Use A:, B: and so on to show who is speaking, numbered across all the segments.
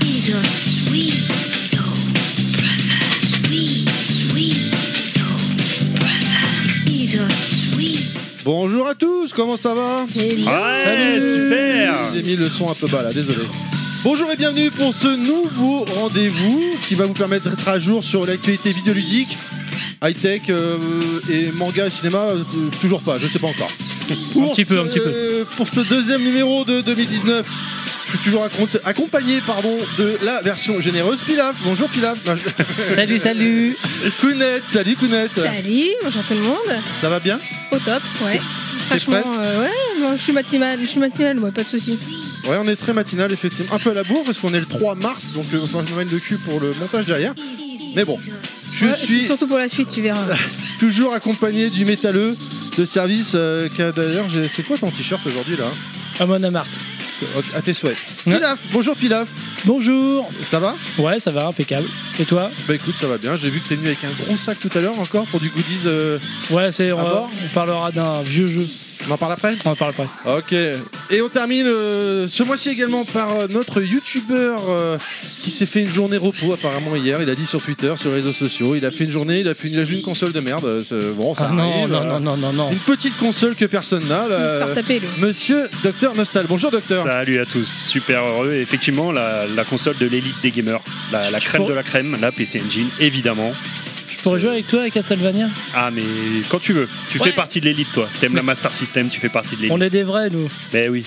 A: He's a sweet soul brother. Sweet, sweet soul brother. He's a sweet.
B: Bonjour à tous, comment ça va
C: Eh,
D: Ouais, super
B: J'ai mis le son un peu bas là, désolé. Bonjour et bienvenue pour ce nouveau rendez-vous qui va vous permettre d'être à jour sur l'actualité vidéoludique, high-tech euh, et manga et cinéma, euh, toujours pas, je sais pas encore. Pour
D: petit peu,
B: ce-
D: un petit
B: Pour ce deuxième numéro de 2019, je suis toujours accompt- accompagné pardon, de la version généreuse Pilaf. Bonjour Pilaf. Non, je-
D: Salut, salut
B: Kounet, salut Kounet.
E: Salut, bonjour tout le monde.
B: Ça va bien
E: Au top, ouais. Franchement,
B: prête
E: euh, ouais, moi, je suis matinale, je suis matinale, moi, pas de soucis.
B: Ouais, on est très matinal, effectivement. Un peu à la bourre, parce qu'on est le 3 mars, donc euh, enfin, je me mène de cul pour le montage derrière. Mais bon, je
E: Ouais,
B: suis
E: Surtout pour la suite, tu verras.
B: toujours accompagné du métalleux de service, euh, qui a d'ailleurs... j'ai- C'est quoi ton t-shirt aujourd'hui, là hein,
D: Amon Amart.
B: Ok, À tes souhaits.
D: Ouais.
B: Pilaf, bonjour Pilaf,
D: Bonjour
B: ça va
D: Ouais, ça va, impeccable. Et toi
B: Bah écoute, ça va bien, j'ai vu que t'es venu avec un gros sac tout à l'heure encore pour du goodies, euh,
D: Ouais, c'est.
B: À
D: On, va-
B: bord
D: on parlera d'un vieux jeu.
B: on en parle après
D: On en parle pas.
B: Ok. Et on termine euh, ce mois-ci également par euh, notre youtubeur euh, qui s'est fait une journée repos apparemment hier. Il a dit sur Twitter, sur les réseaux sociaux, il a fait une journée, il a, fait une, il a joué une console de merde. Euh, c'est- Bon, ça
D: Ah non,
B: arrive,
D: non,
B: euh,
D: non, non, non, non.
B: Une petite console que personne n'a.
E: Il se
B: là. euh,
E: faire taper, lui.
B: Monsieur Docteur Nostal. Bonjour Docteur.
C: Salut à tous, super heureux. Et effectivement, la, la console de l'élite des gamers, la, la
D: Je
C: crème
D: pour-
C: de la crème, la PC Engine, évidemment.
D: Je pourrais jouer avec toi à Castlevania
C: Ah, mais quand tu veux, tu
D: Ouais.
C: fais partie de l'élite, toi. T'aimes la Master System, tu fais partie de
D: On
C: l'élite.
D: est des vrais, nous.
C: Ben oui.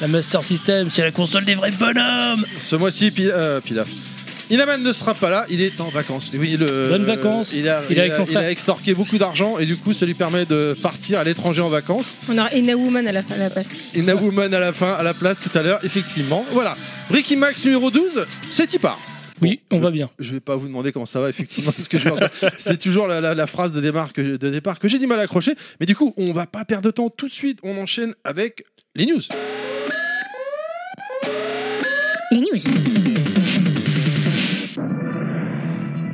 D: La Master System, c'est la console des vrais bonhommes
B: Ce mois-ci, Pi- euh, Pilaf. Inaman ne sera pas là, il est en vacances. Oui, le-
D: Bonnes vacances.
B: Il a,
D: Il est avec son
B: il
D: frère.
B: a extorqué beaucoup d'argent et du coup, ça lui permet de partir à l'étranger en vacances.
E: On aura Ina Woman à la, à la place.
B: Et Na Woman à la fin, à la place tout à l'heure, effectivement. Voilà. Ricky Max numéro 12, c'est y part.
D: Oui, on
B: je-
D: va bien.
B: Je vais pas vous demander comment ça va, effectivement, parce que je- c'est toujours la, la- la phrase de, démarre que- de départ que j'ai du mal à accrocher. Mais du coup, on va pas perdre de temps tout de suite. On enchaîne avec les news.
F: Les news.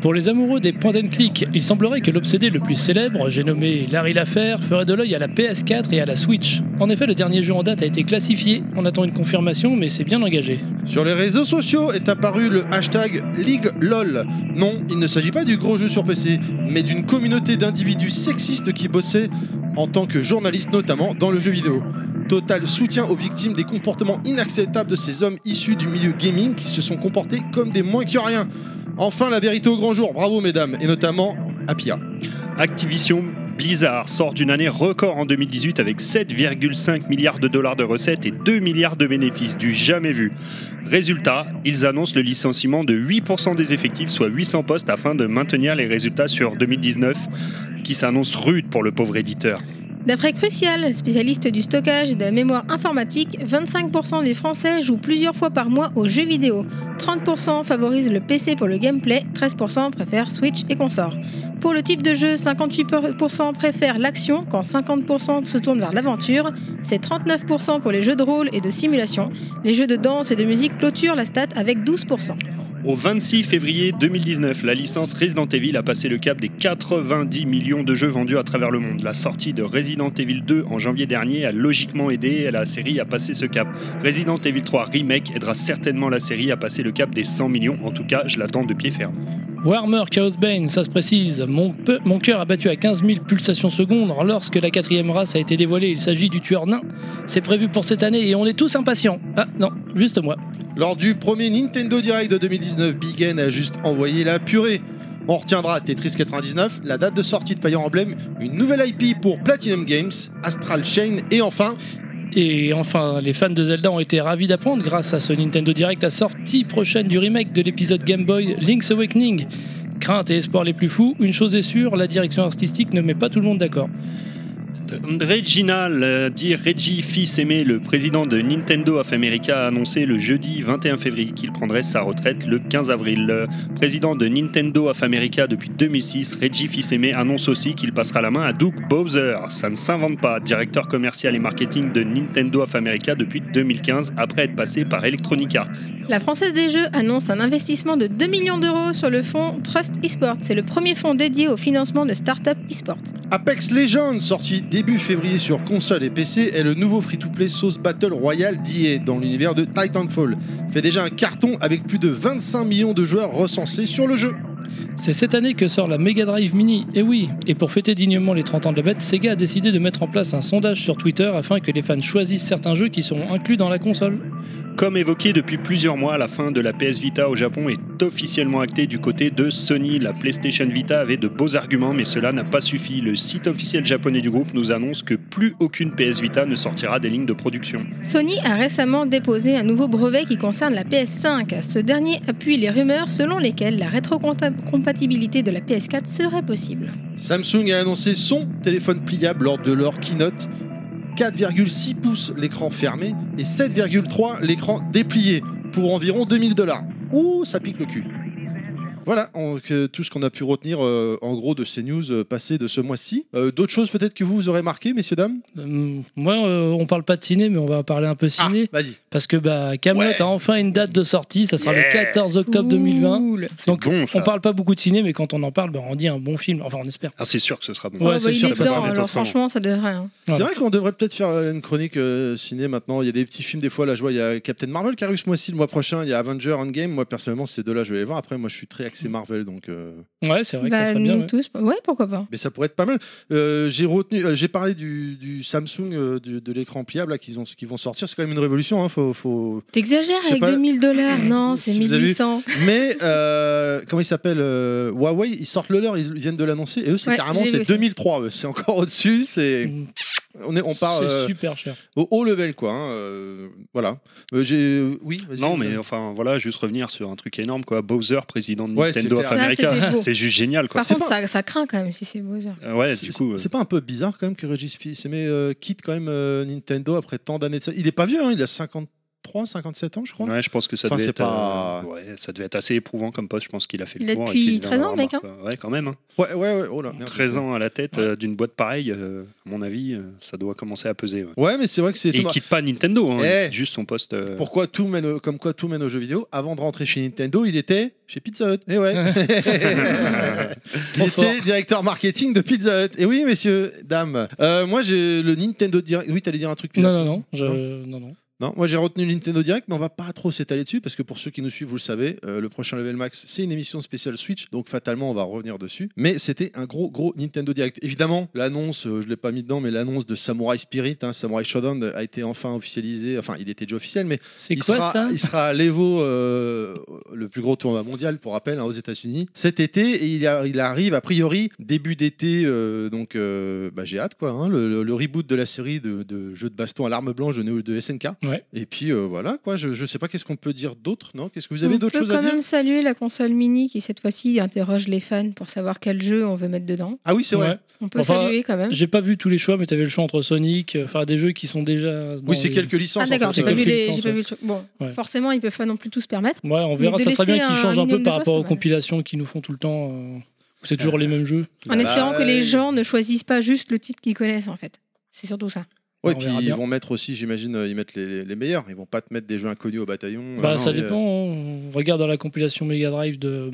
D: Pour les amoureux des point and click, il semblerait que l'obsédé le plus célèbre, j'ai nommé Larry Laffer, ferait de l'œil à la PS4 et à la Switch. En effet, le dernier jeu en date a été classifié. On attend une confirmation, mais c'est bien engagé.
B: Sur les réseaux sociaux est apparu le hashtag League LOL. Non, il ne s'agit pas du gros jeu sur PC, mais d'une communauté d'individus sexistes qui bossaient en tant que journalistes notamment dans le jeu vidéo. Total soutien aux victimes des comportements inacceptables de ces hommes issus du milieu gaming qui se sont comportés comme des moins que rien. Enfin la vérité au grand jour, bravo mesdames, et notamment à Pia.
C: Activision Blizzard sort d'une année record en 2018 avec 7,5 milliards de dollars de recettes et 2 milliards de bénéfices du jamais vu. Résultat, ils annoncent le licenciement de 8% des effectifs, soit 800 postes, afin de maintenir les résultats sur 2019, qui s'annonce rude pour le pauvre éditeur.
E: D'après Crucial, spécialiste du stockage et de la mémoire informatique, 25% des Français jouent plusieurs fois par mois aux jeux vidéo. 30% favorisent le PC pour le gameplay, 13% préfèrent Switch et consorts. Pour le type de jeu, 58% préfèrent l'action quand 50% se tournent vers l'aventure. C'est 39% pour les jeux de rôle et de simulation. Les jeux de danse et de musique clôturent la stat avec 12%.
C: Au 26 février 2019, la licence Resident Evil a passé le cap des 90 millions de jeux vendus à travers le monde. La sortie de Resident Evil 2 en janvier dernier a logiquement aidé la série à passer ce cap. Resident Evil 3 Remake aidera certainement la série à passer le cap des 100 millions. En tout cas, je l'attends de pied ferme.
D: Warmer Chaos Bane, ça se précise. Mon, peu- mon cœur a battu à 15 000 pulsations secondes lorsque la quatrième race a été dévoilée. Il s'agit du tueur nain. C'est prévu pour cette année et on est tous impatients. Ah non, juste moi.
B: Lors du premier Nintendo Direct de 2019, Big N a juste envoyé la purée. On retiendra Tetris 99, la date de sortie de Fire Emblem, une nouvelle IP pour Platinum Games, Astral Chain et enfin
D: Et enfin, les fans de Zelda ont été ravis d'apprendre, grâce à ce Nintendo Direct, la sortie prochaine du remake de l'épisode Game Boy Link's Awakening. Crainte et espoir les plus fous, une chose est sûre, la direction artistique ne met pas tout le monde d'accord.
C: Reginald, euh, dit Reggie fils aimé, le président de Nintendo of America, a annoncé le jeudi 21 février qu'il prendrait sa retraite le 15 avril. Le président de Nintendo of America depuis 2006, Reggie fils aimé, annonce aussi qu'il passera la main à Doug Bowser. Ça ne s'invente pas, directeur commercial et marketing de Nintendo of America depuis 2015, après être passé par Electronic Arts.
E: La Française des Jeux annonce un investissement de 2 millions d'euros sur le fonds Trust eSport. C'est le premier fonds dédié au financement de startups eSport.
B: Apex Legends, sorti début février sur console et PC, est le nouveau free-to-play sauce Battle Royale d'EA dans l'univers de Titanfall. Fait déjà un carton avec plus de 25 millions de joueurs recensés sur le jeu.
D: C'est cette année que sort la Mega Drive Mini, et oui, et pour fêter dignement les 30 ans de la bête, Sega a décidé de mettre en place un sondage sur Twitter afin que les fans choisissent certains jeux qui seront inclus dans la console.
C: Comme évoqué depuis plusieurs mois, la fin de la PS Vita au Japon est officiellement actée du côté de Sony. La PlayStation Vita avait de beaux arguments, mais cela n'a pas suffi. Le site officiel japonais du groupe nous annonce que plus aucune PS Vita ne sortira des lignes de production.
E: Sony a récemment déposé un nouveau brevet qui concerne la PS5. Ce dernier appuie les rumeurs selon lesquelles la rétrocompatibilité de la PS4 serait possible.
B: Samsung a annoncé son téléphone pliable lors de leur keynote. 4,6 pouces l'écran fermé et 7,3 l'écran déplié pour environ 2000 dollars. Ouh, ça pique le cul. Voilà en- que- tout ce qu'on a pu retenir euh, en gros de ces news euh, passées de ce mois-ci. Euh, D'autres choses peut-être que vous, vous aurez marqué, messieurs, dames
D: Euh, moi, euh, on parle pas de ciné, mais on va parler un peu
B: Ah,
D: ciné.
B: vas-y.
D: Parce que bah, Camelot
C: Ouais.
D: a enfin une date de sortie, ça sera
C: Yeah.
D: le 14 octobre 2020.
E: Cool.
D: Donc
C: bon, ça.
D: on parle pas beaucoup de ciné, mais quand on en parle, bah, on dit un bon film. Enfin, on espère.
C: Ah, c'est sûr que ce sera bon.
D: Ouais,
E: Oh,
D: c'est
E: bah, il
D: sûr
E: est
C: que ça sera
E: dedans,
C: bien
E: alors
C: autrement.
E: franchement, ça devrait. hein.
B: C'est
D: Voilà.
B: vrai qu'on devrait peut-être faire euh, une chronique euh, ciné maintenant. Il y a des petits films, des fois, là, je vois, il y a Captain Marvel qui arrive ce mois-ci, le mois prochain, il y a Avenger Endgame. Moi, personnellement, ces deux-là, je vais les voir. Après, moi, je suis très axé Marvel, donc. euh,
D: Ouais, c'est vrai que
E: Bah,
D: ça serait bien.
E: nous
D: ouais.
E: tous. Ouais, pourquoi pas.
B: Mais ça pourrait être pas mal. Euh, j'ai retenu, euh, j'ai parlé du, du Samsung, euh, du- de l'écran pliable là, qu'ils ont, qu'ils vont sortir. C'est quand même une révolution. Hein, faut, faut...
E: T'exagères
B: Je sais
E: avec
B: pas.
E: 2000 dollars. Non, c'est
B: Si vous avez vu.
E: 1800.
B: Mais euh, comment ils s'appellent euh, Huawei, ils sortent le leur, ils viennent de l'annoncer. Et eux, c'est
E: Ouais,
B: carrément,
E: j'ai vu
B: c'est
E: ça.
B: 2003. eux. euh, C'est encore au-dessus. C'est,
D: Mm.
B: on est, on part
D: C'est
B: euh,
D: super cher.
B: au haut level quoi. hein, euh, voilà. Euh, j'ai, oui. vas-y. euh,
C: Non, mais enfin voilà, juste revenir sur un truc énorme quoi. Bowser, président de
B: Ouais,
C: Nintendo
B: c'est
C: of
B: clair.
E: Ça, c'était
C: America,
E: beau.
C: hein, c'est juste génial quoi.
E: Par
B: C'est
E: contre,
B: pas-
E: ça, ça craint quand même si c'est Bowser.
C: Euh, Ouais,
B: C'est-
C: du coup. euh,
B: c'est pas un peu bizarre quand même que Regis Fils-Aimé euh, quitte quand même euh, Nintendo après tant d'années de ça. Il est pas vieux, hein, il a 53, 57 ans, je crois.
C: Ouais, je pense que ça
B: Enfin,
C: devait
B: c'est
C: être
B: pas-
C: euh, ouais, ça devait être assez éprouvant comme poste, je pense qu'il a fait
E: Il
C: le
E: a
C: tour et
E: depuis
C: qu'il vient
E: 13 ans,
C: d'avoir
E: le mec,
C: marre, quoi. Ouais, quand même. hein.
B: Ouais, ouais, ouais. Oh là, merde.
C: 13 ans à la tête
D: Ouais.
C: euh, d'une boîte pareille, euh, à mon avis, euh, ça doit commencer à peser. ouais.
B: Ouais, mais c'est vrai que c'est
C: Et il
B: étonnant.
C: quitte pas Nintendo, hein,
B: Eh.
C: il quitte juste son poste. euh,
B: Pourquoi tout mène au- comme quoi tout mène aux jeux vidéo Avant de rentrer chez Nintendo, il était chez Pizza Hut. Et ouais. il
D: Trop fort.
B: était directeur marketing de Pizza Hut. Et oui, messieurs, dames. Euh, moi, j'ai le Nintendo Direct. Oui, t'allais dire un truc. Pina
D: Non, non, non. je- non, non.
B: Non, moi j'ai retenu le Nintendo Direct, mais on va pas trop s'étaler dessus parce que pour ceux qui nous suivent, vous le savez, euh, le prochain Level Max, c'est une émission spéciale Switch, donc fatalement on va revenir dessus. Mais c'était un gros gros Nintendo Direct. Évidemment, l'annonce, euh, je l'ai pas mis dedans, mais l'annonce de Samurai Spirit, hein, Samurai Shodown a été enfin officialisée. Enfin, il était déjà officiel, mais
D: C'est
B: il
D: quoi
B: sera,
D: ça
B: Il sera à l'Evo, euh, le plus gros tournoi mondial, pour rappel, hein, aux États-Unis, cet été. Et il, a- il arrive, a priori, début d'été. euh, donc, euh, bah, j'ai hâte, quoi. hein, le, le- le reboot de la série de, de jeux de baston à l'arme blanche de, Neo- de SNK.
D: Ouais.
B: Et puis, euh, voilà, quoi. Je, je sais pas, qu'est-ce qu'on peut dire d'autre, non Qu'est-ce que vous
E: on
B: avez d'autres
E: peut
B: choses
E: quand
B: à dire
E: même saluer la console mini qui cette fois-ci interroge les fans pour savoir quel jeu on veut mettre dedans.
B: Ah oui, c'est vrai.
D: Ouais.
E: On peut
D: Enfin,
E: saluer quand même.
D: J'ai pas vu tous les choix, mais t'avais le choix entre Sonic, euh, enfin des jeux qui sont déjà. dans
B: Oui, c'est
D: les-
B: quelques licences.
E: Ah d'accord,
B: en fait,
E: j'ai pas,
B: euh,
D: quelques
E: vu les-
D: licences,
E: j'ai pas
D: ouais.
E: vu le truc. Bon,
D: Ouais.
E: forcément, ils peuvent pas non plus tous se permettre.
D: Ouais, on
E: Mais
D: verra.
E: de
D: Ça serait bien
E: laisser
D: qu'ils
E: un
D: changent un peu
E: minimum de
D: par
E: choses,
D: rapport
E: quand
D: aux
E: même.
D: compilations qu'ils nous font tout le temps. euh, où c'est toujours les mêmes jeux.
E: En
B: Bah,
E: espérant que
B: euh,
E: les gens ne choisissent pas juste le titre qu'ils connaissent en fait. C'est surtout ça.
B: Ouais,
D: On
B: puis
D: verra
B: ils
D: bien.
B: vont mettre aussi, j'imagine, euh, ils mettent les, les- les meilleurs. Ils vont pas te mettre des jeux inconnus au bataillon.
D: Bah,
B: euh,
D: ça
B: non, mais,
D: dépend. hein. On regarde dans la compilation Mega Drive de,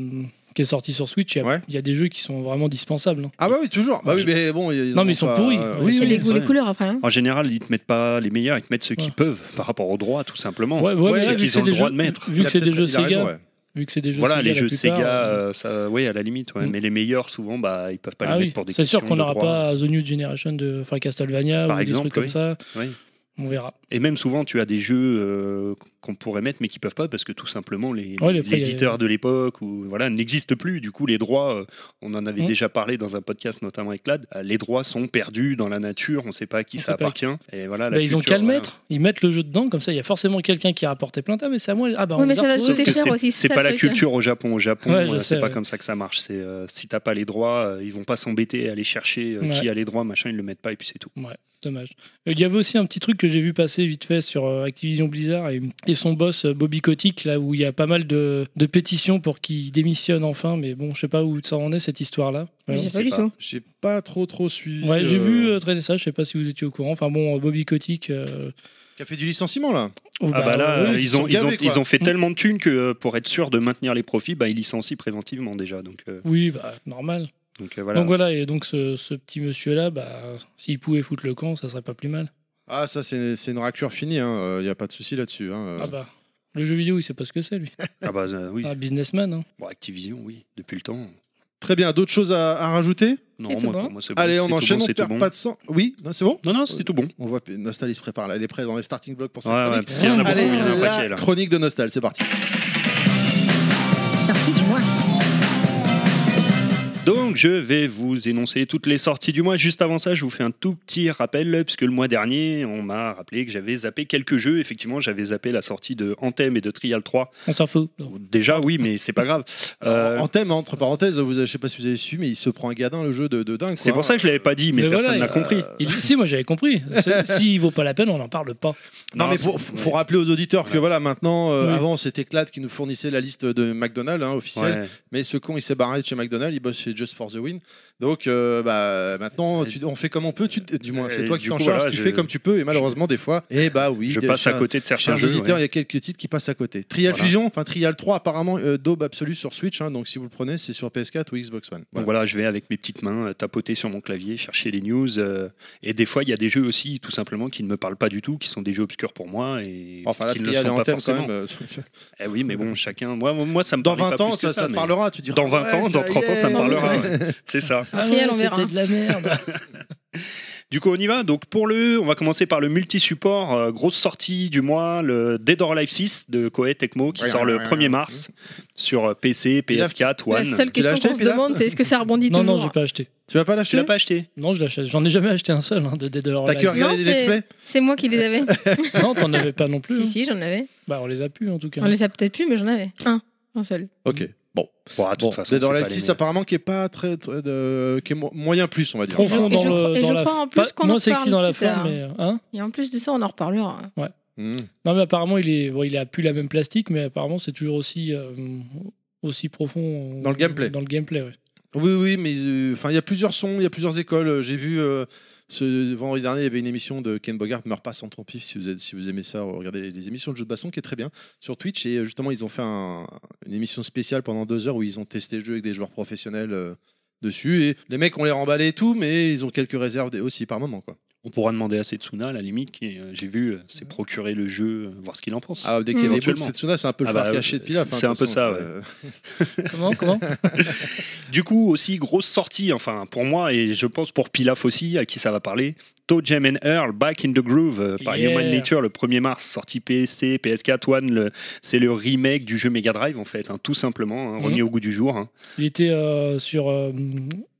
D: qui est sortie sur Switch, il y, a-
B: Ouais.
D: il y a des jeux qui sont vraiment dispensables. hein.
B: Ah bah oui, toujours. Bah oui, mais bon, ils
D: Non,
B: en
D: mais
B: ont
D: ils sont
B: pas- euh,
D: pourris.
B: Oui,
E: c'est
B: oui,
E: les goûts,
C: c'est
E: les
C: vrai.
E: couleurs après. hein.
C: En général, ils te mettent pas les meilleurs, ils te mettent ceux
D: Ouais.
C: qu'ils peuvent par rapport au droit, tout simplement.
D: Ouais, ouais,
B: Ouais,
D: mais là,
B: c'est
D: vu
C: qu'ils
D: que c'est
C: ont
D: des
C: le droit
D: jeux-
C: de mettre.
D: Vu
B: Il
D: que
B: a
D: c'est des
B: peut-être-
D: jeux
B: il a raison,
D: Sega,
B: ouais.
D: vu que c'est des jeux
C: Voilà,
D: Sega,
C: les
D: la
C: jeux
D: plupart,
C: Sega,
D: euh,
C: euh, ça, oui, à la limite, ouais,
D: Mm.
C: mais les meilleurs, souvent, bah, ils peuvent pas les
D: ah
C: mettre
D: oui,
C: pour des
D: c'est sûr
C: questions
D: qu'on
C: de
D: n'aura
C: droit.
D: pas The New Generation de enfin, Castlevania
C: Par
D: ou des
C: exemple,
D: trucs comme
C: oui.
D: ça.
C: Oui.
D: On verra.
C: Et même souvent, tu as des jeux euh, qu'on pourrait mettre mais qui peuvent pas parce que tout simplement les
D: Ouais, les prix,
C: l'éditeur de l'époque ou voilà n'existe plus. Du coup, les droits, euh, on en avait
D: Mhm.
C: déjà parlé dans un podcast notamment avec Lad. euh, Les droits sont perdus dans la nature. On ne sait pas à qui
D: On
C: ça
D: sait pas à
C: appartient. Et voilà, la
D: Bah, ils ont
C: culture,
D: qu'à le
C: voilà.
D: mettre, ils mettent le jeu dedans, comme ça il y a forcément quelqu'un qui a rapporté plainte. Ah, mais c'est à moi. Ah, bah,
E: Oui,
D: on
E: mais
D: les a
E: ça va
D: reçus.
E: coûter
C: que
E: cher
C: c'est-
E: aussi, c'est
C: C'est
E: ça
C: pas
E: le
C: la
E: truc.
C: culture au Japon. Au Japon,
D: Ouais, je
C: euh, c'est
D: sais,
C: pas
D: ouais.
C: comme ça que ça marche. C'est euh, si t'as pas les droits, euh, ils vont pas s'embêter à aller chercher euh,
D: Ouais.
C: qui a les droits, machin. Ils le mettent pas et puis c'est tout.
D: Dommage. Euh, Il y avait aussi un petit truc que j'ai vu passer vite fait sur euh, Activision Blizzard et, et son boss euh, Bobby Kotick, là où il y a pas mal de, de pétitions pour qu'il démissionne enfin, mais bon, je sais pas où ça en est cette histoire-là.
E: Je
D: Voilà.
E: sais pas
C: sait
E: du
C: pas.
E: tout.
B: J'ai pas trop trop suivi.
D: Ouais, j'ai
B: euh,
D: vu euh, traiter ça, je sais pas si vous étiez au courant. Enfin bon, euh, Bobby Kotick. euh,
B: Qui a fait du licenciement là
D: oh,
C: Ah bah là,
D: oui.
C: euh, ils, ont,
B: sont
C: ils, ont,
B: gavés, quoi.
C: ils ont fait
D: Mm.
C: tellement de thunes que euh, pour être sûr de maintenir les profits, bah, ils licencient préventivement déjà. Donc, euh,
D: Oui, bah, normal.
C: donc euh, voilà.
D: Donc voilà, et donc ce, ce petit monsieur-là, bah, s'il pouvait foutre le camp, ça serait pas plus mal.
B: Ah, ça, c'est c'est une raclure finie, il n'y a pas de souci là-dessus. hein, euh.
D: Ah bah, le jeu vidéo, il sait pas ce que c'est, lui.
C: Ah bah euh, oui.
D: Un businessman, hein.
C: Bon, Activision, oui, depuis le temps.
B: Très bien, d'autres choses à, à rajouter
C: Non,
E: C'est tout
C: moi,
E: bon.
C: pour moi, c'est bon.
B: Allez,
C: C'est
B: on
C: tout
B: enchaîne,
C: bon,
B: on
C: c'est
B: perd
C: tout bon.
B: pas de sang. Oui, non, c'est bon
C: Non, non, c'est tout bon.
B: On voit, Nostal, il se prépare là, il est prêt dans les starting blocks pour cette
C: Ouais, ouais,
B: chronique.
C: parce qu'il y en a beaucoup,
B: Allez,
C: il y en a un
B: la
C: paquet là.
B: chronique de Nostal, c'est parti.
F: Sortie du mois.
C: Donc, je vais vous énoncer toutes les sorties du mois. Juste avant ça, je vous fais un tout petit rappel, puisque le mois dernier, on m'a rappelé que j'avais zappé quelques jeux. Effectivement, j'avais zappé la sortie de Anthem et de Trial 3.
D: On s'en fout. Donc,
C: Déjà, oui, mais c'est pas grave. Euh,
B: En thème, hein, entre parenthèses, vous avez, je sais pas si vous avez su, mais il se prend un gadin le jeu de, de dingue.
C: c'est
B: quoi,
C: pour ça que je l'avais pas dit, mais,
D: Mais voilà,
C: personne n'a
D: euh,
C: compris.
D: il- si, moi j'avais compris. C'est- S'il vaut pas la peine, on n'en parle pas.
B: Non, mais
C: c'est-
B: pour, faut
C: ouais.
B: rappeler aux auditeurs que
C: Ouais.
B: voilà, maintenant, euh,
D: Oui.
B: avant c'était Clad qui nous fournissait la liste de McDonald's hein, officielle,
C: Ouais.
B: mais ce con il s'est barré de chez McDonald's, il bosse chez Just for the Win. Donc euh, bah, maintenant, tu- on fait comme on peut, tu, du moins c'est
C: Et
B: toi qui
C: du
B: t'en
C: coup,
B: charges,
C: voilà,
B: tu
C: je-
B: fais comme tu peux, et malheureusement des fois, et bah oui,
C: Je
B: des-
C: passe à
B: chez-
C: côté de
B: Chez
C: certains
B: un
C: jeux.
B: éditeur,
C: ouais.
B: il y a quelques titres qui passent à côté. Trial
C: Voilà.
B: Fusion, enfin Trial 3, apparemment euh, daube absolue sur Switch, hein, donc si vous le prenez, c'est sur PS4 ou Xbox One.
C: Donc
B: Voilà.
C: voilà, je vais avec mes petites mains euh, tapoter sur mon clavier, chercher les news. euh, et des fois, il y a des jeux aussi, tout simplement, qui ne me parlent pas du tout, qui sont des jeux obscurs pour moi et
B: Enfin, la
C: qui ne le
B: trial et
C: sont pas
B: Anthem, quand
C: forcément.
B: même. euh,
C: Eh oui, mais bon, chacun. Moi, moi ça me
B: Dans
C: parlait
B: 20
C: pas
B: ans,
C: plus que
B: ça, ça te
C: mais-
B: parlera, tu diras.
C: Dans 20 ans,
B: ouais,
C: dans
B: ça
C: 30
B: y
C: ans, ça me
B: est,
C: parlera. ouais. C'est ça.
D: Ah
E: Trial, on verra.
D: C'était de la merde.
C: Du coup, on y va. Donc, pour le, on va commencer par le multi-support. euh, grosse sortie du mois, le Dead or Alive 6 de Koei Tecmo qui
B: Ouais,
C: sort le
B: ouais,
C: 1er mars sur euh, PC,
B: Il a-
C: PS4,
E: La
C: One.
E: seule
B: Tu l'as
E: question
B: acheté,
E: qu'on se
B: celui-là
E: demande, c'est est-ce que ça rebondit
D: non, non, j'ai
E: toujours
D: pas acheté.
B: Tu vas pas
C: Tu
B: l'acheter
C: l'as pas acheté
D: Non, je l'achète. J'en ai jamais acheté un seul hein, de Dead or
B: T'as que
D: Alive.
B: regardé
E: Non,
B: les
E: c'est-
B: let's play
E: C'est moi qui les avais.
D: Non, t'en avais pas non plus.
E: si,
D: hein.
E: si, j'en avais.
D: Bah, on les a pu en tout cas.
E: On les a peut-être plus, mais j'en avais. Un. Un seul.
B: Ok. Bon,
C: Bon, à Ah, toute
B: bon
C: façon,
B: Dead or
C: c'est
B: Alive
C: pas les
B: 6,
C: mêmes.
B: apparemment, qui est pas très. très, euh, qui est mo- moyen plus, on va dire.
D: Profond
E: Et
D: dans
E: je
D: le-
E: crois- et
D: dans
E: je
D: la-
E: crois en plus
D: pas-
E: qu'on en
D: moins sexy
E: parle
D: dans la
E: plus tard.
D: forme, mais euh, hein
E: Et en plus de ça, on en reparlera.
B: Mmh.
D: Non, mais apparemment, il est, bon, il a plus la même plastique, mais apparemment, c'est toujours aussi, euh, aussi profond. euh,
B: Dans le gameplay.
D: Dans le gameplay, ouais.
B: Oui, oui, mais euh, enfin, il y a plusieurs sons, il y a plusieurs écoles. Euh, J'ai vu euh, ce vendredi dernier, il y avait une émission de Ken Bogart, Meurs pas sans ton pif. Si vous, êtes- si vous aimez ça, regardez les, les émissions de jeux de baston qui est très bien sur Twitch. Et euh, justement, ils ont fait un- une émission spéciale pendant deux heures où ils ont testé le jeu avec des joueurs professionnels euh, dessus. Et les mecs, on les remballé et tout, mais ils ont quelques réserves des- aussi par moment. Quoi.
C: On pourra demander à Setsuna, à la limite, qui, euh, j'ai vu, euh, s'est procuré le jeu, euh, voir ce qu'il en pense.
B: Ah, dès qu'il y a des boules,
C: Éventuellement.
B: Setsuna, c'est un peu le
C: Ah bah,
B: frère caché de Pilaf. hein,
C: c'est un
B: de
C: peu
B: toute
C: ça,
B: façon,
C: ouais.
B: euh,
D: Comment Comment
C: Du coup, aussi, grosse sortie, enfin, pour moi, et je pense pour Pilaf aussi, à qui ça va parler. Toe Jam and Earl, Back in the Groove, euh, par
D: Yeah.
C: Human Nature, le 1er mars, sortie PC, PS4, One, le- c'est le remake du jeu Mega Drive, en fait, hein, tout simplement, hein,
D: Mhm.
C: remis au goût du jour. hein.
D: Il était euh, sur euh,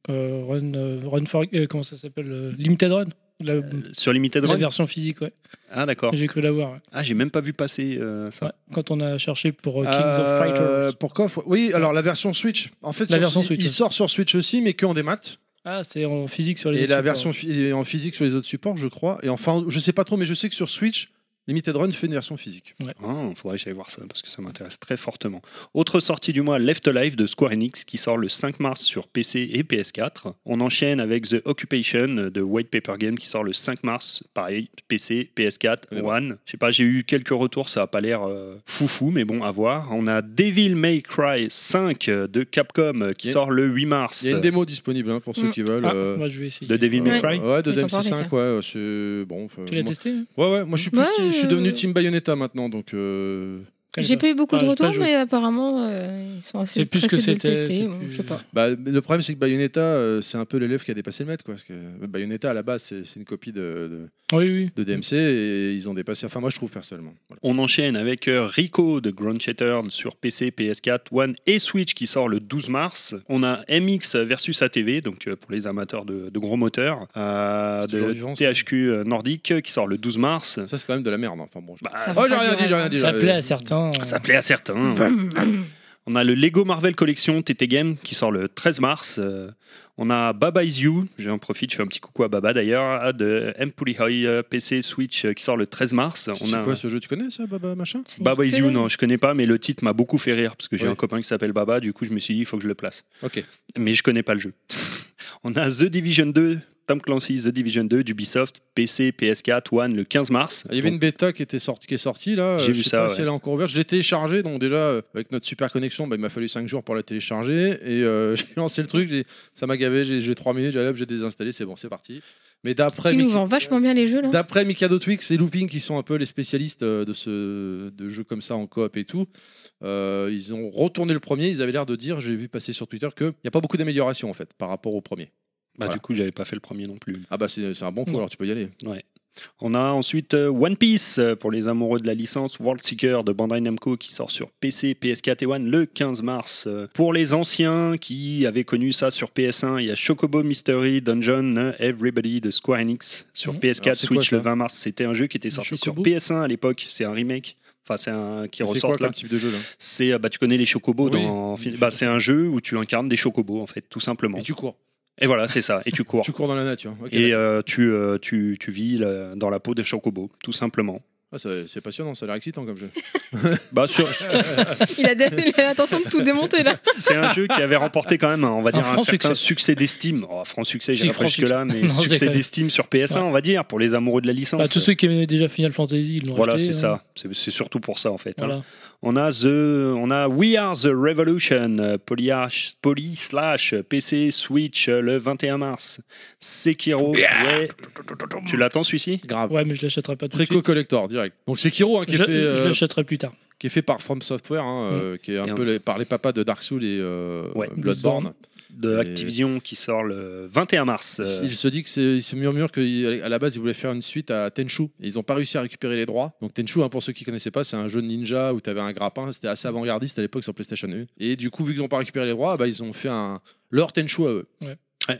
D: euh, Run, euh, Run for. euh, comment ça s'appelle euh, Limited Run la,
B: Euh,
C: Sur Limited
D: la
C: Run
D: version physique, ouais.
C: Ah, d'accord.
D: J'ai cru l'avoir. ouais.
C: Ah, j'ai même pas vu passer euh, ça.
D: Ouais. Quand on a cherché pour euh, Kings
B: Euh,
D: of Fighters.
B: Pourquoi faut- Oui, alors la version Switch. En fait,
D: La
B: sur-
D: version
B: il-
D: Switch,
B: il
D: ouais.
B: sort sur Switch aussi, mais que en démat.
D: Ah, c'est en physique sur les.
B: Et
D: autres
B: la
D: supports.
B: version phy- en physique sur les autres supports, je crois. Et enfin, je sais pas trop, mais je sais que sur Switch, Limited Run fait une version physique.
C: Ah, faudrait que j'aille voir ça parce que ça m'intéresse très fortement. Autre sortie du mois, Left Alive de Square Enix qui sort le 5 mars sur PC et PS4. On enchaîne avec The Occupation de White Paper Game qui sort le 5 mars, pareil, PC, PS4,
B: Mais bon.
C: One. Je sais pas, j'ai eu quelques retours, ça a pas l'air euh, foufou, mais bon, à voir. On a Devil May Cry 5 de Capcom euh, qui
B: Il y a-
C: sort le 8 mars.
B: Il y a une démo disponible hein, pour ceux
E: Mm.
B: qui veulent.
D: Ah,
B: euh,
D: bah, je vais essayer.
C: de Devil May
E: Ouais.
C: Cry.
B: Ouais, de
E: Oui, t'en parlais,
B: DMC5, ouais, euh, c'est bon. enfin,
D: Tu l'as
B: moi-
D: testé hein
B: Ouais, ouais, moi je suis plus-
E: Ouais,
B: je suis
E: euh,
B: devenu Team Bayonetta maintenant, donc euh,
D: connais
E: J'ai
D: pas.
E: pas eu beaucoup de
D: Ah, j'ai pas
E: retours,
D: joué.
E: mais apparemment, euh, ils sont assez
D: C'est plus ce que
E: pressés de le
D: c'était,
E: tester,
D: c'est
E: bon,
D: plus-
E: Je sais pas.
B: Bah, le problème, c'est que Bayonetta, euh, c'est un peu l'élève qui a dépassé le maître. Quoi, parce que Bayonetta, à la base, c'est c'est une copie de,
D: Oui, oui.
B: de, de DMC et ils ont dépassé. Enfin, moi, je trouve personnellement. Voilà.
C: On enchaîne avec euh, Rico de Grand Shattered sur PC, PS4, One et Switch qui sort le 12 mars. On a MX versus ATV, donc euh, pour les amateurs de, de gros moteurs, euh,
B: C'est
C: de
B: toujours vivant, ça.
C: THQ euh, nordique qui sort le 12 mars.
B: Ça, c'est quand même de la merde. hein. Enfin, bon, je-
C: Bah,
E: Ça
B: oh,
E: va
B: j'ai
E: pas
B: rien
E: durer,
B: dit, j'ai Ah, rien
E: hein.
B: dit.
D: Ça
B: j'ai-
D: plaît à certains. euh,
C: ça plaît à certains. hein. On a le Lego Marvel Collection TT Game qui sort le 13 mars. Euh, on a Baba Is You, j'en profite, je fais un petit coucou à Baba d'ailleurs, de Mpulihoy euh, PC Switch euh, qui sort le 13 mars. On
B: C'est
C: a
B: quoi ce jeu Tu connais ça, Baba Machin
E: Ça
C: Baba
E: dit
C: Is
E: que
C: You,
E: dalle.
C: non, je connais pas, mais le titre m'a beaucoup fait rire parce que j'ai
B: Oui.
C: un copain qui s'appelle Baba, du coup je me suis dit il faut que je le place.
B: Ok.
C: Mais je connais pas le jeu. on a The Division 2, Tom Clancy's The Division 2 d'Ubisoft, PC, PS4, One le 15 mars.
B: Il y avait une bêta qui, était sorti, qui est sortie là.
C: J'ai
B: Euh,
C: vu
B: je sais
C: ça,
B: Pas
C: ouais.
B: si elle est encore ouverte. Je l'ai téléchargée, donc déjà, euh, avec notre super connexion, bah, il m'a fallu 5 jours pour la télécharger. Et euh, j'ai lancé le truc, j'ai- ça m'a gavé, j'ai j'ai 3 minutes, j'ai hop, j'ai désinstallé, c'est bon, c'est parti. Mais d'après
E: Qui nous
B: Miki-
E: vend vachement bien les jeux, là.
B: D'après Mikado Twix et Looping, qui sont un peu les spécialistes euh, de, ce, de jeux comme ça en coop et tout, euh, ils ont retourné le premier. Ils avaient l'air de dire, j'ai vu passer sur Twitter, qu'il n'y a pas beaucoup d'amélioration en fait par rapport au premier.
C: Bah,
B: Voilà.
C: Du coup j'avais pas fait le premier non plus.
B: Ah bah c'est c'est un bon coup,
D: Mm.
B: alors tu peux y aller.
C: On a ensuite euh, One Piece euh, pour les amoureux de la licence World Seeker de Bandai Namco qui sort sur PC, PS4 et One le 15 mars. Euh, Pour les anciens qui avaient connu ça sur PS1, il y a Chocobo Mystery Dungeon euh, Everybody de Square Enix sur
D: Mhm.
C: PS4,
B: Mmh. Alors, c'est quoi,
C: Switch
B: ça
C: le 20 mars. C'était un jeu qui était sorti sur
D: Chocobo
C: PS1 à l'époque. C'est un remake. Enfin, c'est un qui
B: Et C'est
C: ressort
B: quoi
C: là.
B: comme type de jeu là
C: C'est euh, bah tu connais les chocobos
B: Oui.
C: dans. Bah c'est un jeu où tu incarnes des chocobos en fait, tout simplement.
B: Et
C: Et,
B: tu cours.
C: voilà, c'est ça. Et tu cours.
B: Tu cours dans la nature. Ok,
C: Et euh, tu, euh, tu, tu vis là, dans la peau des chocobos, tout simplement.
B: Ah, ça- c'est passionnant, ça a l'air excitant comme jeu.
C: Bah, sur-
E: Il a il a l'intention de tout démonter, là.
C: c'est un jeu qui avait remporté quand même, hein, on va dire,
D: Un
C: un,
D: franc
C: certain
D: succès.
C: succès d'estime. Oh, franc succès,
D: Si,
C: j'irai
D: franc
C: pas jusque-là, mais
D: succès. Non, je
C: succès
D: déconne.
C: d'estime sur PS1,
D: Ouais.
C: on va dire, pour les amoureux de la licence.
D: bah, tous ceux qui aimaient déjà Final Fantasy, ils l'ont
C: voilà,
D: acheté.
C: c'est
D: hein.
C: ça. C'est c'est surtout pour ça, en fait. hein.
D: Voilà.
C: On, a the, on a We Are the Revolution, euh, poly, H- poly slash PC Switch euh, le 21 mars. Sekiro. ouais. Tu l'attends, celui-ci
B: Grave.
D: Ouais, mais je l'achèterai pas tout de
B: Préco
D: suite.
B: Collector direct. Donc c'est Kiro hein, qui,
D: Je,
B: est fait, euh,
D: je l'achèterai plus tard.
B: qui est fait par From Software, hein, euh, qui est un
C: Et un-
B: peu les- par les papas de Dark Souls et euh,
C: Ouais.
B: Bloodborne.
C: De
B: Et-
C: Activision qui sort le 21 mars. euh,
B: Il se dit que c'est, il se murmure qu'à la base ils voulaient faire une suite à Tenchu. Et ils n'ont pas réussi à récupérer les droits. Donc Tenchu, hein, pour ceux qui connaissaient pas, c'est un jeu de ninja où tu avais un grappin. C'était assez avant-gardiste à l'époque sur PlayStation 1. Et du coup, vu qu'ils n'ont pas récupéré les droits, bah, ils ont fait un leur Tenchu à eux.
C: ouais,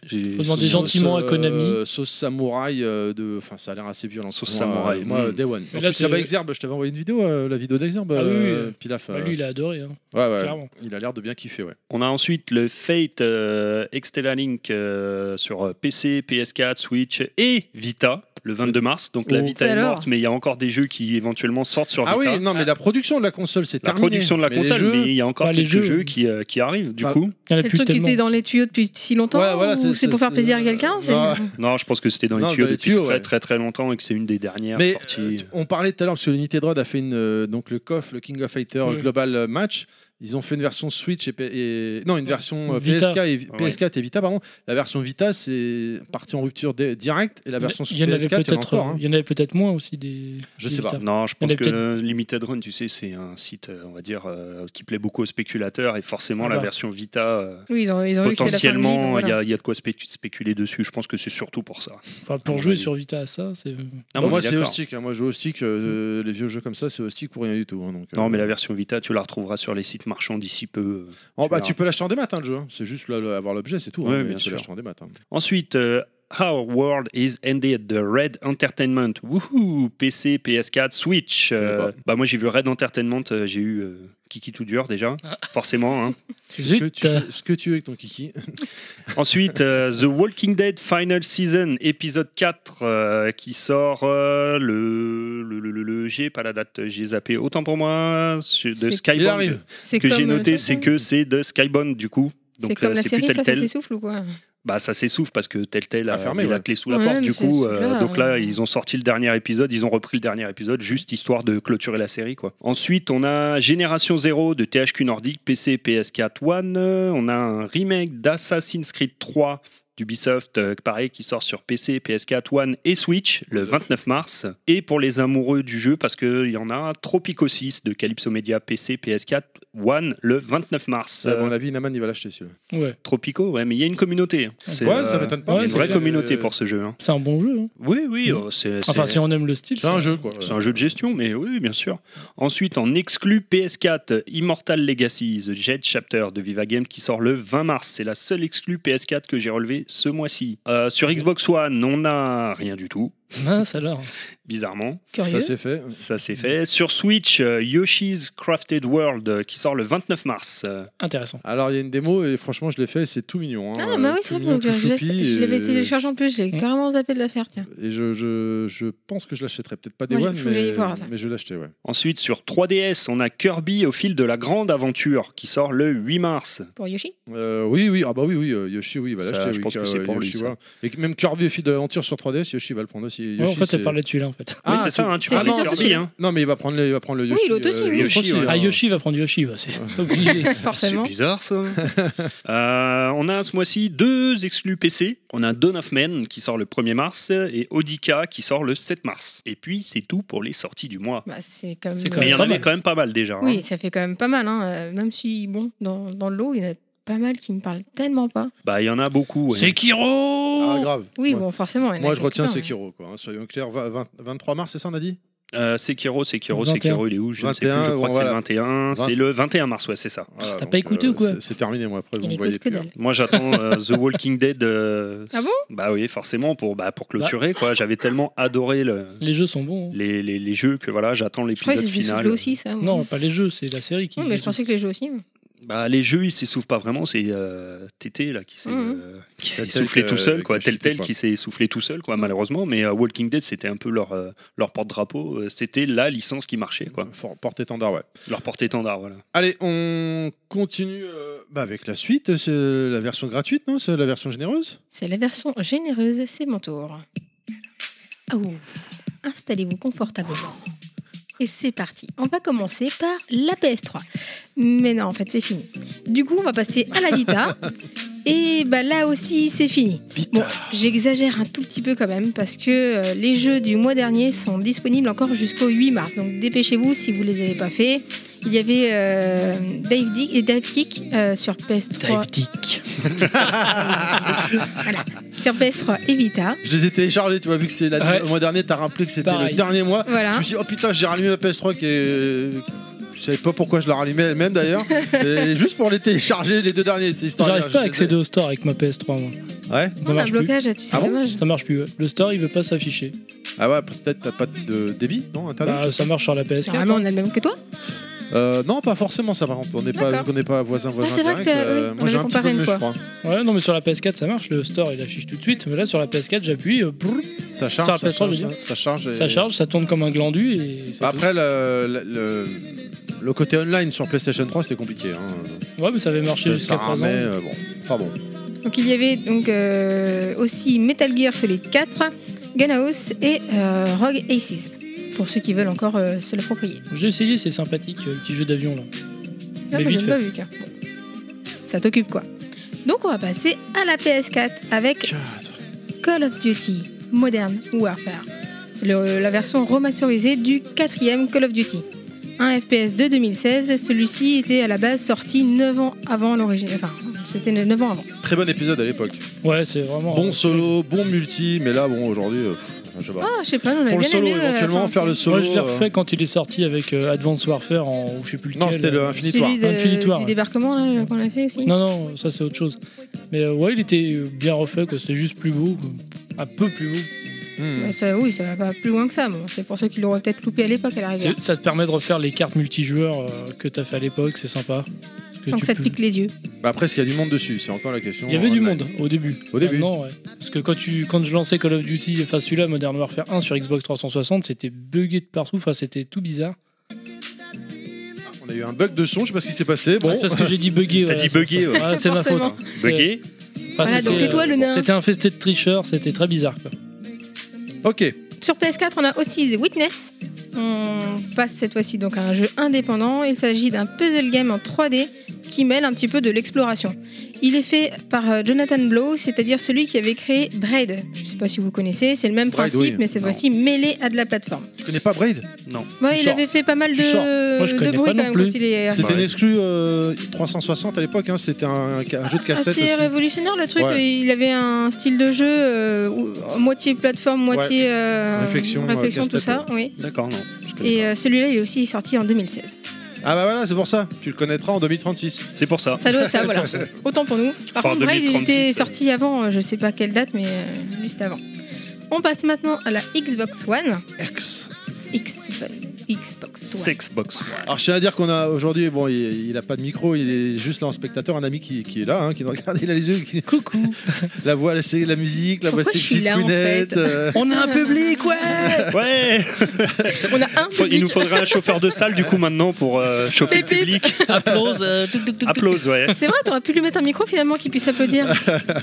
C: j'ai-
D: Faut demander
B: Sauce,
D: gentiment à
B: euh,
D: Konami.
B: sauce samouraï euh, de, enfin ça a l'air assez violent.
C: Sauce
B: Moi,
C: samouraï,
B: euh, Moi,
C: mm.
B: Day One.
D: Mais
B: En
D: là,
B: plus,
D: c'est-
B: là-bas, Exerbe, je t'avais envoyé une vidéo, euh, la vidéo d'Exerbe.
D: Ah oui,
B: euh,
D: oui.
B: Pilaf.
D: Bah,
B: euh,
D: lui, il a adoré. hein.
B: ouais, ouais.
D: clairement.
B: Il a l'air de bien kiffer, ouais.
C: On a ensuite le Fate euh, Extella Link euh, sur euh, PC, PS4, Switch et Vita le 22 mars. Donc la
B: Oh.
C: Vita
E: C'est
C: est
E: alors
C: morte, mais il y a encore des jeux qui éventuellement sortent sur
B: Ah
C: Vita.
B: oui, non, mais la production de la console, c'est
C: La
B: terminé.
C: production de la
B: Mais les
C: console,
B: jeux-
C: mais il y a encore
D: Bah, les
C: quelques jeux,
D: jeux, oui.
C: qui, euh, qui arrivent. Du
B: Enfin,
C: coup,
D: Il y en a
E: C'est le
D: plus
E: truc qui
D: tellement.
E: était dans les tuyaux depuis si longtemps
B: Ouais, voilà,
E: ou c'est pour faire plaisir à quelqu'un c'est-
B: Ouais.
C: non, je pense que c'était dans les
B: Non,
C: tuyaux
B: dans les
C: depuis
B: tuyaux,
C: très,
B: ouais.
C: très très longtemps et que c'est une des dernières
B: Mais euh,
C: sorties.
B: tu- on parlait tout à l'heure parce que l'unité Droid a fait une, euh, donc le KOF, le King of Fighter
D: Oui.
B: Global Match. Ils ont fait une version Switch et, P- et- non une version euh,
D: Vita.
B: PSK et PS4 et Vita pardon. La version Vita c'est partie en rupture dé- directe et la version
D: il
B: sur
D: y en avait
B: PS4 il y en a
D: peut-être
B: encore. hein.
D: il y en avait peut-être moins aussi des
B: Je
D: des
B: sais pas.
D: Vita.
C: Non, je
D: Il y en
C: pense
D: a
C: que
D: peut-être-
C: euh, Limited Run, tu sais, c'est un site, euh, on va dire, euh, qui plaît beaucoup aux spéculateurs et forcément
B: Ah
C: la
B: bah.
D: Voilà.
C: version Vita. euh,
E: Oui, ils ont, ils ont vu que c'est la fin de vie, donc
C: Potentiellement, il
E: voilà.
C: y a- il y, a de quoi spécu- spéculer dessus. Je pense que c'est surtout pour ça.
D: Enfin,
C: À
D: pour
C: mon
D: jouer
C: avis.
D: sur Vita à ça, c'est
C: Non,
B: Bah,
C: mais on
B: moi
C: est
B: c'est au
C: d'accord.
B: stick, hein. moi je joue au stick, euh, les vieux jeux comme ça c'est au stick ou rien du tout. hein, donc, euh,
C: Non, mais la version Vita, tu la retrouveras sur les sites marchands d'ici peu. euh,
B: oh, bah,
C: verras.
B: tu peux l'acheter en démat hein, le jeu, hein. c'est juste là, là, avoir l'objet c'est tout.
C: Ouais,
B: mais
C: bien
B: tu
C: sûr.
B: peux l'acheter en démat. hein.
C: Ensuite, euh, Our World is Ended de Red Entertainment. Wouhou PC, PS4, Switch. Euh,
B: Ouais, bah.
C: bah, moi, j'ai vu Red Entertainment, euh, j'ai eu euh, Kiki tout dur déjà,
B: Ah.
C: forcément. hein.
B: Ce que,
D: Zut,
B: tu,
D: euh,
B: fais- ce que tu veux avec ton kiki.
C: Ensuite, euh, The Walking Dead Final Season, épisode 4, euh, qui sort euh, le, le, le, le- le- J'ai pas la date, j'ai zappé. Autant pour moi, su- de
E: C'est-
B: Il
C: Skybound.
B: arrive.
C: Ce
E: C'est
C: que j'ai
E: comme, euh,
C: noté,
E: ça,
C: c'est que c'est de Skybound, du coup.
E: C'est
C: Donc,
E: comme
C: euh,
E: la
C: c'est plus
E: série, ça, ça
C: Telltale.
E: s'essouffle ou quoi
C: bah ça s'essouffle parce que tel tel
B: A
C: a
B: fermé,
C: mis la
B: ouais.
C: clé sous la
E: Ouais,
C: porte
E: mais
C: du
E: c'est-
C: coup
E: c'est
C: euh,
E: clair,
C: donc là
E: ouais.
C: ils ont sorti le dernier épisode ils ont repris le dernier épisode juste histoire de clôturer la série quoi ensuite on a Génération 0 de THQ Nordic PC PS4 One Euh, on a un remake d'Assassin's Creed 3 d'Ubisoft, euh, pareil, qui sort sur PC, PS4, One et Switch le 29 mars. Et pour les amoureux du jeu, parce qu'il y en a Tropico 6 de Calypso Media PC, PS4, One le 29 mars.
B: À mon
C: Euh,
B: avis, Naman, il va l'acheter celui-là.
D: Ouais,
C: Tropico, ouais, mais il y a une communauté. hein. C'est
B: Ouais,
C: euh,
B: ça m'étonne
C: il y
B: pas. Euh,
C: a
D: ouais,
C: une
D: c'est
C: vraie
D: clair.
C: communauté pour ce jeu. hein.
D: c'est un bon jeu. hein.
C: Oui, oui,
D: Mmh.
C: euh, c'est
D: Enfin,
C: c'est-
D: si on aime le style.
B: C'est un jeu, quoi.
C: c'est un jeu de gestion, mais oui, oui, bien sûr. Ensuite, en exclu PS4, Immortal Legacy, The Jet Chapter de Viva Games qui sort le 20 mars. C'est la seule exclu PS4 que j'ai relevée ce mois-ci. Euh, sur Xbox One, on n'a rien du tout,
D: Mince alors.
C: bizarrement.
E: Curieux.
B: Ça, c'est fait.
C: Ça c'est fait. Sur Switch, euh, Yoshi's Crafted World euh, qui sort le 29 mars. Euh,
D: Intéressant.
B: Alors, il y a une démo et franchement, je l'ai fait et c'est tout mignon. hein.
E: Ah, bah
B: Tout
E: oui, c'est vrai
B: mignon,
E: que
B: tout
E: je l'ai-
B: choupi,
E: je l'avais
B: et-
C: euh,
E: essayé de chercher en plus, j'ai
D: Hmm.
E: carrément zappé de la faire, tiens.
B: Et je, je, je pense que je l'achèterai peut-être pas des
E: Moi,
B: One,
E: j'ai- faut que j'aille
B: mais,
E: voir, ça.
B: mais je vais l'acheter, ouais.
C: Ensuite, sur 3DS, on a Kirby au fil de la grande aventure qui sort le 8 mars.
E: Pour Yoshi
B: Euh, oui, oui, ah bah oui, oui, euh, Yoshi, oui, il va
C: Ça,
B: l'acheter.
C: je
B: oui,
C: pense que
B: car,
C: c'est
B: euh,
C: pour lui,
B: Yoshi,
C: ça.
B: voilà. Et même Kirby au fil de l'aventure sur 3DS, Yoshi va le prendre aussi.
D: Ouais, en
B: Yoshi,
D: fait, ça
B: c'est-
D: parlait de celui-là en fait.
C: oui,
B: Ah,
C: c'est ça, hein, tu
E: c'est
C: parles de
E: bizarre,
C: Kirby.
E: celui-là.
C: hein.
B: Non, mais il va prendre le, il va prendre le
E: Oui,
B: Yoshi.
E: l'autre aussi, oui.
C: Yoshi, ouais.
D: Ah,
B: hein.
D: Yoshi va prendre Yoshi, bah, c'est obligé.
E: Forcément.
C: Ah, C'est bizarre ça. Euh, on a ce mois-ci deux exclus PC. On a Dawn of Men qui sort le 1er mars et Odika qui sort le 7 mars. Et puis c'est tout pour les sorties du mois.
E: Bah, c'est comme.
D: C'est quand
C: Mais il y
D: même
C: en
D: pas
C: avait
D: mal.
C: quand même pas mal déjà. hein.
E: Oui, ça fait quand même pas mal, hein. euh, même si, bon, dans, dans le lot, il y en a pas mal qui me parlent tellement pas.
C: Bah il y en a beaucoup. ouais.
D: Sekiro
B: Ah, grave.
E: Oui,
B: Moi-
E: bon, forcément. il y en a
B: Moi, je
E: quelques-uns,
B: retiens
E: hein.
B: Sekiro, quoi. hein, soyons clairs. Vingt- vingt- 23 mars, c'est ça, on a dit
C: Euh, Sekiro, Sekiro,
D: 21.
C: Sekiro, il est où Je ne sais plus,
B: 21,
C: je crois
B: bon,
C: que c'est le
B: voilà.
C: 21.
B: Vingt-
C: C'est le 21 mars, ouais, c'est ça.
B: Voilà,
D: t'as
B: Ah, donc, euh,
D: pas écouté ou quoi
B: c'est- C'est terminé, moi, après, vous
E: Il
B: me
E: écoute
B: voyez
E: que
B: plus. hein.
E: dalle.
C: Moi j'attends euh, The Walking Dead. euh,
E: Ah bon
C: Bah oui, forcément pour, bah, pour clôturer quoi. J'avais tellement adoré le-
D: Les jeux sont bons. hein.
C: les, les- les jeux que voilà, j'attends
E: Je crois que
C: l'épisode
E: c'est
C: final.
E: Souffle aussi, ça. moi.
D: Non, pas les jeux, c'est la série qui.
E: Oui, Mm. mais je pensais que les jeux aussi. moi.
C: Bah, les jeux, ils s'essoufflent pas vraiment. C'est euh, TT là qui s'est
E: Mhm.
C: euh, qui s'est
B: Telltale
C: essoufflé
B: que-
C: tout seul, quoi.
B: que je
C: Telltale
B: sais pas.
C: qui s'est essoufflé tout seul, quoi, malheureusement. Mais euh, Walking Dead, c'était un peu leur, euh, leur porte-drapeau. Euh, C'était la licence qui marchait, quoi.
B: Fort- Porte-étendard, ouais.
C: Leur porte-étendard, voilà.
B: Allez, on continue euh, bah, avec la suite. C'est la version gratuite, non C'est la version généreuse
E: C'est la version généreuse, c'est mon tour. Oh, installez-vous confortablement. Et c'est parti. On va commencer par la PS3. Mais non, en fait, c'est fini. Du coup, on va passer à la Vita. Et bah là aussi, c'est fini. Bon, j'exagère un tout petit peu quand même parce que euh, les jeux du mois dernier sont disponibles encore jusqu'au 8 mars. Donc dépêchez-vous si vous les avez pas fait. Il y avait euh, Dive, Di- et Dive Kick euh, sur PS3.
D: Dick.
E: Sur PS3 et Vita.
B: Je les ai téléchargés, tu vois, vu que c'est la-
D: Ouais.
B: le mois dernier, t'as rappelé que c'était
D: Pareil.
B: le dernier mois. Je
E: Voilà.
B: me suis dit, oh putain, j'ai rallumé ma PS3 qui est. Je savais pas pourquoi je la rallumais elle-même d'ailleurs. Et juste pour les télécharger, les deux derniers, c'est histoire
D: J'arrive pas à accéder au store avec ma PS3, moi.
B: Ouais
D: Ça
E: On a un
D: marche plus.
E: blocage là-dessus, c'est
B: Ah bon
E: dommage.
D: Ça marche plus, ouais. Le store, il veut pas s'afficher.
B: Ah ouais, peut-être t'as pas de débit, Ah non Internet
D: Bah, ça marche sur la PS4.
E: Normalement, on a le même que toi.
B: Euh, Non, pas forcément ça par contre. On n'est pas,
E: D'accord.
B: on n'est pas voisin voisin. euh,
E: Ah, c'est vrai que t'as- oui, on
B: moi j'ai
E: avait
B: un petit peu
E: comparé une
B: mieux, je
E: fois.
B: crois.
D: Ouais, non, mais sur la PS4, ça marche. Le store, il affiche tout de suite. Mais là, sur la PS4, j'appuie, euh, brrr,
B: Ça charge.
D: Sur la
B: ça,
D: PS3, je veux
B: charge ça charge. et-
D: ça charge, ça tourne comme un glandu. Et ça
B: Bah, après, le, le- le- le côté online sur PlayStation 3, c'était compliqué. Hein.
D: Ouais, mais ça avait marché
B: Ça-
D: jusqu'à
B: ça
D: présent.
B: ramait, euh, bon. Enfin bon.
E: Donc il y avait donc euh, aussi Metal Gear Solid 4, Ganaos et euh, Rogue Aces. Pour ceux qui veulent encore euh, se l'approprier.
D: J'ai essayé, c'est sympathique, euh, le petit jeu d'avion là.
E: Non,
D: Mais
E: moi,
D: vite
E: j'ai
D: fait.
E: pas vu, tiens. Bon. Ça t'occupe quoi. Donc on va passer à la PS4 avec Call of Duty Modern Warfare. C'est le- la version remasterisée du quatrième Call of Duty. Un FPS de 2016, celui-ci était à la base sorti 9 ans avant l'origine. Enfin, c'était 9 ans avant.
B: Très bon épisode à l'époque.
D: Ouais, c'est vraiment.
B: Bon solo, bon multi, mais là, bon, aujourd'hui, euh, je sais pas.
E: Ah, je sais pas, on a
B: Pour le
E: bien
B: solo,
E: aimé, euh,
B: éventuellement,
E: enfin,
B: faire le solo.
D: Moi, je l'ai
B: euh,
D: refait quand il est sorti avec euh, Advanced Warfare en. ou je sais plus lequel.
B: Non, c'était le
D: euh,
B: Infinite War.
E: Celui de-
D: Infinitoire,
E: du
D: ouais.
E: débarquement là, qu'on a fait aussi.
D: Non, non, ça c'est autre chose. Mais euh, ouais, il était euh, bien refait, quoi. C'était juste plus beau. quoi. Un peu plus beau.
B: Hmm.
E: Ouais, Euh, ça, oui, ça va pas plus loin que ça. bon. C'est pour ceux qui l'auraient peut-être loupé à l'époque à la rivière.
D: C'est- Ça te permet de refaire les cartes multijoueurs euh, que t'as fait à l'époque, c'est sympa. Parce que
E: Sans
D: tu
E: que ça te
D: peux-
E: pique les yeux.
B: Bah après, est-ce qu'il y a du monde dessus C'est encore la question.
D: Il y avait du
B: Online.
D: monde au début.
B: Au début.
D: Non, ouais. Parce que quand, tu, quand je lançais Call of Duty, enfin celui-là, Modern Warfare 1 sur Xbox 360, c'était buggé de partout, enfin c'était tout bizarre.
B: On a eu un bug de son, je sais pas ce qui s'est passé. Bon,
D: Ouais, c'est parce que j'ai dit buggé.
C: T'as
D: voilà,
C: dit
D: c'est
C: buggé,
D: pour ça. Ouais, c'est ma faute.
E: Forcément.
D: C'est-
C: Bugué
D: enfin,
E: Voilà, donc
D: c'était,
E: tais-toi,
D: euh,
E: le nain.
D: C'était infesté de tricheurs, c'était très bizarre. quoi.
B: ok.
E: Sur PS4, on a aussi The Witness. On passe cette fois-ci donc à un jeu indépendant. Il s'agit d'un puzzle game en 3D qui mêle un petit peu de l'exploration. Il est fait par euh, Jonathan Blow, c'est-à-dire celui qui avait créé Braid. Je ne sais pas si vous connaissez, c'est le même
B: Braid,
E: principe,
B: oui.
E: mais cette
B: Non.
E: fois-ci mêlé à de la plateforme.
B: Tu connais pas Braid
E: Bah,
D: Non.
E: Ouais,
B: Tu
E: il
B: sors.
E: avait fait pas mal
B: Tu sors.
E: de,
D: Moi, je
E: de
D: connais
E: bruit
D: pas
E: quand
D: non
E: même
D: plus.
E: quand il est
B: C'était
C: Braid.
B: une exclue euh, 360 à l'époque, hein, c'était un, un jeu
E: Ah,
B: de casse-tête
E: assez
B: aussi.
E: révolutionnaire le truc.
B: Ouais.
E: Il avait un style de jeu euh, où- moitié plateforme, moitié euh,
B: Réflexion, euh,
E: réflexion, tout
B: casse-tête,
E: ça. Oui.
C: D'accord, non. je connais
E: Et
C: pas.
E: euh, celui-là, il est aussi sorti en 2016.
B: Ah bah voilà, c'est pour ça, tu le connaîtras en 2036.
C: C'est pour ça.
E: Ça doit être ça, voilà. Autant pour nous. Par
C: Enfin,
E: contre, Braid, il
C: 2036,
E: était
C: euh.
E: sorti avant, euh, je sais pas quelle date, mais euh, juste avant. On passe maintenant à la Xbox One.
B: X.
E: X Xbox One.
C: Sexbox.
B: Alors je tiens à dire qu'on a aujourd'hui, bon, il, il a pas de micro, il est juste là en spectateur, un ami qui, qui est là, hein, qui nous regarde, il a les yeux, qui-
D: Coucou.
B: la voix, c'est la musique, la voix
E: Pourquoi je suis
B: sexy de
E: là, en
B: Prunette,
E: fait
B: euh,
D: On a un public, ouais
C: Ouais
E: On a un
C: Faut- Il
E: public.
C: nous faudrait un chauffeur de salle du coup maintenant pour euh, chauffer le
E: Pip, pip.
C: public.
D: Applause. euh, touc, touc, touc, touc.
C: Applause, ouais.
E: C'est vrai, t'aurais pu lui mettre un micro finalement qui puisse applaudir.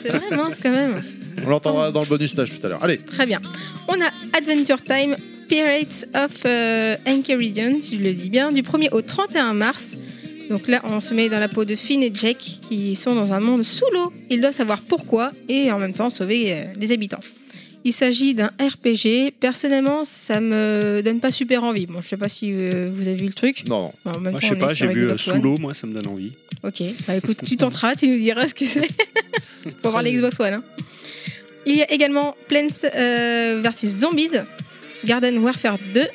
E: C'est vrai, mince quand même.
B: on l'entendra dans le bonus stage tout à l'heure. Allez,
E: Très bien. On a Adventure Time Pirates of euh, Enchiridion, si je le dis bien, du 1er au 31 mars. Donc là, on se met dans la peau de Finn et Jack qui sont dans un monde sous l'eau. Ils doivent savoir pourquoi et en même temps sauver euh, les habitants. Il s'agit d'un RPG. Personnellement, ça me donne pas super envie. Bon, je sais pas si euh, vous avez vu le truc.
B: non, non.
E: Bon, en même
C: Moi, je
E: temps,
C: sais
E: on est
C: pas,
E: sur
C: j'ai vu euh,
E: Xbox
C: sous
E: One.
C: l'eau, moi ça me donne envie.
E: Ok, bah écoute, tu tenteras, tu nous diras ce que c'est. Pour voir l'Xbox One. hein. Il y a également Plants euh, versus Zombies, Garden Warfare 2,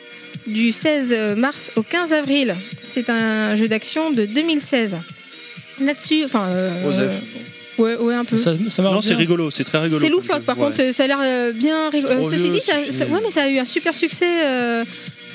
E: du 16 mars au 15 avril. C'est un jeu d'action de 2016. Là-dessus, enfin. euh, ouais, ouais, un peu.
D: Ça, ça marche
C: Non, c'est
D: bien.
C: rigolo, c'est très rigolo.
E: C'est
C: comme
E: loufoque,
C: jeu.
E: par
C: Ouais.
E: contre, ça a l'air euh, bien rigolo.
B: trop
E: Euh, Ceci
B: vieux,
E: dit, ça,
B: c'est
E: ça-
B: fini.
E: ouais, mais ça a eu un super succès euh,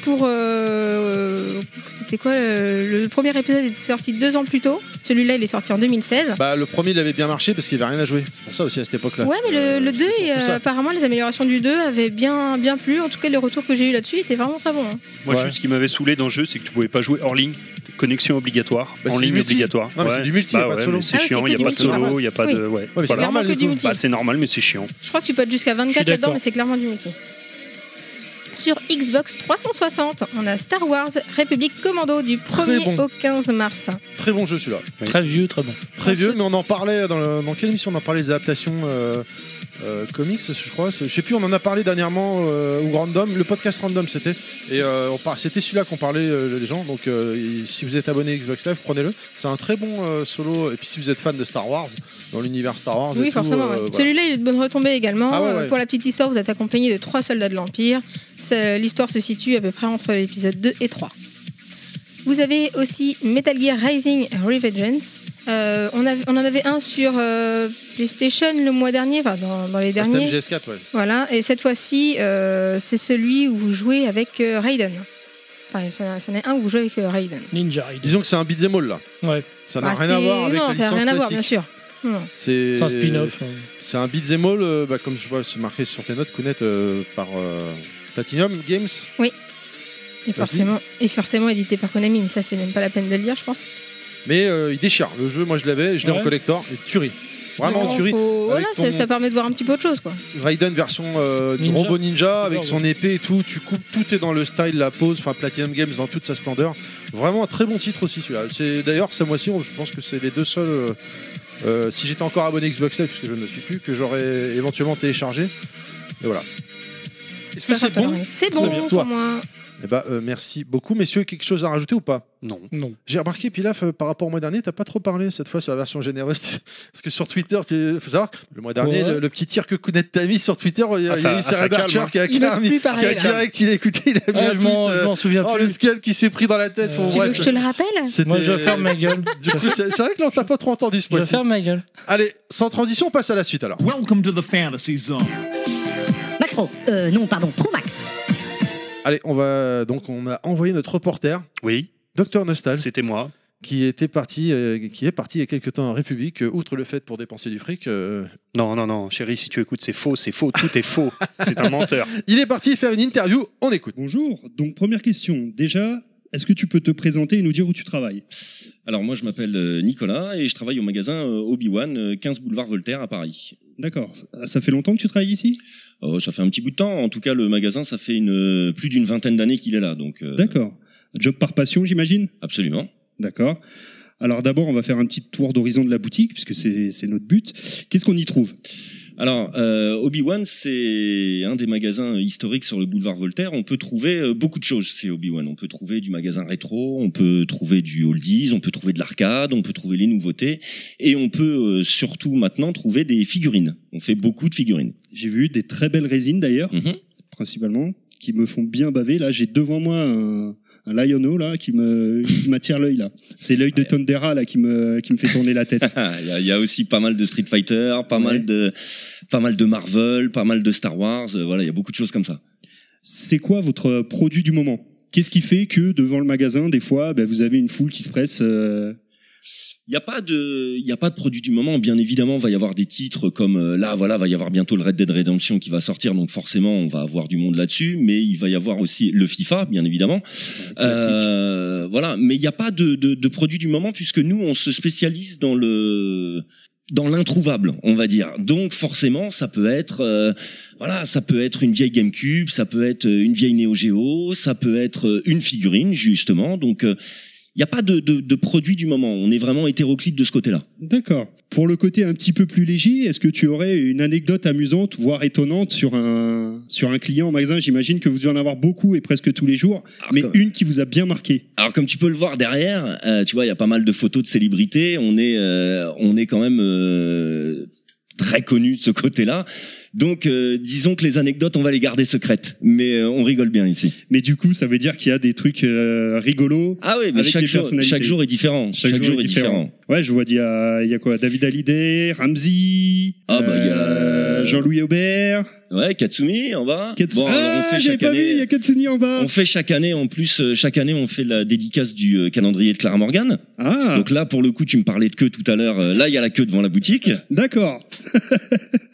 E: pour. euh, C'était quoi euh, Le premier épisode était sorti deux ans plus tôt. Celui-là, il est sorti en 2016.
B: Bah le premier il avait bien marché parce qu'il avait rien à jouer. C'est pour ça aussi à cette époque-là.
E: Ouais, mais le, le 2,
B: c'est surtout
E: euh,
B: ça.
E: apparemment, les améliorations du 2 avaient bien, bien plu. En tout cas, les retours que j'ai eu là-dessus étaient vraiment très bons. hein.
C: Moi,
B: Ouais.
C: juste ce qui m'avait saoulé dans le jeu, c'est que tu pouvais pas jouer hors ligne. Connexion obligatoire,
B: Bah,
C: en
B: c'est du
C: ligne
B: multi.
C: obligatoire.
B: Non, mais c'est du multi, y a
C: Bah
B: pas de
C: ouais,
B: solo.
C: mais C'est
E: Ah,
C: chiant,
E: c'est
C: il
E: que
C: n'y a pas de
E: du multi,
C: solo,
E: pardon.
C: il n'y a pas de. Ouais,
B: Ouais, mais c'est
C: voilà.
E: Clairement
B: normal
E: que
B: du
E: du
B: coup.
E: multi.
C: Bah, c'est normal, mais c'est chiant.
E: Je crois que tu peux être jusqu'à
D: Je suis
E: 24
D: d'accord.
E: là-dedans, mais c'est clairement du multi. Sur Xbox 360, on a Star Wars République Commando du
B: Très
E: 1er
B: bon.
E: au 15 mars.
B: Très bon jeu celui-là.
D: Très vieux, très bon.
B: Très vieux, mais on en parlait dans, le- dans quelle émission on en parlait des adaptations euh, euh, comics, je crois. c'est- Je sais plus, on en a parlé dernièrement euh, ou random, le podcast random c'était. Et euh, on par- c'était celui-là qu'on parlait euh, les gens. Donc euh, et si vous êtes abonné à Xbox Live, prenez-le. C'est un très bon euh, solo. Et puis si vous êtes fan de Star Wars, dans l'univers Star Wars, et
E: Oui,
B: tout,
E: forcément.
B: euh,
E: ouais.
B: voilà.
E: Celui-là, il est de bonne retombée également.
B: Ah ouais,
E: Euh,
B: ouais.
E: Pour la petite histoire, vous êtes accompagné de trois soldats de l'Empire. Ça- L'histoire se situe à peu près entre l'épisode 2 et 3. Vous avez aussi Metal Gear Rising Revengeance. Euh, on, av- on en avait un sur euh, PlayStation le mois dernier, enfin dans, dans les
B: Ah,
E: derniers.
B: C'était MGS4, ouais.
E: Voilà, et cette fois-ci, euh, c'est celui où vous jouez avec euh, Raiden. Enfin, c'en c'en est un où vous jouez avec euh, Raiden.
D: Ninja Raiden.
B: Disons que c'est un beat'em all là.
D: Ouais,
B: Ça n'a
E: Bah,
B: rien à
E: c'est-
B: voir avec
E: non,
B: une
E: ça n'a
B: licence
E: rien à voir, bien
B: classique.
E: sûr. Hmm. Non.
D: c'est un spin-off. euh.
B: C'est un beat'em all, euh, bah, comme je vois, c'est marqué sur tes notes, Kounet, euh, par euh, Platinum Games.
E: Et forcément, et forcément édité par Konami, mais ça, c'est même pas la peine de le lire, je pense.
B: Mais euh, il déchire. Le jeu, moi je l'avais, je l'ai
D: Ouais.
B: en collector, et tuerie. Vraiment
E: Donc,
B: tuerie.
E: faut-
B: Avec
E: Voilà, ça,
B: ton-
E: ça permet de voir un petit peu autre chose, quoi.
B: Raiden version euh, du
D: Ninja.
B: robot ninja avec
D: Ouais.
B: son épée et tout. Tu coupes, tout est dans le style, la pose, enfin Platinum Games dans toute sa splendeur. Vraiment un très bon titre aussi celui-là. C'est d'ailleurs ce mois-ci, on- je pense que c'est les deux seuls. euh, euh, si j'étais encore abonné Xbox Live, puisque je ne le suis plus, que j'aurais éventuellement téléchargé. Et voilà. Est-ce que c'est bon
E: C'est
B: Très
E: bon
B: bien.
E: pour
B: Toi.
E: moi.
B: Eh ben, euh, merci beaucoup, messieurs. Quelque chose à rajouter ou pas
C: Non.
D: Non.
B: J'ai remarqué, Pilaf, euh, par rapport au mois dernier, t'as pas trop parlé cette fois sur la version généreuse. Parce que sur Twitter, il faut savoir, que le mois dernier,
D: Ouais.
B: le, le petit tir que Kounet t'a mis sur Twitter, il y a,
C: Ah, ça-
B: il y a eu
C: ah, ça
B: Sarah
C: calme,
B: Barcher
C: hein.
B: qui a,
E: Il n'ose
B: calme,
E: plus
B: qui a
E: parler, là.
B: direct, il a écouté, il a mis
D: Ah,
B: un
D: je
B: tweet.
D: m'en je
B: euh,
D: m'en souviens
B: oh, le
D: plus.
B: scale qui s'est pris dans la tête.
D: Euh,
B: bon,
E: Tu
B: bref,
E: veux que je te le rappelle
B: c'était-
D: Moi, je ferme ma gueule.
B: Du coup, c'est c'est vrai que là, on t'a pas trop entendu ce
D: Je
B: mois-ci.
D: ferme ma gueule.
B: Allez, sans transition, on passe à la suite alors.
G: Welcome to the fantasy zone.
F: Max Pro, euh, non, pardon, Pro Max.
B: Allez, on va. Donc, on a envoyé notre reporter,
C: Oui,
B: Docteur
E: Euh.
B: Nostal,
C: c'était moi.
B: qui était parti, euh, qui est parti il y a quelques temps en République, euh, outre le fait pour dépenser du fric. euh,
C: Non, non, non, chérie, si tu écoutes, c'est faux, c'est faux, tout est faux. C'est un menteur.
B: il est parti faire une interview, on écoute.
H: Bonjour. Donc première question. Déjà, est-ce que tu peux te présenter et nous dire où tu travailles
I: Alors moi je m'appelle euh, Nicolas et je travaille au magasin euh, Obi-Wan, euh, 15 boulevard Voltaire à Paris.
H: D'accord. Ah, Ça fait longtemps que tu travailles ici
I: Oh, ça fait un petit bout de temps, en tout cas le magasin ça fait une, euh, plus d'une vingtaine d'années qu'il est là, donc euh,
H: D'accord. Job par passion, j'imagine
I: absolument.
H: D'accord. Alors d'abord, on va faire un petit tour d'horizon de la boutique, puisque c'est c'est notre but. Qu'est-ce qu'on y trouve
I: Alors, euh, Obi-Wan, c'est un des magasins historiques sur le boulevard Voltaire. On peut trouver euh, beaucoup de choses chez Obi-Wan. On peut trouver du magasin rétro, on peut trouver du oldies, on peut trouver de l'arcade, on peut trouver les nouveautés. Et on peut euh, surtout maintenant trouver des figurines. On fait beaucoup de figurines.
H: J'ai vu des très belles résines d'ailleurs,
I: Mhm.
H: principalement, qui me font bien baver. Là, j'ai devant moi un, un Liono là qui me qui m'attire l'œil là. C'est l'œil de Tondera là qui me qui me fait tourner la tête.
I: Ah, Il y, a- il y a aussi pas mal de Street Fighter, pas
H: Ouais.
I: mal de pas mal de Marvel, pas mal de Star Wars. euh, voilà, il y a beaucoup de choses comme ça.
H: C'est quoi votre produit du moment Qu'est-ce qui fait que devant le magasin, des fois, ben, vous avez une foule qui se presse euh,
I: Il n'y a pas de, il y a pas de produit du moment. Bien évidemment, va y avoir des titres comme euh, là, voilà, va y avoir bientôt le Red Dead Redemption qui va sortir, donc forcément, on va avoir du monde là-dessus. Mais il va y avoir aussi le FIFA, bien évidemment. Euh, voilà, mais il n'y a pas de, de, de produit du moment puisque nous, on se spécialise dans le dans l'introuvable, on va dire. Donc forcément, ça peut être euh, voilà, ça peut être une vieille GameCube, ça peut être euh, une vieille Neo Geo, ça peut être euh, une figurine justement. Donc euh, il n'y a pas de, de, de produit du moment. On est vraiment hétéroclite de ce côté-là.
H: D'accord. Pour le côté un petit peu plus léger, est-ce que tu aurais une anecdote amusante, voire étonnante, sur un, sur un client en magasin J'imagine que vous devez en avoir beaucoup et presque tous les jours,
I: Alors,
H: mais
I: comme-
H: une qui vous a bien marqué.
I: Alors comme tu peux le voir derrière, euh, tu vois, il y a pas mal de photos de célébrités. On est, euh, on est quand même euh, très connu de ce côté-là. Donc, euh, disons que les anecdotes, on va les garder secrètes. Mais euh, on rigole bien ici.
H: Mais du coup, ça veut dire qu'il y a des trucs euh, rigolos.
I: Ah oui, mais
H: Avec
I: chaque
H: des
I: jour,
H: personnalités.
I: chaque jour est différent. Chaque, jour, est différent.
H: Ouais, je vois, il y a, il y a quoi David Hallyday, Ramsey, euh,
I: Ah, bah, il y a-
H: Jean-Louis Aubert.
I: Ouais, Katsumi en bas.
H: Katsu-
I: Bon, alors,
H: ah,
I: on fait
H: j'avais
I: chaque
H: pas vu, il y
I: année.
H: a Katsuni en bas.
I: On fait chaque année en plus, euh, chaque année on fait la dédicace du euh, calendrier de Clara Morgan.
H: Ah,
I: Donc là pour le coup tu me parlais de queue tout à l'heure, Euh, là il y a la queue devant la boutique.
H: d'accord.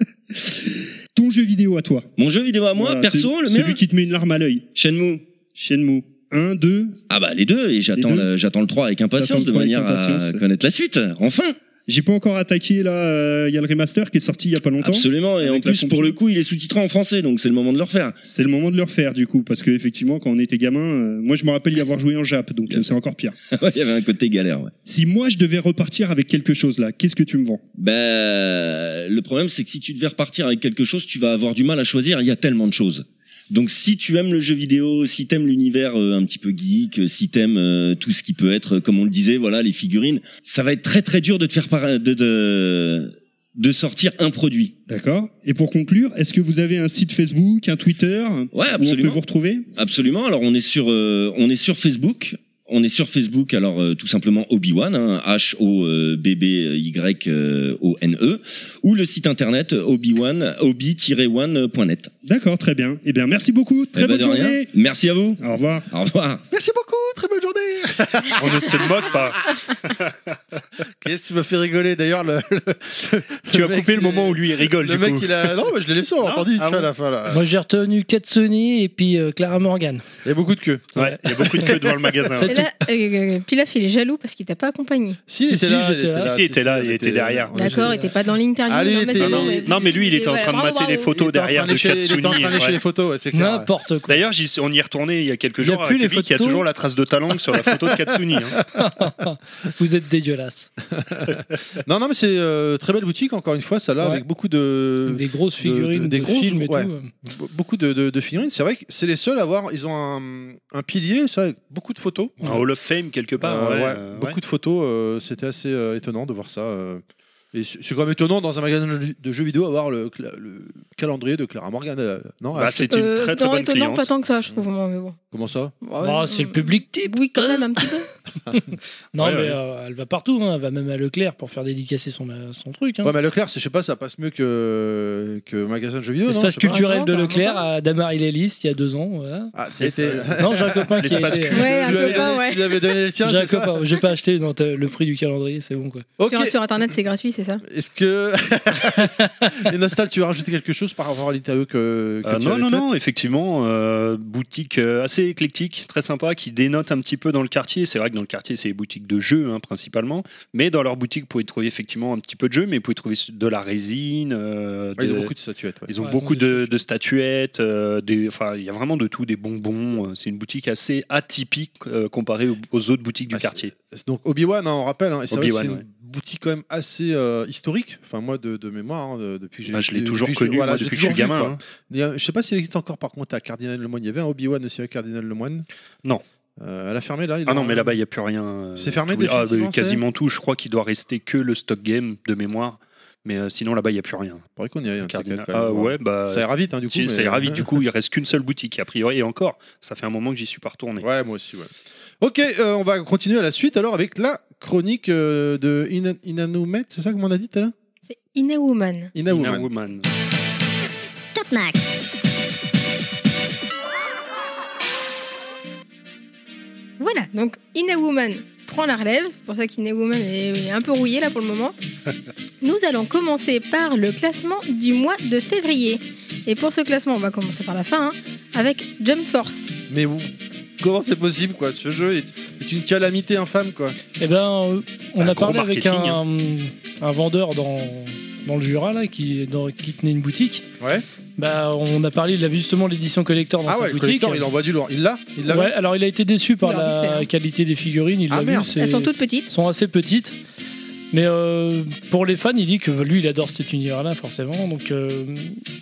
H: Ton jeu vidéo à toi.
I: Mon jeu vidéo à moi,
H: Voilà,
I: perso,
H: celui-
I: le
H: Celui
I: mien,
H: qui te met une larme à l'œil.
I: Shenmue.
H: Shenmue 1, 2.
I: Ah bah les deux, et j'attends
H: Les deux.
I: le, j'attends le 3 avec impatience
H: T'attends
I: de
H: le 3 avec
I: manière
H: impatience.
I: à connaître la suite, enfin
H: J'ai pas encore attaqué là. euh, Il y a le remaster qui est sorti il y a pas longtemps.
I: Absolument, et
H: Avec
I: en
H: la
I: plus
H: combi.
I: pour le coup il est sous-titré en français, donc c'est le moment de le refaire.
H: C'est le moment de le refaire du coup, parce que effectivement, quand on était gamin, euh, moi je me rappelle y avoir joué en Jap, donc euh, c'est encore pire.
I: il y avait un côté galère, ouais.
H: Si moi je devais repartir avec quelque chose là, qu'est-ce que tu me vends
I: Ben, le problème, c'est que si tu devais repartir avec quelque chose, tu vas avoir du mal à choisir. Il y a tellement de choses. Donc, si tu aimes le jeu vidéo, si t'aimes l'univers euh, un petit peu geek, euh, si t'aimes euh, tout ce qui peut être, euh, comme on le disait, voilà, les figurines, ça va être très très dur de te faire par- de, de de sortir un produit.
H: D'accord. Et pour conclure, est-ce que vous avez un site Facebook, un Twitter où
I: Ouais,
H: on peut
I: absolument.
H: vous retrouver
I: Absolument. Alors on est sur euh, on est sur Facebook. On est sur Facebook, alors euh, tout simplement Obi-Wan, hein, H-O-B-B-Y-O-N-E, E, ou le site internet obi-wan, obi-one.net.
H: D'accord, très bien. Eh bien, merci beaucoup. Très
I: Eh ben,
H: bonne
I: de rien.
H: journée.
I: Merci à vous.
H: Au revoir.
I: Au revoir.
B: Merci beaucoup, très bonne journée.
C: On ne se moque pas.
B: Qu'est-ce que tu m'as fait rigoler d'ailleurs le,
C: Tu
B: Le
C: as
B: mec,
C: coupé le
B: il
C: moment
B: est-
C: où lui il rigole
B: le
C: du
B: mec
C: coup.
B: il a non mais je l'ai laissé on l'a
C: Non
B: entendu vite
C: Ah
B: fait à
C: bon
B: la fin là.
D: Moi j'ai retenu Katsuni et puis euh, Clara Morgan.
B: Il y a beaucoup de queues.
C: Ouais, il y a beaucoup de queue devant le magasin.
D: C'est-
E: Et là, euh, Pilaf, il est jaloux parce qu'il t'a pas accompagné.
B: Si,
D: Si,
B: il était
D: si,
B: là, il
D: j'étais
B: était
D: là.
B: là,
C: Si, il était là, il était derrière.
B: on est
E: D'accord, il
B: génial.
E: était pas dans l'interview.
B: Allez,
E: non, mais
B: t'es-
E: c'est
C: non,
E: bon,
C: mais-
E: mais-
C: non, mais lui, il était en
E: voilà,
C: train de
E: bravo,
C: mater les
E: bravo.
B: Il
C: photos
B: était en train
C: derrière de
B: d'aller chez- Il était en
C: Katsuni.
B: train d'aller chez
C: ouais.
B: les photos, ouais, c'est clair. ouais.
D: N'importe quoi.
C: D'ailleurs, j'y- on y est retourné il y a quelques
D: Il y a
C: jours.
D: plus
C: avec
D: les
C: lui, qui a
D: photos.
C: toujours la trace de ta langue sur la photo de Katsuni. hein.
D: Vous êtes dégueulasse.
B: Non, non, mais c'est euh, très belle boutique, encore une fois, ça là,
D: Ouais.
B: avec beaucoup de,
D: Des grosses
B: Euh, de- de-
D: figurines,
B: des
D: de
B: grosses-
D: films et
B: ouais.
D: tout.
B: be- beaucoup de, de- de figurines. C'est vrai que c'est les seuls à avoir, ils ont un, un pilier, ça, avec beaucoup de photos.
C: Un Hall of Fame quelque part.
B: Euh,
C: ouais,
B: ouais,
C: euh, ouais.
B: beaucoup de photos, euh, c'était assez euh, étonnant de voir ça. euh. Et c'est c'est quand même étonnant dans un magasin de- de jeux vidéo avoir le, cla- le calendrier de Clara Morgan, euh, non
C: Bah,
B: Ah,
C: c'est une
E: Euh,
C: très très
E: non,
C: bonne
E: étonnant,
C: cliente.
E: pas tant que ça, je trouve. Mais bon.
B: Comment ça
D: Bah,
E: Ouais,
D: c'est le
E: euh,
D: public type.
E: Oui, quand même, un petit peu.
D: Non,
C: Ouais,
D: mais
C: ouais.
D: euh, elle va partout. hein. Elle va même à Leclerc pour faire dédicacer son, euh, son truc. hein.
B: Ouais, mais Leclerc, c'est- je sais pas, ça passe mieux que, que magasin de jeux vidéo, non
D: L'espace
B: Je sais pas. hein,
D: culturel
E: Ah,
D: de
E: non,
D: Leclerc
E: carrément
D: à Damary-Lélis il y a deux ans. Voilà.
B: Ah, t'es- t'es-
D: Non, j'ai un copain qui a
C: L'espace
D: été, euh,
E: Ouais,
B: tu
E: un
B: lui avais
E: peu pas,
B: donné-
E: ouais.
B: tu lui avais donné le tien,
D: J'ai un
B: c'est ça
D: copain, j'ai pas acheté dans le prix du calendrier, c'est bon quoi.
B: Ok.
E: Sur, sur Internet, c'est gratuit, c'est c'est ça
B: Est-ce que. Et Nostal, tu veux rajouter quelque chose par rapport à l'interview E que, que
C: Euh,
B: tu
C: non,
B: avais
C: non,
B: faite
C: non, effectivement, euh, boutique euh, assez éclectique, très sympa, qui dénote un petit peu dans le quartier. C'est vrai que dans le quartier, c'est les boutiques de jeux hein, principalement, mais dans leur boutique, vous pouvez trouver effectivement un petit peu de jeux, mais vous pouvez trouver de la résine. euh,
B: Ah, ils ont
C: de-
B: beaucoup de statuettes. ouais.
C: ils ont
D: Ouais,
C: beaucoup
D: ils ont des
C: de, de statuettes, euh, des- enfin il y a vraiment de tout, des bonbons. euh, C'est une boutique assez atypique euh, comparée aux, aux autres boutiques du
B: Ah, c'est-
C: quartier.
B: Donc Obi-Wan, hein, on rappelle, hein, et c'est vrai que c'est
C: Obi-Wan,
B: une
C: ouais.
B: boutique quand même assez euh, historique. Enfin, moi, de, de mémoire, hein, de- depuis que j'ai.
C: Bah, je l'ai
B: depuis
C: toujours
B: que je-
C: connu
B: voilà,
C: moi,
B: j'ai
C: depuis que je suis
B: toujours vu,
C: gamin.
B: quoi.
C: hein.
B: Il y a- je sais pas s'il existe encore par contre à Cardinal Lemoine. Il y avait un Obi-Wan aussi à Cardinal Lemoine.
C: Non.
B: Euh, elle a fermé là. ils
C: Ah
B: l'ont-
C: non, mais là-bas, il n'y a plus rien. euh,
B: C'est fermé
C: tous les- ah,
B: définitivement, c'est
C: Quasiment tout. Je crois qu'il doit rester que le stock game de mémoire. Mais euh, sinon, là-bas, il n'y a plus rien.
B: Il paraît qu'on y a un
C: Cardinal-
B: ticket, quand même,
C: Ah
B: voir.
C: ouais, bah.
B: Ça ira vite, hein, du coup.
C: si, Ça
B: mais-
C: ira vite. Du coup, il reste qu'une seule boutique, a priori. Et encore, ça fait un moment que j'y suis pas retourné.
B: Ouais, moi aussi, ouais. Ok, euh, on va continuer à la suite alors avec la chronique euh, de In Inanumet, c'est ça que on a dit tout à l'heure
E: C'est In a Woman.
C: In a
B: Inanumet.
C: Woman.
F: Top Max
E: Voilà, donc In a Woman prend la relève, c'est pour ça qu'In a Woman est est un peu rouillé là pour le moment. Nous allons commencer par le classement du mois de février. Et pour ce classement, on va commencer par la fin, hein, avec Jump Force.
B: Mais où Comment c'est possible, quoi Ce jeu est, est une calamité infâme, quoi.
D: Eh ben, euh, on
B: Ah,
C: Un
D: a
C: gros
D: parlé avec
C: marketing,
D: un, un vendeur dans, dans le Jura là, qui, dans- qui tenait une boutique.
B: Ouais.
D: Bah, on a parlé, il avait justement l'édition collector dans
B: ah
D: sa
B: ouais, le
D: boutique.
B: collector, il envoie du lourd. Il l'a Il l'a
D: Ouais, alors il a été déçu par
E: Il a envie de
D: la
E: faire.
D: qualité des figurines. Il
B: Ah,
D: l'a vu,
B: merde.
D: c'est-
E: Elles sont toutes petites.
D: sont assez petites. Mais euh, pour les fans, il dit que lui, il adore cet univers-là, forcément. Donc, euh,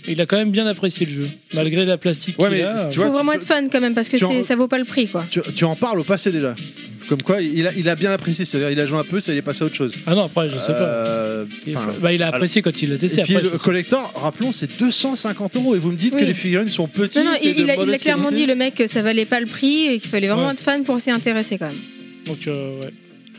D: il a quand même bien apprécié le jeu, malgré la plastique
B: Ouais,
D: qu'il
B: mais
D: a.
B: tu
E: Faut
B: vois,
E: vraiment être fan quand même parce que
B: tu en-
E: c'est- ça vaut pas le prix quoi.
B: Tu, tu en parles au passé déjà. Comme quoi, il a, il a bien apprécié. C'est-à-dire, il a joué un peu, ça il est passé à autre chose.
D: Ah non, après, je sais pas.
B: Euh,
D: Il-
B: enfin,
D: bah, il a apprécié quand il l'a testé.
B: et puis
D: Après,
B: le
D: je sais-
B: collector, rappelons, c'est 250 euros. Et vous me dites
E: Oui.
B: que les figurines sont petites.
E: Non, non,
B: et
E: il,
B: de
E: il a, il a
B: mauvaise
E: clairement
B: qualité.
E: dit le mec que ça valait pas le prix et qu'il fallait vraiment
D: Ouais.
E: être fan pour s'y intéresser quand même.
D: donc, euh, ouais.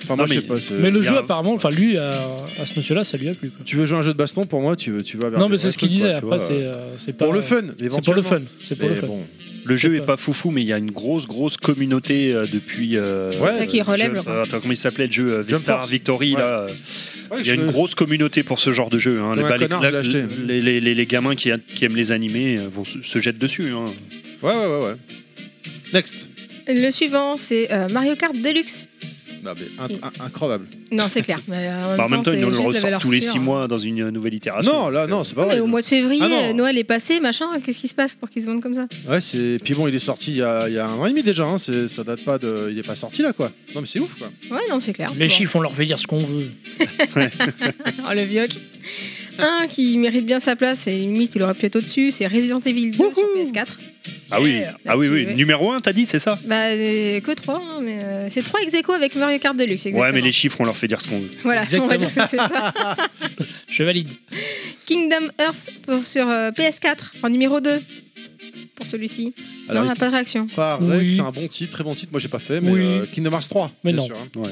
B: Enfin, moi,
C: Non,
B: je sais
C: mais-
B: pas. c'est-
D: Mais le
C: il y a
D: jeu,
C: un-
D: apparemment, enfin, lui, à, à ce monsieur-là, ça lui a plu. quoi.
B: Tu veux jouer à un jeu de baston pour moi, tu veux, tu vas vers
D: Non, mais
B: des
D: c'est
B: vrais
D: ce qu'il
B: trucs,
D: disait.
B: quoi, tu vois.
D: Après, c'est euh, c'est pas.
B: pour le fun.
D: C'est pour le
B: éventuellement.
D: fun. C'est pour le
B: Mais
D: fun.
B: bon.
C: Le jeu
D: C'est
C: est
D: pas-
C: pas foufou, mais il y a une grosse, grosse communauté euh, depuis. euh,
B: C'est ça
C: euh,
E: qui relève,
C: jeu-
E: le-
C: euh, attends, comment il s'appelait le jeu euh,
B: Jump
C: Star
B: Force.
C: Victory,
B: Ouais.
C: là. euh,
B: Ouais,
C: Il y a
B: je-
C: une grosse communauté pour ce genre de jeu. hein. Les,
B: Ouais,
C: bah, les-
B: connard,
C: la-
B: je l'ai acheté.
C: les- les- les- les gamins qui, a- qui aiment les animés euh, vont se, se jettent dessus. hein.
B: Ouais, ouais, ouais, ouais. Next.
E: Le suivant c'est euh, Mario Kart Deluxe.
B: Non, mais in- in- incroyable.
E: Non c'est clair. Mais euh, en,
C: Bah, en
E: même
C: même temps,
E: c'est
C: ils nous le
E: juste la
C: ressortent
E: valeur
C: tous les
E: sûre.
C: 6 mois dans une euh, nouvelle itération.
B: non, là, non, c'est pas
E: Mais
B: vrai.
E: au mois de février,
B: Ah non.
E: euh, Noël est passé, machin. Qu'est-ce qui se passe pour qu'ils se vendent comme ça
B: Ouais, c'est. Puis bon, il est sorti il y a, il y a un an et demi déjà. Hein. c'est- Ça date pas de. Il est pas sorti là, quoi. Non, mais c'est ouf, quoi.
E: Ouais, non, c'est clair.
D: Les
E: Bon.
D: chiffres, on leur fait dire ce qu'on veut.
E: Oh, le vieux. Un qui mérite bien sa place et limite il aurait pu être au-dessus, c'est Resident Evil 2 sur PS4.
C: Ah oui,
D: Yeah.
C: ah oui,
E: Là-dessus,
C: oui.
E: ouais.
C: Numéro 1, t'as dit, c'est ça
E: Bah, euh, que 3, mais euh, c'est 3 ex aequo avec Mario Kart Deluxe, exactement.
C: Ouais, mais les chiffres, on leur fait dire ce qu'on veut.
E: Voilà, on va dire que c'est ça.
D: Je valide.
E: Kingdom Hearts pour, sur euh, PS4 en numéro 2 pour celui-ci.
B: Alors,
E: non, on
B: il
E: n'a pas de réaction.
B: paraît que
D: Oui.
B: c'est un bon titre, très bon titre. Moi, j'ai pas fait, mais
D: Oui.
B: euh, Kingdom Hearts 3.
D: Mais
B: bien
D: non.
B: sûr, hein.
C: Ouais.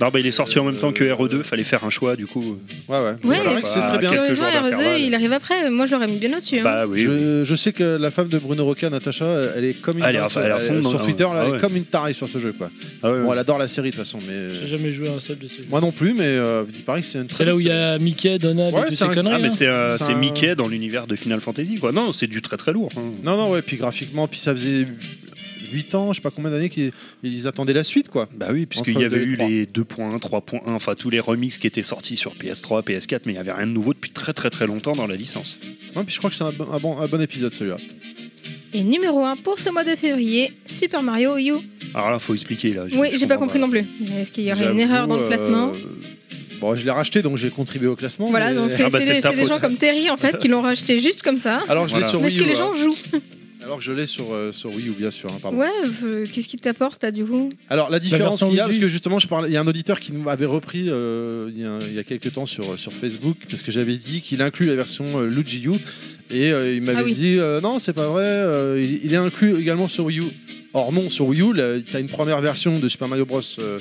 C: Non, bah, il est sorti en même temps que
B: Euh,
C: RE2, fallait faire un choix du coup.
B: Ouais, ouais. Il
E: Ouais,
B: paraît que c'est
C: bah,
B: très bien.
C: quelques jours
E: Curieusement,
C: d'intervalle.
E: R2, il arrive après. Moi, je l'aurais mis bien au-dessus. hein.
C: Bah oui.
B: Je, je sais que la femme de Bruno Roca, Natacha, elle est comme une
C: Elle est
B: tarée
C: à-
B: sur-
C: elle est à fond
B: sur
C: dans-
B: Twitter, là,
C: ah
B: elle est
C: ouais.
B: comme une tarée sur ce jeu, quoi.
C: Ah ouais, ouais.
B: Bon, elle adore la série de toute façon, mais
D: J'ai jamais joué à un seul de ces jeux.
B: moi non plus, mais euh, il paraît que c'est une. très
D: C'est là
B: bonne
D: où il y
B: série.
D: a Mickey, Donald
B: Ouais,
D: et toutes
B: c'est
D: ces
B: un-
D: conneries. hein.
C: Ah, mais
D: là.
C: c'est euh,
B: C'est
C: c'est
B: un-
C: Mickey dans l'univers de Final Fantasy quoi. Non, c'est du très très lourd. hein.
B: Non, non, ouais, puis graphiquement, puis ça faisait 8 ans, je sais pas combien d'années qu'ils ils attendaient la suite, quoi.
C: Bah oui, puisqu'il
B: Entre
C: y avait
B: deux et
C: eu
B: trois.
C: les 2.1, 3.1, enfin tous les remixes qui étaient sortis sur PS3, PS4, mais il n'y avait rien de nouveau depuis très très très longtemps dans la licence.
B: Non, puis je crois que c'est un, bon- un bon, un bon épisode, celui-là.
E: Et numéro 1 pour ce mois de février, Super Mario U.
C: Alors Ah, là, faut expliquer là.
E: Oui,
C: je
E: j'ai pas
C: comprends
E: compris non plus. Est-ce qu'il y aurait
B: J'avoue,
E: une erreur dans le
B: euh,
E: classement
B: Bon, je l'ai racheté, donc j'ai contribué au classement.
E: Voilà,
B: mais-
E: donc c'est
C: Ah bah,
E: c'est
C: c'est
E: des,
C: ta
E: c'est des
C: faute.
E: gens comme Terry en fait qui l'ont racheté juste comme ça.
B: Alors que je l'ai
C: Voilà.
B: sur
E: Mais
B: Wii
E: est-ce que
B: U,
E: les
B: hein.
E: gens jouent
B: Alors que je l'ai sur, euh, sur Wii U, bien sûr. hein, pardon.
E: Ouais, euh, qu'est-ce qui t'apporte là du coup
B: Alors la différence
D: version
B: qu'il y a,
D: Wii U.
B: parce que justement, je parlais, il y a un auditeur qui nous avait repris euh, il, y a, il y a quelques temps sur, sur Facebook, parce que j'avais dit qu'il inclut la version euh, Luigi U, et euh, il m'avait
E: Ah oui.
B: dit euh, non, c'est pas vrai, euh, il, il est inclus également sur Wii U. Or non, sur Wii U, là, t'as une première version de Super Mario Bros. euh,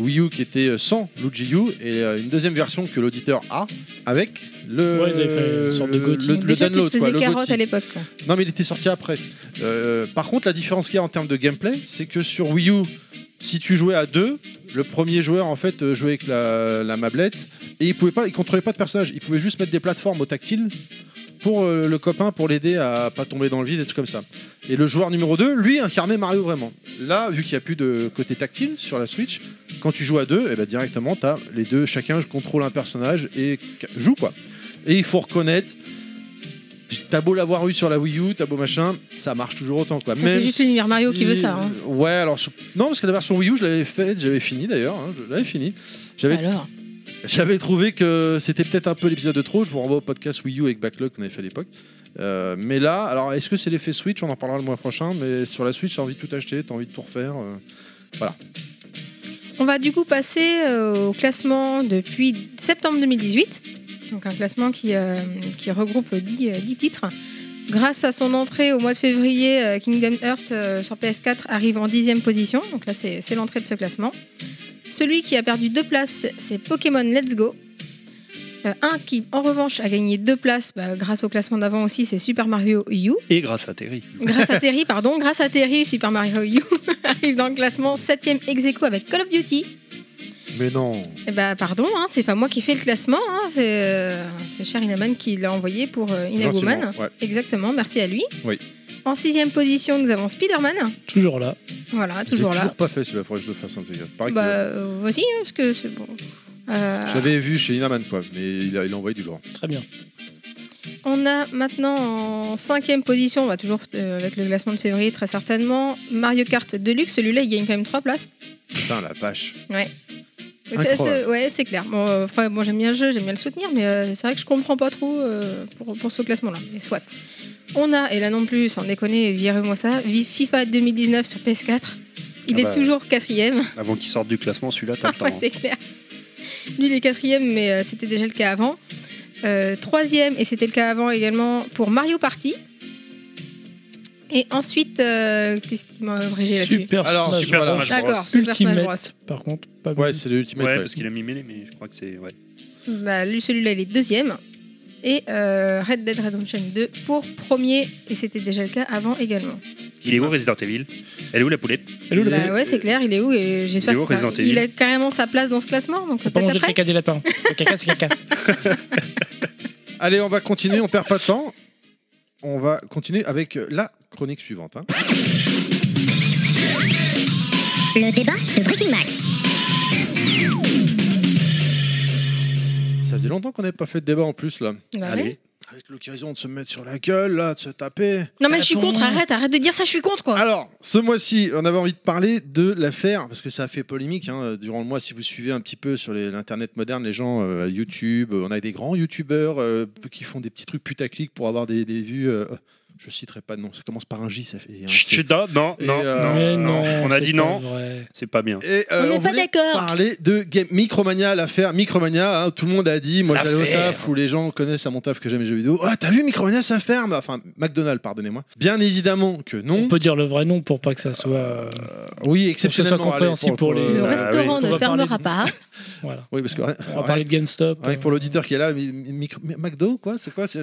B: Wii U qui était euh, sans Luigi U, et euh, une deuxième version que l'auditeur a avec le
D: Ouais, ils avaient fait une sorte de
B: le-
D: GOTY.
B: le- le
E: Déjà, tu
B: download,
E: te
B: quoi,
E: faisais
B: le
E: carotte
B: GOTY.
E: à l'époque. quoi.
B: Non, mais il était sorti après. Euh, par contre, la différence qu'il y a en termes de gameplay, c'est que sur Wii U, si tu jouais à deux, le premier joueur en fait euh, jouait avec la, la mablette et il pouvait pas, il contrôlait pas de personnage, il pouvait juste mettre des plateformes au tactile pour euh, le copain pour l'aider à pas tomber dans le vide et tout comme ça. Et le joueur numéro 2, lui, incarnait Mario vraiment. Là, vu qu'il n'y a plus de côté tactile sur la Switch, quand tu joues à deux, et ben directement, t'as les deux, chacun contrôle un personnage et ca- joue quoi. Et il faut reconnaître, t'as beau l'avoir eu sur la Wii U, t'as beau machin, ça marche toujours autant quoi.
E: Ça, c'est
B: Même
E: juste l'univers Mario qui veut ça, hein.
B: Ouais, alors je- non parce que la version Wii U, je l'avais faite, j'avais fini d'ailleurs, hein, je l'avais fini. J'avais
E: Alors,
B: j'avais trouvé que c'était peut-être un peu l'épisode de trop. Je vous renvoie au podcast Wii U avec Backlog qu'on avait fait à l'époque. Euh, mais là, alors est-ce que c'est l'effet Switch On en parlera le mois prochain. Mais sur la Switch, t'as envie de tout acheter, t'as envie de tout refaire. euh.
E: on va du coup passer euh, au classement depuis septembre 2018. Donc un classement qui, euh, qui regroupe 10, euh, 10 titres. Grâce à son entrée au mois de février, euh, Kingdom Hearts euh, sur PS4 arrive en dixième position. Donc là, c'est c'est l'entrée de ce classement. Celui qui a perdu deux places, c'est Pokémon Let's Go. Euh, un qui, en revanche, a gagné deux places bah, grâce au classement d'avant aussi, c'est Super Mario U.
C: bah, Et grâce à Terry.
E: Grâce à Terry, pardon, grâce à Terry, Super Mario U arrive dans le classement 7ème ex aequo avec Call of Duty.
B: Mais non.
E: Eh bah pardon, hein, c'est pas moi qui fais le classement, hein, c'est euh, c'est cher Inaman qui l'a envoyé pour euh, Inagoman.
B: gentiment, ouais.
E: Exactement, merci à lui.
B: Oui.
E: En sixième position, nous avons Spider-Man.
D: Toujours là.
E: Voilà,
B: J'ai
E: toujours
B: toujours
E: là.
B: pas fait celui-là. Faudrait que je le fasse un de ces quatre. Pareil que-
E: Bah euh, vas-y, hein, parce que c'est bon. Euh,
B: Je l'avais vu chez Inaman quoi, mais il a, il a envoyé du lourd.
D: Très bien.
E: on a maintenant en cinquième position, on va toujours euh, avec le classement de février très certainement, Mario Kart Deluxe, celui-là il gagne quand même trois places.
B: Putain la vache.
E: Ouais. C'est-
B: Incroyable.
E: c'est- ouais, c'est clair. Bon, euh, après, bon, j'aime bien le jeu, j'aime bien le soutenir, mais euh, c'est vrai que je comprends pas trop euh, pour, pour ce classement-là. Mais soit. On a, et là non plus, sans déconner, virez-moi ça, vi- FIFA 2019 sur PS4. Il
C: Ah
E: est
C: bah,
E: toujours quatrième.
C: Avant qu'il sorte du classement, celui-là, t'as
E: Ah
C: le temps. hein.
E: ouais, c'est clair. Lui, il est quatrième, mais euh, c'était déjà le cas avant. Euh, troisième, et c'était le cas avant également pour Mario Party. Et ensuite, euh, qu'est-ce qui m'a abrégé là-dessus
D: Super
B: Alors,
D: Smash
C: Super
D: Bros.
C: Smash Bros.
E: D'accord, Super Smash Bros.
D: Ultimate, par contre, pas
B: Ouais,
D: vu.
B: c'est le ultimate.
C: hein. Ouais,
B: ouais.
C: parce qu'il a mis mêlé, mais je crois que c'est. Ouais.
E: Bah, lui, celui-là, il est deuxième. Et euh, Red Dead Redemption 2 pour premier. Et c'était déjà le cas avant également.
C: Il est où Resident Evil Elle est où la poulette
D: Hello, le-
E: Bah ouais, c'est clair, il est où Et j'espère
C: Il est où,
E: qu'il-
C: Resident Evil
E: il a carrément sa place dans ce classement. Donc
D: Faut pas
E: peut-être
D: manger le
E: après.
D: caca des lapins. Le caca, c'est caca.
B: Allez, on va continuer. On perd pas de temps. On va continuer avec la chronique suivante. hein.
F: Le débat de Breaking Max.
B: Ça faisait longtemps qu'on n'avait pas fait de débat en plus là.
E: Bah ouais.
C: Allez.
B: Avec l'occasion de se mettre sur la gueule là, de se taper.
E: Non, mais je suis
D: Attends.
E: contre, arrête, arrête de dire ça, je suis contre
C: Ah,
E: quoi.
B: Alors, ce mois-ci, on avait envie de parler de l'affaire, parce que ça a fait polémique hein, durant le mois. Si vous suivez un petit peu sur les- l'Internet moderne, les gens, euh, YouTube, euh, on a des grands YouTubeurs euh, qui font des petits trucs putaclic pour avoir des, des vues. euh, je citerai pas de nom, ça commence par un J, ça fait. un
C: Chut,
B: C.
C: chut, non, non,
B: Et,
C: non,
B: euh,
D: Mais
C: non, non. On a
D: c'est
C: dit
D: pas
C: non,
D: vrai.
C: c'est pas bien.
B: Et, euh,
E: On n'est pas
B: voulait
E: d'accord.
B: parler de game Micromania, l'affaire Micromania. hein, tout le monde a dit, moi j'allais au
C: L'affaire.
B: taf où les gens connaissent à mon taf que j'aime les jeux vidéo. Ah, t'as vu Micromania, ça ferme Enfin, McDonald's, pardonnez-moi. Bien évidemment que non.
D: On peut dire le vrai nom pour pas que ça soit. euh,
B: Oui,
D: exceptionnellement,
B: exceptionnellement.
D: allez, compréhensible pour pour les-
E: Le
C: Bah
D: oui.
E: restaurant
D: On
E: ne
D: va parler
E: fermera
D: de-
E: pas.
D: voilà.
B: Ah, Oui, parce que
D: On va parler de GameStop.
B: Ouais, pour l'auditeur qui est là, mi- mi- micro- mi- McDo, quoi C'est quoi c'est-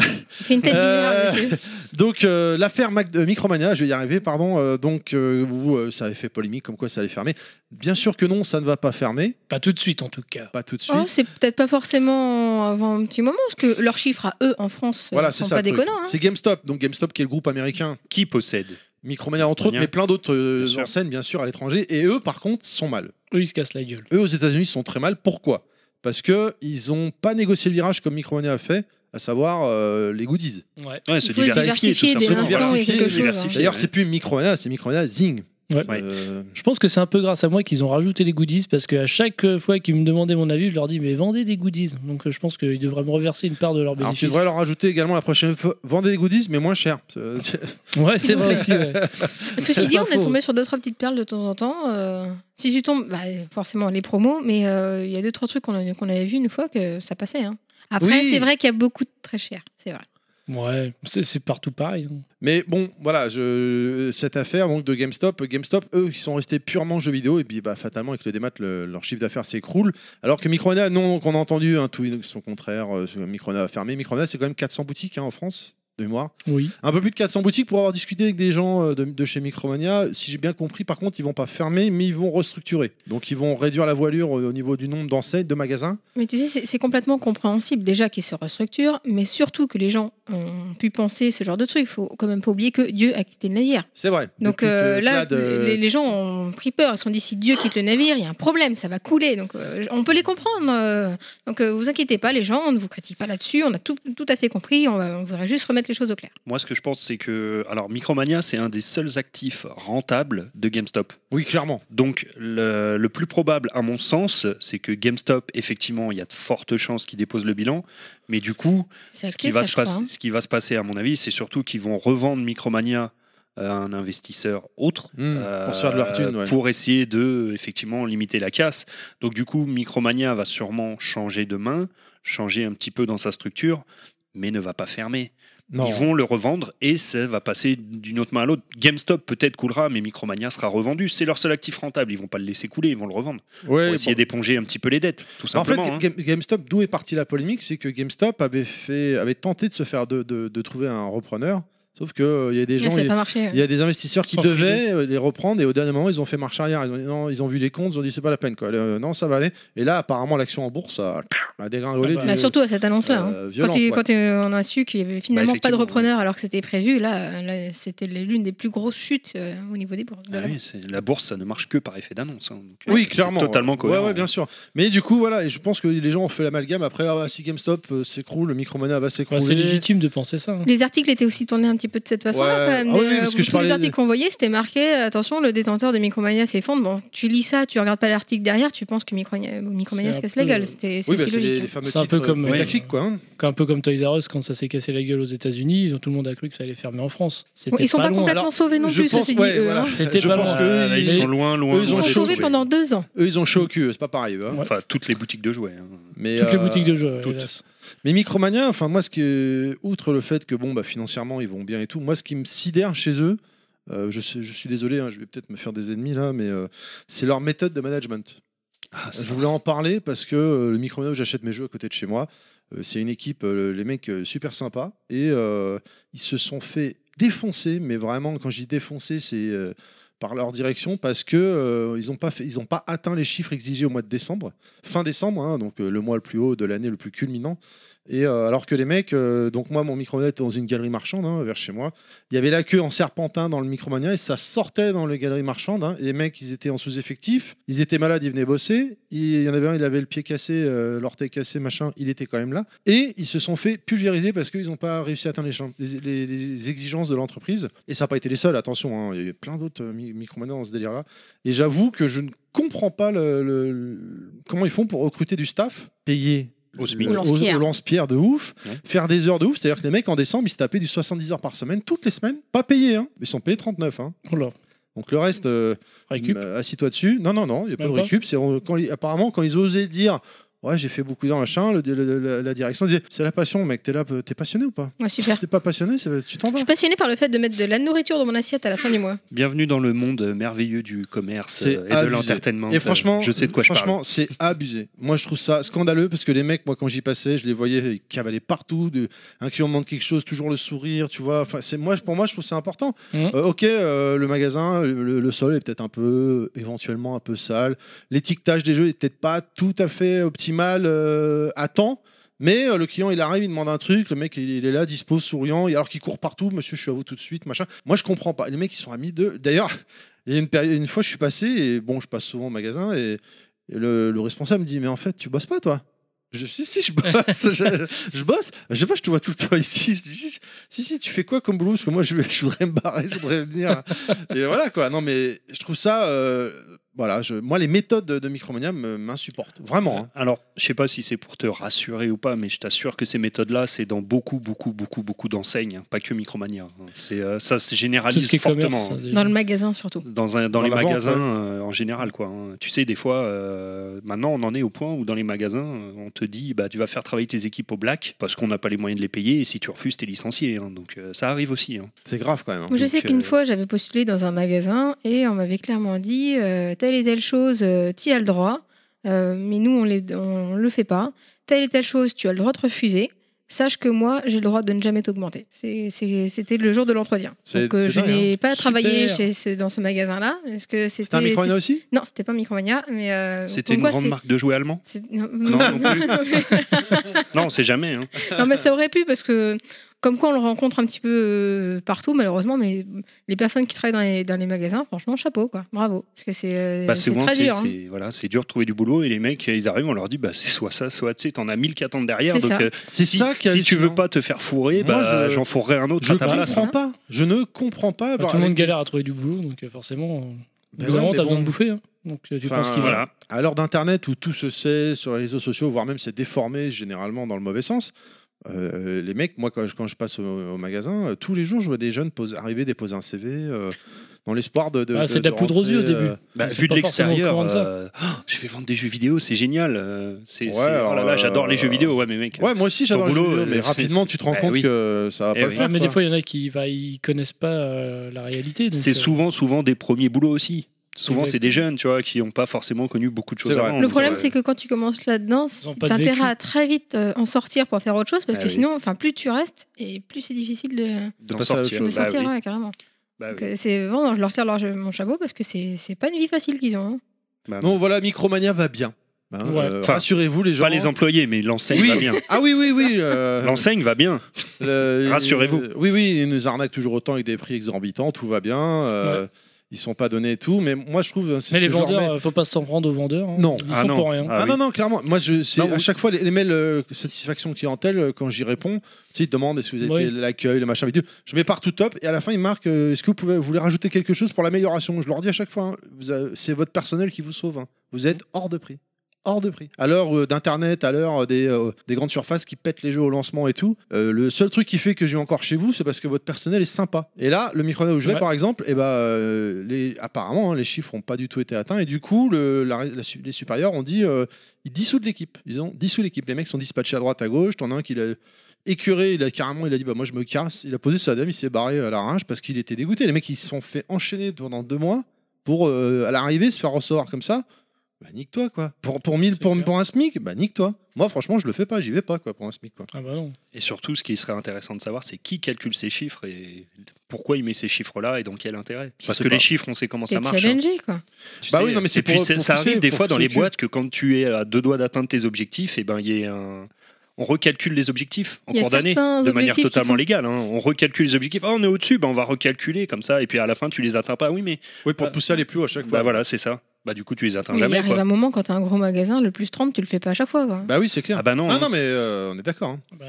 E: Il fait une tête
B: Euh,
E: bizarre, monsieur.
B: Donc, euh, l'affaire Mac- euh, Micromania, je vais y arriver, pardon, euh, donc, euh, où euh, ça avait fait polémique, comme quoi ça allait fermer. Bien sûr que non, ça ne va pas fermer,
D: Pas tout de suite en tout cas.
B: pas tout de suite.
E: Oh, c'est peut-être pas forcément avant un petit moment, parce que leurs chiffres à eux en France
B: voilà,
E: euh,
B: c'est
E: sont
B: ça.
E: pas
B: le truc.
E: déconnants. hein.
B: C'est GameStop, donc GameStop qui est le groupe américain
C: Qui possède
B: Micromania entre autres,
C: Micromania.
B: mais plein d'autres euh,
C: Bien sûr.
B: enseignes bien sûr à l'étranger. Et eux, par contre, sont mal.
D: Eux, ils se cassent la gueule.
B: Eux, aux États-Unis, sont très mal. Pourquoi Parce que ils ont pas négocié le virage comme Micromania a fait, à savoir euh, les goodies.
D: Ouais.
C: Ouais,
E: Il faut diversifier
B: tout
E: dès
B: simplement.
E: l'instant et
B: Diversifier,
E: quelque chose. hein.
C: diversifier.
B: D'ailleurs,
C: ouais.
B: c'est plus Micromania, c'est Micromania Zing.
D: Ouais.
C: Ouais.
B: Euh,
D: Je pense que c'est un peu grâce à moi qu'ils ont rajouté les goodies parce qu'à chaque euh, fois qu'ils me demandaient mon avis, je leur dis mais vendez des goodies. Donc euh, je pense qu'ils devraient me reverser une part de leurs
B: alors, tu
D: bénéfices.
B: devrais leur ajouter également la prochaine fois vendez des goodies, mais moins cher. Euh,
D: Ouais, c'est vrai aussi. ouais.
E: Ceci dit,
D: pas
E: on est
D: faux.
E: tombé sur deux trois petites perles de temps en temps. euh, si tu tombes, bah, forcément les promos, mais euh, il y a deux trois trucs qu'on a- qu'on avait vu une fois que ça passait. hein. Après,
B: Oui.
E: c'est vrai qu'il y a beaucoup de très cher, c'est vrai.
D: Ouais, c'est c'est partout pareil. hein.
B: Mais bon, voilà, je- cette affaire donc, de GameStop, GameStop, eux, qui sont restés purement jeux vidéo, et puis bah, fatalement, avec le démat, le- leur chiffre d'affaires s'écroule. Alors que Microna, non, qu'on a entendu, hein, tout son contraire, euh, Microna a fermé. Microna, c'est quand même 400 boutiques hein, en France. de mémoire.
D: Oui.
B: Un peu plus de 400 boutiques pour avoir discuté avec des gens euh, de, de chez Micromania. Si j'ai bien compris, par contre, ils vont pas fermer, mais ils vont restructurer. Donc, ils vont réduire la voilure euh, au niveau du nombre d'enseignes, de magasins.
E: Mais tu sais, c'est- c'est complètement compréhensible déjà qu'ils se restructurent, mais surtout que les gens ont pu penser ce genre de truc. Faut quand même pas oublier que Dieu a quitté le navire.
B: C'est vrai.
E: Donc
B: Depuis que
E: euh, là,
B: Clad, euh,
E: les, les gens ont pris peur. Ils se sont dit si Dieu quitte le navire, il y a un problème, ça va couler. Donc euh, on peut les comprendre. euh. Donc euh, vous inquiétez pas, les gens, on ne vous critique pas là-dessus. On a tout, tout à fait compris. On, va- on voudrait juste remettre les choses au clair.
C: Moi, ce que je pense, c'est que. Alors, Micromania, c'est un des seuls actifs rentables de GameStop.
B: Oui, clairement.
C: Donc, le, le plus probable, à mon sens, c'est que GameStop, effectivement, il y a de fortes chances qu'ils déposent le bilan. Mais du coup,
E: C'est
C: ce
E: acté,
C: qui, va
E: ça,
C: se
E: je crois,
C: passer-
E: hein.
C: ce qui va se passer, à mon avis, c'est surtout qu'ils vont revendre Micromania à un investisseur autre.
B: Mmh, pour se faire de leur thune,
C: euh,
B: ouais.
C: pour essayer de effectivement limiter la casse. Donc du coup, Micromania va sûrement changer de main, changer un petit peu dans sa structure, mais ne va pas fermer.
B: Non.
C: Ils vont le revendre et ça va passer d'une autre main à l'autre. GameStop peut-être coulera, mais Micromania sera revendu. C'est leur seul actif rentable. Ils vont pas le laisser couler, ils vont le revendre
B: Ouais,
C: pour essayer
B: bon.
C: d'éponger un petit peu les dettes, tout
B: En fait,
C: simplement. hein.
B: Game- GameStop, d'où est partie la polémique, c'est que GameStop avait, fait, avait tenté de se faire de, de- de trouver un repreneur, sauf qu'il y a des
E: Mais
B: gens,
E: ça
B: il
E: n'a
B: y a-
E: pas marché. hein.
B: il y, a des investisseurs qui
D: Sans
B: devaient euh, les reprendre et au dernier moment ils ont fait marche arrière. Ils ont, dit non, ils ont vu les comptes, ils ont dit c'est pas la peine quoi. Euh, non, ça va aller. Et là, apparemment, l'action en bourse a, a dégringolé.
D: Ah bah.
B: du-
E: Bah, surtout à cette annonce-là. hein.
B: euh,
E: Quand,
B: violente,
E: il-
B: ouais.
E: quand, euh, on a su qu'il y avait finalement pas de
C: effectivement,
E: repreneur alors que c'était prévu, là, euh, là, c'était l'une des plus grosses chutes euh, au niveau des bourses. de
C: Ah
B: Bah
E: la
C: oui,
E: bourse.
C: c'est- la bourse, ça ne marche que par effet d'annonce. hein. Donc, euh,
B: Oui,
C: c'est
B: clairement.
C: Totalement
B: ouais.
C: cohérent.
B: Ouais, ouais, bien sûr. Mais du coup, voilà, et je pense que les gens ont fait l'amalgame après ah, si GameStop euh, s'écroule, le Micromania va
D: Bah,
B: s'écrouler.
D: c'est légitime de penser ça. hein.
E: Les articles étaient aussi tournés un petit peu de cette façon-là,
B: Ouais.
E: quand même.
B: Ah oui,
E: Des-
B: parce que je
E: tous
B: parlais
E: les
B: de-
E: articles qu'on voyait, c'était marqué euh, attention, le détenteur de Micromania s'effondre. Bon, tu lis ça, tu regardes pas l'article derrière, tu penses que Micromania, Micromania
D: C'est
E: se
D: un
E: casse
D: peu-
E: la gueule. C'était c'est
B: Oui, bah,
E: aussi
B: c'est les,
E: logique.
B: les fameux
D: C'est un peu
B: titres,
D: comme,
B: euh,
D: ouais.
B: putaclic, quoi. hein.
D: Un peu comme Toys R Us, quand ça s'est cassé la gueule aux États-Unis, ils ont- tout le monde a cru que ça allait fermer en France.
E: Bon,
D: C'était
E: ils sont pas,
D: loin.
E: complètement
B: Alors,
E: sauvés non
B: je
E: plus,
B: pense,
E: ceci dit,
B: ouais,
E: eux,
B: voilà.
E: hein.
D: C'était
B: Je
D: pas
B: pense
D: loin.
B: que
C: Euh, là,
B: eux,
C: ils
B: ils,
D: Et-
C: sont loin, loin.
B: eux, ils
E: Ils
C: loin
E: sont
B: ont
C: des
E: sauvés
C: jouets.
E: pendant deux ans.
B: eux, ils ont chaud au cul, c'est pas pareil. eux, hein.
D: Ouais.
C: Enfin, toutes les boutiques de jouets. hein.
B: Mais,
D: Toutes les
B: euh,
D: boutiques de jeux, ouais,
B: toutes.
D: hélas.
B: Mais Micromania, enfin moi, ce que, outre le fait que bon, bah, financièrement ils vont bien et tout, moi ce qui me sidère chez eux, euh, je, sais- je suis désolé, hein, je vais peut-être me faire des ennemis là, mais euh, c'est leur méthode de management.
C: Ah, ça-
B: Je voulais en parler parce que euh, le Micromania où j'achète mes jeux à côté de chez moi, euh, c'est une équipe, euh, les mecs euh, super sympas et euh, ils se sont fait défoncer, mais vraiment quand je dis défoncer, c'est euh, par leur direction parce que euh, ils n'ont pas fait, ils ont pas atteint les chiffres exigés au mois de décembre, fin décembre, hein, donc euh, le mois le plus haut de l'année, le plus culminant. Et euh, alors que les mecs, euh, donc moi mon Micromania était dans une galerie marchande hein, vers chez moi, il y avait la queue en serpentin dans le Micromania et ça sortait dans les galeries marchandes. hein. Et les mecs, ils étaient en sous-effectif, ils étaient malades, ils venaient bosser. Il y en avait un, il avait le pied cassé, euh, l'orteil cassé, machin, il était quand même là. Et ils se sont fait pulvériser parce qu'ils n'ont pas réussi à atteindre les, champs- les- les- les exigences de l'entreprise. Et ça n'a pas été les seuls, attention, hein. il y a eu plein d'autres euh, mi- Micromania dans ce délire-là. Et j'avoue que je ne comprends pas le- le- le- comment ils font pour recruter du staff payé.
C: Au SMIC.
E: Au lance-pierre.
B: au lance-pierre de ouf,
C: Ouais.
B: faire des heures de ouf, c'est-à-dire que les mecs en décembre ils se tapaient du 70 heures par semaine, toutes les semaines, pas payés, hein. ils sont payés 39. Hein.
D: Oh là,
B: Donc le reste, euh,
D: récup.
B: euh, assis-toi dessus. Non, non, non, il n'y a pas
D: Même
B: de
D: pas
B: récup. C'est, on- quand, ils- apparemment, quand ils osaient dire Ouais, j'ai fait beaucoup d'heures, machin, le- le- la, la direction disait C'est la passion, mec, t'es là, euh, t'es passionné ou pas
E: Ouais, super.
B: Si t'es pas passionné, ça- tu t'en
E: Je
B: vas.
E: suis passionnée par le fait de mettre de la nourriture dans mon assiette à la fin du mois.
C: Bienvenue dans le monde merveilleux du commerce
B: C'est
C: euh, et
B: abusé.
C: de l'entertainment.
B: Et franchement,
C: Euh, je sais de quoi je parle.
B: franchement, c'est abusé. Moi, je trouve ça scandaleux parce que les mecs, moi, quand j'y passais, je les voyais cavaler partout. De, un client demande quelque chose, toujours le sourire, tu vois. Enfin, c'est moi, pour moi, je trouve c'est important.
D: Mhm.
B: Euh, ok, euh, le magasin, le, le- le sol est peut-être un peu, éventuellement un peu sale. L'étiquetage des jeux est peut-être pas tout à fait optimal euh, à temps. Mais euh, le client, il arrive, il demande un truc, le mec, il, il est là, dispo, souriant, et alors qu'il court partout, monsieur, je suis à vous tout de suite, machin. Moi, je comprends pas. Les mecs, ils sont amis de. D'ailleurs, il y a une, période, une fois, je suis passé, et bon, je passe souvent au magasin, et, et le, le responsable me dit Mais en fait, tu bosses pas, toi je, si, si, je bosse, je, je bosse. Je sais pas, je te vois tout le temps ici. Je dis, Si, si, si, tu fais quoi comme boulot Parce que moi, je, je voudrais me barrer, je voudrais venir. Et voilà, quoi. Non, mais je trouve ça. euh, voilà, je, moi, les méthodes de, de Micromania me- m'insupportent. Vraiment. hein.
C: Alors, je sais pas si c'est pour te rassurer ou pas, mais je t'assure que ces méthodes-là, c'est dans beaucoup, beaucoup, beaucoup, beaucoup d'enseignes, hein, pas que Micromania. hein. C'est euh, ça se
D: Tout ce
C: généralise
D: qui est commerce.
C: fortement.
D: ça,
C: hein.
D: déjà.
E: Dans le magasin surtout.
C: Dans,
B: euh,
C: un- dans
B: Dans
C: les
B: la vente,
C: magasins
B: ouais.
C: euh, en général quoi hein. tu sais des fois euh, maintenant on en est au point où dans les magasins euh, on te dit bah tu vas faire travailler tes équipes au black parce qu'on n'a pas les moyens de les payer et si tu refuses t'es licencié hein. donc euh, ça arrive aussi hein.
B: C'est grave, quand même.
E: Moi, je
C: Donc,
E: sais qu'une
C: euh,
E: fois, j'avais postulé dans un magasin et on m'avait clairement dit euh, telle et telle chose, euh, tu as le droit, euh, mais nous, on ne le fait pas. Telle et telle chose, tu as le droit de refuser. Sache que moi, j'ai le droit de ne jamais t'augmenter. C'est- c'est- C'était le jour de l'entretien.
B: C'est-
E: Donc, euh,
B: c'est
E: je
B: dingue,
E: n'ai pas
D: Super.
E: travaillé chez ce- dans ce magasin-là. Parce que c'était.
B: C'était un micro
E: c'est-
B: aussi
E: Non, c'était pas Micromania, mais. euh,
C: C'était
E: comme
C: une
E: quoi,
C: grande
E: c'est-
C: marque de jouets allemand
E: c'est- Non,
C: non Non, on sait jamais. hein.
E: Non, mais ça aurait pu parce que comme quoi on le rencontre un petit peu euh, partout malheureusement, mais les personnes qui travaillent dans les, dans les magasins, franchement, chapeau quoi, bravo, parce que c'est euh,
C: Bah,
E: c'est
C: souvent,
E: très
C: tu sais,
E: dur. hein.
C: c'est voilà, c'est dur de trouver du boulot et les mecs, ils arrivent, on leur dit bah, c'est soit ça, soit tu sais, t'en as 1000 qui attendent derrière.
E: C'est
C: Donc,
E: ça.
C: euh,
B: C'est
C: si,
B: ça qui est
C: si tu veux
B: hallucinant.
C: pas te faire fourrer,
B: Moi,
C: bah,
B: je-
C: j'en fourrerai un autre.
B: Je
C: à
B: ne
C: ta place. hein.
B: comprends pas. Je ne comprends pas.
D: Bah,
B: Bah,
D: tout le monde
B: avec-
D: galère à trouver du boulot, donc euh, forcément,
B: Bah
D: euh, au bout d'un
B: ouais,
D: moment,
B: mais
D: t'as
B: bon.
D: besoin de bouffer. hein. Donc euh, tu
B: Enfin,
D: penses qu'il va.
C: Voilà.
B: à l'heure d'Internet où tout se sait sur les réseaux sociaux, voire même c'est déformé généralement dans le mauvais sens, euh, les mecs, moi quand je, quand je passe au, au magasin, euh, tous les jours je vois des jeunes poser- arriver déposer un CV euh, dans l'espoir de. de-
D: Ah, c'est de la poudre aux
B: rentrer,
D: yeux au début.
B: euh,
C: Bah,
D: Ils sont
C: vu de
D: pas forcément au
C: l'extérieur,
D: courant de ça.
C: euh, Oh, je vais vendre des jeux vidéo, c'est génial. euh, c'est,
B: Ouais,
C: c'est- oh là là,
B: alors,
C: j'adore les
B: euh,
C: jeux vidéo, ouais, mais mec.
B: Ouais, moi aussi j'adore le
C: Ton
B: jeu
C: boulot,
B: vidéo,
C: euh,
B: mais
C: c'est-
B: rapidement tu te rends
C: bah
B: compte
C: oui.
B: que ça va pas
C: Eh oui.
B: le
D: Ouais,
B: faire.
D: Ah, mais des
B: quoi.
D: fois, il y en a qui va, ils connaissent pas euh, la réalité. donc,
C: c'est
D: euh,
C: souvent, souvent des premiers boulots aussi. Souvent, c'est
D: Exactement.
C: des jeunes, tu vois, qui n'ont pas forcément connu beaucoup de
B: C'est
C: choses
B: vrai.
C: avant.
E: Le
C: donc,
E: problème,
C: euh,
E: c'est que quand tu commences là-dedans,
D: Ils ont pas
E: t'as
D: de
E: intérêt
D: vécu.
E: à très vite euh, en sortir pour faire autre chose, parce
C: Ah
E: que
C: oui.
E: sinon, enfin, plus tu restes et plus c'est difficile de,
C: d'en
B: passer à autre
E: de
B: chose.
C: Bah
E: sortir,
C: oui,
E: ouais, carrément.
C: bah oui.
E: Donc, euh, C'est vraiment, je leur tire leur- mon chapeau parce que c'est c'est pas une vie facile qu'ils ont. hein.
B: Non, voilà, Micromania va bien. Hein,
D: Ouais.
B: euh,
C: Enfin,
B: Rassurez-vous les gens.
C: Pas les employés, mais l'enseigne
B: Oui.
C: va bien.
B: Ah oui, oui, oui. euh,
C: L'enseigne va bien.
B: Le-
C: Rassurez-vous.
B: euh, oui, oui, ils nous arnaquent toujours autant avec des prix exorbitants, tout va bien. euh, Ils sont pas donnés et tout, mais moi je trouve. hein, c'est
D: Mais
B: ce
D: les
B: que je leur
D: vendeurs,
B: mets.
D: euh, faut pas s'en prendre aux vendeurs. hein.
B: Non.
D: Ils
C: Ah
D: sont
C: non.
D: pour rien.
C: Ah
B: Ah
C: oui.
B: non, non, clairement. Moi, je, c'est-
C: Non,
B: à
C: oui.
B: chaque fois, les, les mails euh, satisfaction clientèle, euh, quand j'y réponds, tu sais, ils te demandent est-ce que vous avez
D: Oui.
B: été l'accueil, le machin, bidule. Je mets partout top et à la fin, ils marquent euh, est-ce que vous, pouvez, vous voulez rajouter quelque chose pour l'amélioration Je leur dis à chaque fois hein, vous avez- c'est votre personnel qui vous sauve. hein. Vous êtes hors de prix. Hors de prix. À l'heure euh, d'Internet, à l'heure euh, des, euh, des grandes surfaces qui pètent les jeux au lancement et tout, euh, le seul truc qui fait que j'ai encore chez vous, c'est parce que votre personnel est sympa. Et là, le micro où je vais,
D: Ouais.
B: par exemple, et ben euh, les, apparemment, hein, les chiffres n'ont pas du tout été atteints. Et du coup, le- la- la su- les supérieurs ont dit euh, ils dissoudent l'équipe. Ils ont dissous l'équipe. Les mecs sont dispatchés à droite, à gauche. T'en as un qui l'a écuré, il a carrément il a dit bah moi je me casse. Il a posé sa dame, il s'est barré à la rage parce qu'il était dégoûté. Les mecs ils se sont fait enchaîner pendant deux mois pour euh, à l'arrivée se faire recevoir comme ça. Bah nique-toi quoi. Pour pour mille
D: C'est
B: pour,
D: clair.
B: pour un smic, bah nique-toi. Moi franchement je le fais pas, j'y vais pas quoi pour un smic quoi.
D: Ah bah non.
C: Et surtout, ce qui serait intéressant de savoir, c'est qui calcule ces chiffres et pourquoi il met ces chiffres-là et dans quel intérêt. Parce
B: sais
C: que les
B: pas.
C: chiffres, on sait comment
E: T'es
C: ça marche. hein.
E: challengé, quoi.
C: Tu
B: Bah
C: sais,
B: oui, non, mais
C: et
B: c'est
C: puis
B: pour-
C: ça-
B: pour
C: ça
B: pousser,
C: arrive des
B: pour
C: fois dans
B: pousser
C: les
B: le cul.
C: boîtes que quand tu es à deux doigts d'atteindre tes objectifs, et ben il y a un on recalcule les objectifs en
E: Il y a
C: cours d'année
E: certains
C: de manière
E: objectifs qui
C: totalement
E: sont-
C: légale. hein. On recalcule les objectifs. Ah, on est au-dessus, ben on va recalculer comme ça. Et puis à la fin, tu les atteins pas. Oui, mais
B: Oui pour
C: Bah,
B: te pousser à aller plus haut à chaque
C: bah
B: fois.
C: voilà, c'est ça. Bah du coup, tu les atteins
E: Mais il
C: jamais.
E: arrive
C: Quoi.
E: un moment quand t'as un gros magasin, le plus 30, tu le fais pas à chaque fois, quoi.
B: Bah oui c'est clair.
C: Ah bah non.
B: Ah
C: hein.
B: non mais euh, on est d'accord. hein.
D: Bah,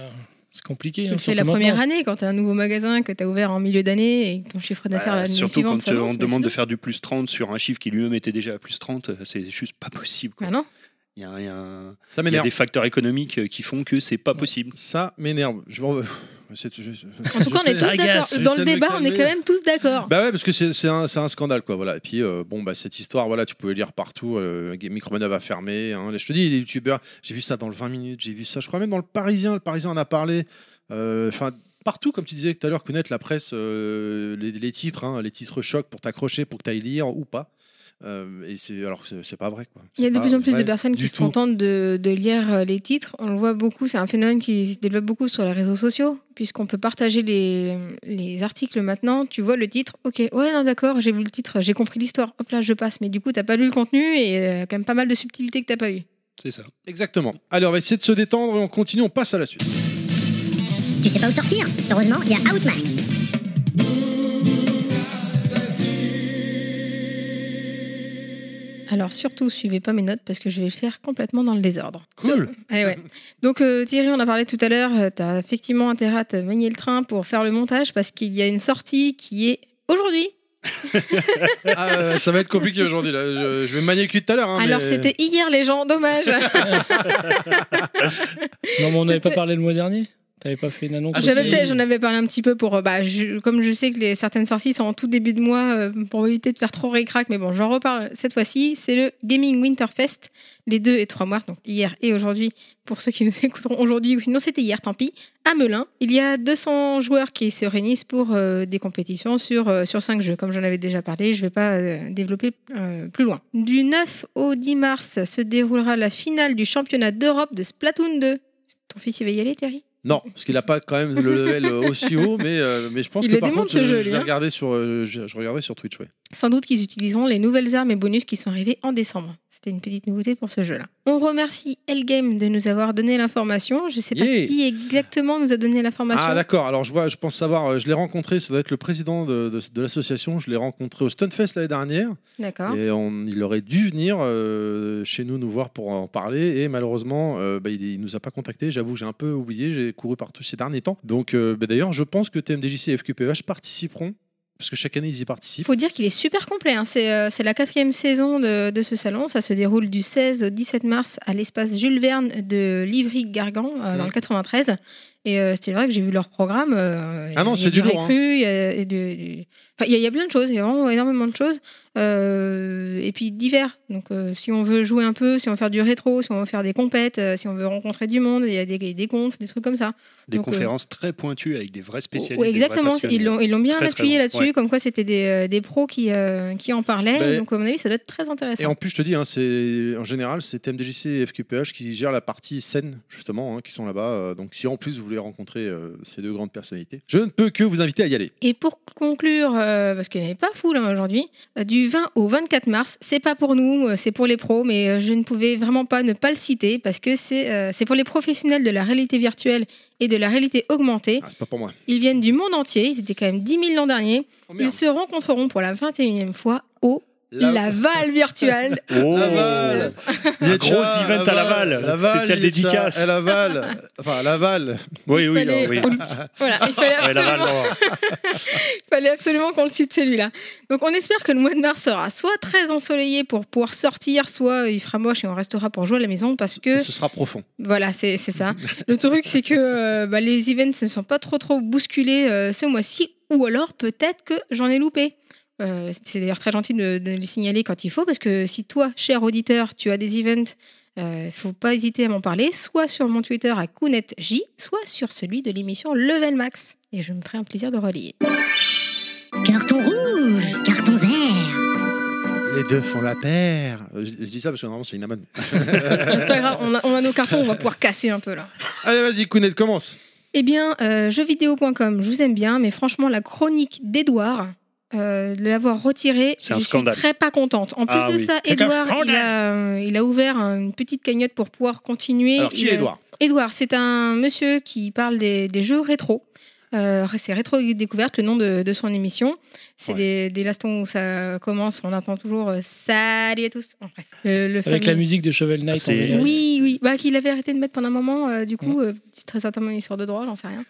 D: c'est compliqué.
E: Tu
D: hein,
E: le fais
D: surtout
E: la première
D: maintenant.
E: année quand tu as un nouveau magasin que tu as ouvert en milieu d'année et que ton chiffre d'affaires
C: Bah,
E: l'année
C: surtout quand
E: suivante. ça
C: euh, on
E: monte,
C: te
E: mais
C: demande de
E: sinon-
C: faire du plus 30 sur un chiffre qui lui-même était déjà à plus 30, euh, c'est juste pas possible. quoi.
E: Bah non,
C: Il y a- il y a un-
B: Ça
C: il y a
B: m'énerve.
C: des facteurs économiques euh, qui font que c'est pas possible.
B: Ça m'énerve. Je m'en veux. C'est- je- je-
E: en tout cas, on est
B: j'essaie-
E: tous d'accord.
D: agace,
E: Dans le
B: j'essaie de me
E: débat, on est
B: calmer.
E: quand même tous d'accord.
B: Bah ouais, parce que c'est c'est un, c'est un scandale, quoi. Voilà. Et puis, euh, bon, bah, cette histoire, voilà, tu pouvais lire partout. Euh, Micromania va fermer. hein. Je te dis, les youtubeurs, j'ai vu ça dans le 20 minutes, j'ai vu ça. Je crois même dans le Parisien, le Parisien en a parlé. Euh, Enfin, partout, comme tu disais tout à l'heure, connaître la presse, euh, les, les titres, hein, les titres chocs pour t'accrocher, pour que t'ailles lire ou pas. Euh, et c'est alors que c'est- c'est pas vrai, quoi.
E: Il y a
B: C'est
E: de
B: pas
E: plus en
C: Ah,
E: plus de
B: vrai
E: personnes qui
B: du
E: se
B: tout.
E: contentent de, de lire euh, les titres. On le voit beaucoup, c'est un phénomène qui se développe beaucoup sur les réseaux sociaux, puisqu'on peut partager les, les articles maintenant. Tu vois le titre, ok, ouais, non, d'accord, j'ai lu le titre, j'ai compris l'histoire, hop là, je passe. Mais du coup, t'as pas lu le contenu et euh, quand même pas mal de subtilités que t'as pas eu.
C: C'est ça.
B: Exactement. Allez, on va essayer de se détendre et on continue, on passe à la suite.
F: Tu sais pas où sortir Heureusement, il y a Outmax.
E: Alors surtout, suivez pas mes notes parce que je vais le faire complètement dans le désordre.
B: Cool.
E: Eh ouais. Donc euh, Thierry, on a parlé tout à l'heure, tu as effectivement intérêt à te manier le train pour faire le montage parce qu'il y a une sortie qui est aujourd'hui.
B: Ah, euh, ça va être compliqué aujourd'hui, là. Je, je vais me manier le cul tout à l'heure. hein,
E: Alors
B: mais-
E: c'était hier les gens, dommage.
D: Non, mais on n'avait pas
E: C'était-
D: parlé le mois dernier T'avais pas fait une annonce
B: Ah,
D: aussi
E: J'avais
B: si.
E: peut-être- J'en avais parlé un petit peu pour... euh, Bah, je- comme je sais que les, certaines sorties sont en tout début de mois euh, pour éviter de faire trop récrac, mais bon, j'en reparle cette fois-ci. C'est le Gaming Winterfest, les 2 et 3 mars, donc hier et aujourd'hui, pour ceux qui nous écouteront aujourd'hui, ou sinon c'était hier, tant pis, à Melun. Il y a 200 joueurs qui se réunissent pour euh, des compétitions sur, euh, sur 5 jeux. Comme j'en avais déjà parlé, je ne vais pas euh, développer euh, plus loin. Du 9 au 10 mars se déroulera la finale du championnat d'Europe de Splatoon 2. Ton fils, il va y aller, Terry
B: Non, parce qu'il n'a pas quand même le level euh, aussi haut, mais, euh, mais je pense
E: Il
B: que
E: le
B: par
E: démonte,
B: contre,
E: ce
B: je,
E: jeu,
B: je
E: lui,
B: vais
E: hein.
B: regarder sur, euh, je, je regarderai sur Twitch, ouais.
E: Sans doute qu'ils utiliseront les nouvelles armes et bonus qui sont arrivés en décembre. C'était une petite nouveauté pour ce jeu-là. On remercie Hellgame de nous avoir donné l'information. Je sais pas
B: Yeah.
E: qui exactement nous a donné l'information.
B: Ah d'accord, alors je vois, je pense savoir, euh, je l'ai rencontré, ça doit être le président de, de- de l'association, je l'ai rencontré au Stunfest l'année dernière,
E: D'accord.
B: et on, il aurait dû venir euh, chez nous nous voir pour en parler, et malheureusement, euh, bah, il, il nous a pas contacté, j'avoue que j'ai un peu oublié, j'ai couru partout ces derniers temps. Donc euh, bah, d'ailleurs, je pense que TMDJC et FQPH participeront, parce que chaque année ils y
E: Il
B: participent.
E: faut dire qu'il est super complet. hein. C'est euh, c'est la quatrième saison de, de ce salon. Ça se déroule du 16 au 17 mars à l'espace Jules Verne de Livry-Gargan euh, dans
B: Mhm.
E: le 93. Et euh, c'était vrai que j'ai vu leur programme. euh,
B: Ah non,
E: il y a
B: c'est du lourd, hein.
E: Recru, Il y a et du- du- enfin, il y a- il y a plein de choses. Il y a vraiment énormément de choses. Euh, et puis divers. Donc euh, si on veut jouer un peu, si on veut faire du rétro, si on veut faire des compètes, euh, si on veut rencontrer du monde, il y a des, des confs, des trucs comme ça.
G: Des
E: Donc, euh,
G: conférences très pointues avec des vrais spécialistes.
E: Ouais,
G: des vrais
E: exactement,
G: passionnés.
E: ils l'ont ils l'ont bien
G: Très, très
E: appuyé
G: bon,
E: là-dessus,
G: ouais.
E: comme quoi c'était des, euh, des pros qui, euh, qui en parlaient.
B: Ben,
E: et donc à mon avis, ça doit être très
B: Et
E: intéressant.
B: en plus, je te dis, hein, c'est en général, c'est TMDJC et FQPH qui gèrent la partie scène, justement, hein, qui sont là-bas. euh, donc, si en plus vous voulez rencontrer euh, ces deux grandes personnalités, je ne peux que vous inviter à y aller.
E: Et, pour conclure, euh, parce qu'il n'est pas fou là aujourd'hui, euh, du 20 au 24 mars, c'est pas pour nous, euh, c'est pour les pros, mais euh, je ne pouvais vraiment pas ne pas le citer parce que c'est euh, c'est pour les professionnels de la réalité virtuelle et de la réalité augmentée.
B: Ah, c'est pas pour moi.
E: Ils viennent du monde entier, ils étaient quand même 10 000 l'an dernier.
B: Oh,
E: Ils
B: merde.
E: se rencontreront pour la 21e fois au
B: La-
E: Laval Virtuel.
C: Oh
B: Laval
C: Un gros
B: Yetcha,
C: event à Laval,
B: Yetcha,
C: spécial dédicace.
B: à eh, Laval, enfin à Laval.
C: Oui, oui,
E: fallait-
C: oui.
E: Oups. Voilà, il fallait
C: Ouais,
E: absolument-
C: Laval, oh.
E: fallait absolument qu'on le cite celui-là. Donc on espère que le mois de mars sera soit très ensoleillé pour pouvoir sortir, soit il fera moche et on restera pour jouer à la maison parce que
B: Ce sera profond.
E: voilà, c'est c'est ça. Le truc c'est que euh, bah, les events ne sont pas trop trop bousculés euh, ce mois-ci ou alors peut-être que j'en ai loupé. Euh, c'est d'ailleurs très gentil de, de les signaler quand il faut parce que si toi, cher auditeur, tu as des events, euh, faut pas hésiter à m'en parler, soit sur mon Twitter à KounetJ, soit sur celui de l'émission Level Max. Et je me ferai un plaisir de relier.
A: Carton rouge, carton vert.
B: Les deux font la paire. Euh, Je, je dis ça parce que normalement c'est une amende.
E: C'est pas grave, on a, on a nos cartons, on va pouvoir casser un peu là.
B: Allez, vas-y, Kounet, commence.
E: Eh bien, euh, jeuxvideo.com, je vous aime bien, mais franchement, la chronique d'Edouard, euh, de l'avoir retirée,
C: C'est
E: je
C: un
E: suis
C: scandale.
E: très pas contente. En plus
C: Ah
E: de
C: oui.
E: ça,
D: C'est un
E: Edouard, il
D: scandale.
E: a, euh, il a ouvert une petite cagnotte pour pouvoir continuer.
B: Alors, qui
E: Il
B: est
E: a-
B: Edouard
E: Edouard, c'est un monsieur qui parle des, des jeux rétro. Euh, c'est Rétro Découverte, le nom de, de son émission. C'est
B: Ouais.
E: des, des lastons où ça commence, on entend toujours euh, Salut à tous. Bon, bref. Le- le
D: Avec la
E: fameux-
D: musique de Shovel Knight.
C: C'est-
D: en général.
E: oui, oui. Bah, qu'il avait arrêté de mettre pendant un moment, euh, du
C: Mm.
E: coup, euh, c'est très certainement une histoire de droit, j'en sais rien.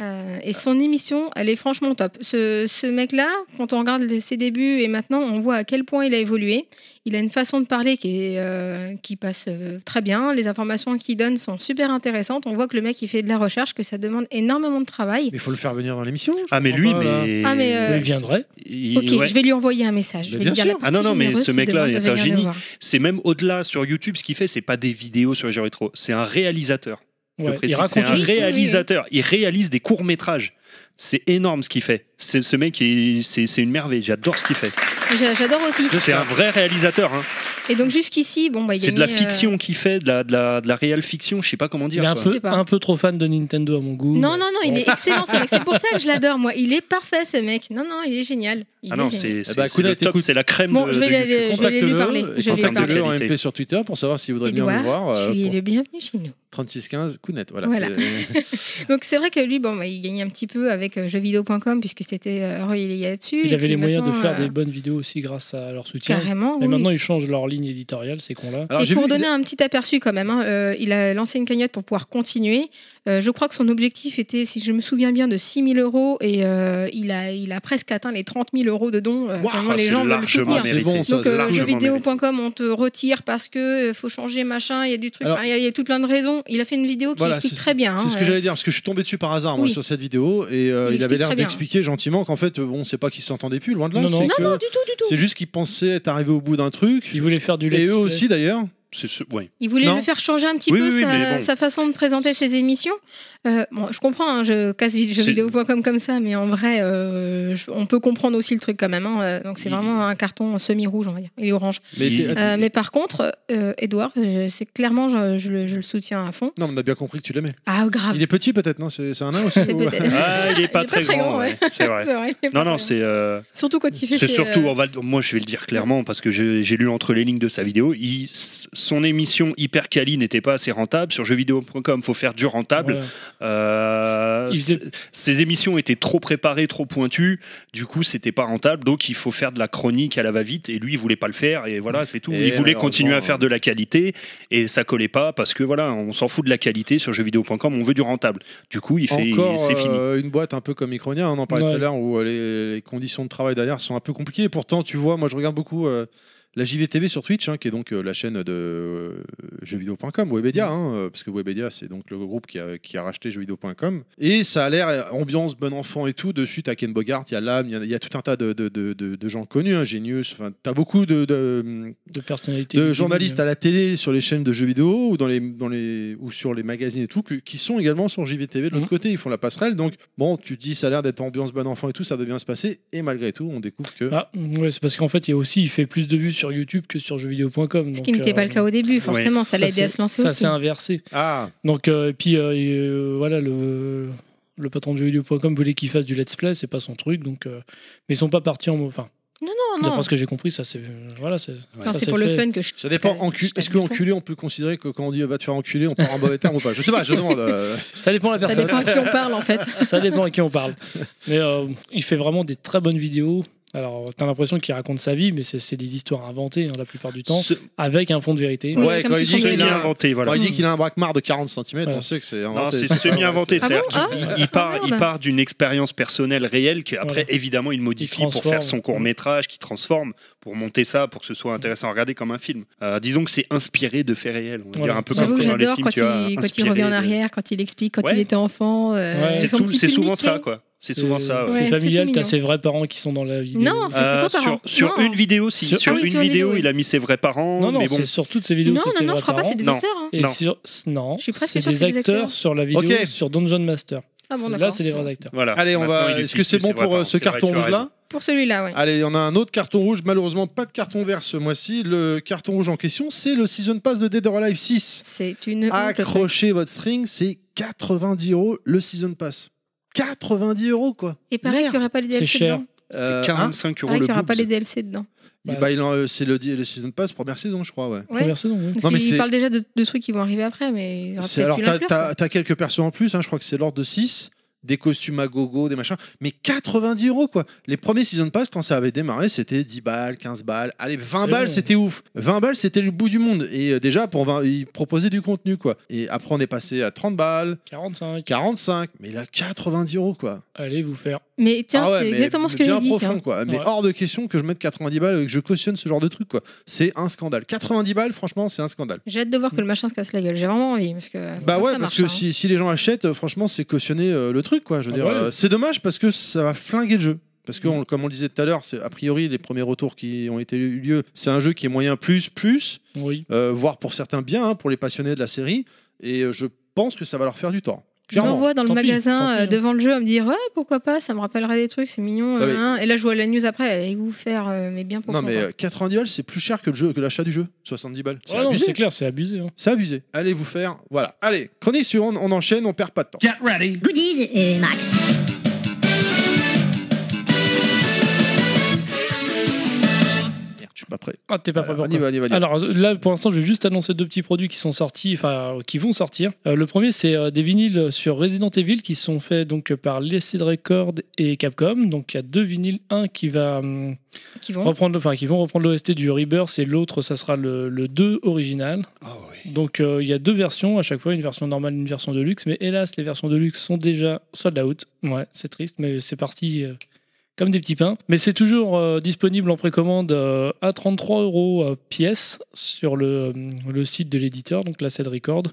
E: Euh, et son émission, elle est franchement top. Ce, ce mec-là, quand on regarde les- ses débuts et maintenant, on voit à quel point il a évolué. Il a une façon de parler qui, est, euh, qui passe euh, très bien. Les informations qu'il donne sont super intéressantes. On voit que le mec, il fait de la recherche, que ça demande énormément de travail.
B: Mais faut le faire venir dans l'émission. je
C: Ah mais
B: comprends
C: lui,
B: pas, là.
C: mais...
E: Ah, mais, euh,
D: Il viendrait.
C: Il-
E: Ok,
C: ouais.
E: je vais lui envoyer un message. Je
B: Mais
E: vais
B: bien
E: lui dire
B: sûr.
E: la
C: Ah non, non, mais
E: partie
C: ce
E: généreuse
C: mec-là
E: qui
C: est un
E: demande de venir
C: génie.
E: nous voir.
C: C'est même au-delà sur YouTube, ce qu'il fait, c'est pas des vidéos sur les jeux rétro, c'est un réalisateur. Je
D: Ouais,
C: précise,
D: Il raconte
C: c'est un
E: Oui, oui, oui.
C: réalisateur. Il réalise des courts métrages. C'est énorme ce qu'il fait. C'est ce mec, il- c'est c'est une merveille. J'adore ce qu'il fait.
E: J'a- J'adore aussi.
C: C'est un vrai réalisateur. hein.
E: Et donc, jusqu'ici, bon, bah, il a
C: C'est de la
E: mis, euh,
C: fiction qu'il fait, de la, de la, de la réelle fiction. Je sais pas comment dire.
D: Il est un
C: quoi.
E: Je sais
D: peu,
E: pas.
D: un peu trop fan de Nintendo à mon goût.
E: Non, non, non, il est excellent ce mec. C'est pour ça que je l'adore, moi. Il est parfait ce mec. Non, non, il est génial. Il
C: Ah
E: est
C: non,
E: génial.
C: c'est c'est-
B: bah,
C: c'est
B: Kuna,
C: le top,
B: t'écoutes.
C: c'est la crème.
E: Bon,
C: de-
E: je vais
C: de
E: la-
C: YouTube.
E: je vais aller lui parler,
B: Contacte-le
E: je vais
B: et
E: lui
B: contacte-le en
C: parler.
B: MP sur Twitter pour savoir s'il voudrait venir
E: Edouard,
B: nous voir. euh,
E: tu es
B: pour-
E: le bienvenu chez nous.
B: 3615 Kounet, voilà.
E: Voilà.
B: c'est- euh,
E: Donc c'est vrai que lui, bon, bah, il gagnait un petit peu avec euh, jeuxvideo.com puisque c'était euh, relayé là-dessus.
D: Il
E: Et
D: avait les
E: puis
D: moyens de
E: maintenant,
D: faire
E: euh,
D: des bonnes vidéos aussi grâce à leur soutien.
E: Carrément.
D: Mais
E: oui.
D: maintenant, ils changent leur ligne éditoriale, ces cons-là.
B: Alors,
E: et
B: j'ai
E: pour
B: vu-
E: donner un petit aperçu quand même, hein, euh, il a lancé une cagnotte pour pouvoir continuer. Euh, je crois que son objectif était, si je me souviens bien, de 6 000 euros et euh, il, a, il a presque atteint les 30 000 euros de dons. Euh,
C: Ouah,
E: vraiment,
C: Ah,
E: les
C: c'est
E: gens veulent le
C: largement
E: soutenir.
B: C'est
C: mérité.
B: bon, ça,
E: Donc
B: c'est
E: euh,
C: largement
E: jeuxvideo.com, on te retire parce que euh, faut changer machin, il y a du truc,
B: Alors-
E: enfin, il y, a- il y a tout plein de raisons. Il a fait une vidéo qui
B: Voilà,
E: explique
B: c'est-
E: très bien. hein,
B: C'est ce que
E: euh,
B: j'allais dire, parce que je suis tombé dessus par hasard moi,
E: Oui.
B: sur cette vidéo et euh,
E: Il
B: il,
E: explique
B: avait l'air
E: très bien.
B: d'expliquer gentiment qu'en fait, euh, bon, c'est pas qu'ils s'entendaient plus, loin de là.
D: Non, non.
B: c'est que
D: Non,
E: du tout, du tout.
B: C'est juste qu'ils pensaient être arrivés au bout d'un truc.
D: Ils voulaient faire du
B: Et
D: let's
B: eux
D: play.
B: aussi d'ailleurs.
C: C'est ce- ouais.
E: Il voulait
C: Non.
E: lui faire changer un petit
C: Oui,
E: peu
C: oui, oui,
E: sa,
C: mais bon.
E: sa façon de présenter ses émissions. Euh, bon, je comprends, hein, je casse vite
C: C'est-
E: jeuxvideo.com comme ça, mais en vrai, euh, je- on peut comprendre aussi le truc quand même. hein, euh, donc c'est
C: Il-
E: vraiment un carton semi-rouge, on va dire. Il est orange.
B: Mais
C: Il-
B: t'es-
E: Euh, mais par contre, euh, Edouard, je- c'est clairement, je, je le, je le soutiens à fond.
B: Non, mais on a bien compris que tu l'aimais.
E: Ah, grave.
B: Il est petit peut-être, non C'est c'est un nain aussi
E: C'est
B: ou-
E: peut-être-
C: Ah, il est pas, très, grand,
E: ouais.
C: ouais, c'est vrai.
E: C'est vrai, il est pas
C: Non, non,
E: très
C: c'est. euh,
E: grand. Surtout quand il fait
C: C'est
E: ses,
C: surtout,
E: euh,
C: on va, le- moi je vais le dire clairement parce que je- j'ai lu entre les lignes de sa vidéo, il- son émission hyper quali n'était pas assez rentable sur jeuxvideo.com, faut faire du rentable.
D: Voilà.
C: Euh,
D: Il faisait-
C: c- Ses émissions étaient trop préparées, trop pointues, du coup c'était pas rentable, donc il faut faire de la chronique à la va-vite et lui il voulait pas le faire et voilà c'est tout.
B: Et
C: il voulait
B: malheureusement,
C: continuer à
B: euh,
C: faire de la qualité et ça collait pas parce que voilà on s'en fout de la qualité sur jeuxvideo.com, on veut du rentable. Du coup il fait
B: Encore
C: c'est fini.
B: euh, une boîte un peu comme Micronia, hein, on en parlait
D: Ouais.
B: tout à l'heure, où euh, les, les conditions de travail derrière sont un peu compliquées. Et pourtant, tu vois, moi je regarde beaucoup euh, la JVTV sur Twitch, hein, qui est donc euh, la chaîne de euh, jeuxvideo.com, Webedia, hein, euh, parce que Webedia c'est donc le groupe qui a, qui a racheté jeuxvideo.com. Et ça a l'air euh, ambiance bon enfant et tout. De suite à Ken Bogart, il y a Lam, il y a- il y, a tout un tas de, de- de- de- de gens connus, hein, Genius, enfin, t'as beaucoup de- hum, de,
D: De personnalité.
B: de journalistes
D: euh.
B: à la télé sur les chaînes de jeux vidéo ou dans les dans les ou sur les magazines et tout que- qui sont également sur JVTV de l'autre
D: Mhm.
B: côté ils font la passerelle donc bon tu te dis ça a l'air d'être ambiance bon enfant et tout ça doit bien se passer et malgré tout on découvre que
D: Ah, ouais, c'est parce qu'en fait, il y a aussi, il fait plus de vues sur YouTube que sur jeuxvideo.com.
E: Ce
D: donc,
E: qui n'était pas
D: euh,
E: le cas au début, forcément, ça l'a
D: c'est-
E: aidé à se lancer
D: ça
E: aussi.
D: s'est inversé.
B: ah
D: Donc, euh, et puis, euh, et, euh, voilà, le, le patron de jeuxvideo.com voulait qu'il fasse du let's play, c'est pas son truc. Donc, euh, mais ils sont pas partis en. mo- Enfin,
E: Non, non,
D: d'après ce que j'ai compris, ça c'est. euh, Voilà, c'est.
E: non,
D: ça,
E: c'est
D: c'est
E: pour le
D: fait.
E: fun que je.
B: ça dépend
E: je
B: encu-
E: t'aime
B: est-ce que
E: beaucoup.
B: enculé on peut considérer que quand on dit euh, va te faire enculer on prend un mauvais terme ou pas je sais pas je demande euh,
D: Ça dépend de la
E: Ça
D: personne.
E: dépend à qui on parle en fait.
D: ça dépend à qui on parle. Mais euh, il fait vraiment des très bonnes vidéos. Alors, t'as l'impression qu'il raconte sa vie, mais c'est- c'est des histoires inventées hein, la plupart du temps,
C: Ce-
D: avec un fond de vérité.
E: Oui,
B: ouais
E: comme
B: quand
E: tu
B: il dit
E: disais.
B: qu'il a un-
C: Semi-inventé, voilà.
B: quand il dit qu'il a un braquemar de 40 cm
D: Hmm. Voilà.
B: on sait que c'est
C: Non,
B: inventé,
C: c'est
B: pas vrai,
C: semi-inventé.
E: Ah
C: c'est-à-dire
E: bon
C: qu'il-
E: Ah
C: il, part,
E: merde.
C: il part d'une expérience personnelle réelle qu'après,
D: Voilà.
C: évidemment, il modifie pour
D: transforme.
C: faire son court-métrage, qui transforme pour monter ça, pour que ce soit intéressant à regarder comme un film. Euh, disons que c'est inspiré de faits réels. On va
D: Voilà.
C: dire un peu comme
E: J'avoue que
C: dans les
E: j'adore
C: films,
E: quand,
C: tu vois,
E: il, quand il
C: inspiré
E: revient en
C: de-
E: arrière, quand il explique quand
C: Ouais.
E: il était enfant. euh,
D: Ouais.
C: C'est
E: son
C: tout-
E: petit
C: c'est
E: film
C: souvent
E: Mickey.
C: ça, quoi. C'est souvent ça. ouais.
E: Ouais,
D: C'est
E: c'est
D: familial,
E: tout
D: t'as
E: mignon.
D: ses vrais parents qui sont dans la vidéo.
E: Non, c'était
C: Euh,
E: pas parents.
C: sur, sur
E: Non.
C: une vidéo, si.
D: Sur-
C: Sur
E: Ah oui,
C: une
E: sur une
C: vidéo,
E: vidéo,
C: il a mis ses vrais parents,
D: Non, non,
C: mais bon.
D: c'est sur toutes ces vidéos.
E: Non,
D: c'est
E: non,
D: ses
E: non,
D: vrais
E: je crois pas,
D: parents.
E: c'est des
C: Non.
E: acteurs. hein.
D: Et
C: Non.
D: sur- s- non,
E: Je suis presque
D: c'est
E: sûre que
D: des
E: c'est des
D: acteurs
E: acteurs.
D: sur la vidéo
B: Ok.
D: sur Dungeon Master.
E: Ah bon,
D: Là,
E: d'accord.
D: c'est des vrais acteurs.
C: Voilà.
B: Ah. allez on
C: Maintenant,
B: va
C: il
B: est-ce
C: utilise
B: que c'est
C: plus
B: bon
C: ses vrais
B: pour euh,
C: parents,
B: ce
C: c'est vrai,
B: carton
C: tu as
B: rouge là
C: raison.
E: Pour celui-là, ouais.
B: Allez, on a un autre carton rouge. Malheureusement, pas de carton vert ce mois-ci. Le carton rouge en question, c'est le Season Pass de Dead or Alive 6.
E: C'est une. honte, le truc.
B: Accrochez votre string, c'est 90 euros le Season Pass. 90 euros quoi.
E: Et pareil qu'il n'y aura pas les
D: C'est
E: DLC
D: cher.
E: dedans.
B: Euh, hein
C: 45 euros
E: Pareil
C: le
E: qu'il n'y aura
C: book.
E: pas les DLC dedans.
B: Il- bah, il en- euh, c'est le, di- le Season Pass première saison, je crois. Ouais.
E: Ouais.
D: Première saison, oui.
E: Parce
B: Non, mais
E: qu'ils
B: c'est-
E: parlent déjà de, de trucs qui vont arriver après, mais ils auraient
B: C'est-
E: peut-être
B: alors,
E: pu
B: t'as
E: l'inclure,
B: t'as-
E: quoi.
B: t'as quelques persos en plus. hein, je crois que c'est l'ordre de 6. Des costumes à gogo, des machins. Mais 90 euros quoi. Les premiers Season Pass, quand ça avait démarré, c'était 10 balles, 15 balles. Allez, 20
D: C'est
B: balles,
D: bon.
B: c'était ouf. 20 balles, c'était le bout du monde. Et euh, déjà, pour 20, ils proposaient du contenu quoi. Et après, on est passé à 30 balles.
D: 45.
B: 45, mais là 90 euros quoi.
D: Allez vous faire.
E: Mais tiens,
B: Ah ouais,
E: c'est
B: mais
E: exactement ce que
B: bien
E: j'ai dit.
B: profond,
E: tiens.
B: quoi. Mais
D: Ouais.
B: hors de question que je mette 90 balles et que je cautionne ce genre de truc quoi. C'est un scandale. 90 balles, franchement, c'est un scandale.
E: J'ai hâte de voir que le machin se casse la gueule. J'ai vraiment envie. Parce que,
B: Bah
E: ça
B: ouais,
E: marche,
B: parce que
E: hein.
B: si, si les gens achètent, euh, franchement, c'est cautionner euh, le truc quoi. Je veux
D: Ah
B: dire,
D: ouais. Mm.
B: euh, c'est dommage parce que ça va flinguer le jeu. Parce que, on- comme on le disait tout à l'heure, c'est a priori les premiers retours qui ont été eu lieu, c'est un jeu qui est moyen plus plus,
D: Oui.
B: euh, voire pour certains bien, hein, pour les passionnés de la série. Et euh, je pense que ça va leur faire du tort.
E: Je
B: Clairement.
E: m'envoie dans le
D: Tant pis, tant
E: magasin
D: pis,
E: euh,
D: hein.
E: devant le jeu à me dire ouais, pourquoi pas, ça me rappellera des trucs, c'est mignon.
B: Ah
E: euh,
B: oui.
E: hein. Et là, je vois la news après, elle est où faire, euh, mais bien pour
B: Non mais euh, 90 balles, c'est plus cher que le jeu, que l'achat du jeu. 70 balles. C'est
D: Ah non, mais
B: abusé.
D: c'est clair, c'est abusé. hein.
B: C'est abusé. Allez vous faire. Voilà. Allez, chronique suivante, on enchaîne, on perd pas de temps.
A: Goodies
F: euh,
A: et Max.
B: Merde, je suis pas prêt. Euh,
D: Ah, t'es
C: Euh,
D: pas prêt pour
B: on y
D: quoi
B: va, on y va. on y va.
D: Alors là, pour l'instant, je vais juste annoncer deux petits produits qui sont sortis, enfin euh, qui vont sortir. Euh, le premier, c'est euh, des vinyles sur Resident Evil qui sont faits donc euh, par Lecid Records et Capcom. Donc il y a deux vinyles, un qui va hum,
B: euh,
E: Qui vont.
D: reprendre, enfin qui vont reprendre l'OST du Rebirth et l'autre, ça sera le, le 2 original.
G: Ah oui.
D: Donc euh, il y a deux versions à chaque fois, une version normale, une version de luxe. Mais hélas, les versions de luxe sont déjà sold out. Ouais, c'est triste, mais c'est parti euh, comme des petits pains. Mais c'est toujours euh, disponible en précommande euh, à 33 euros euh, pièce sur le, euh, le site de l'éditeur, donc la Ced Record.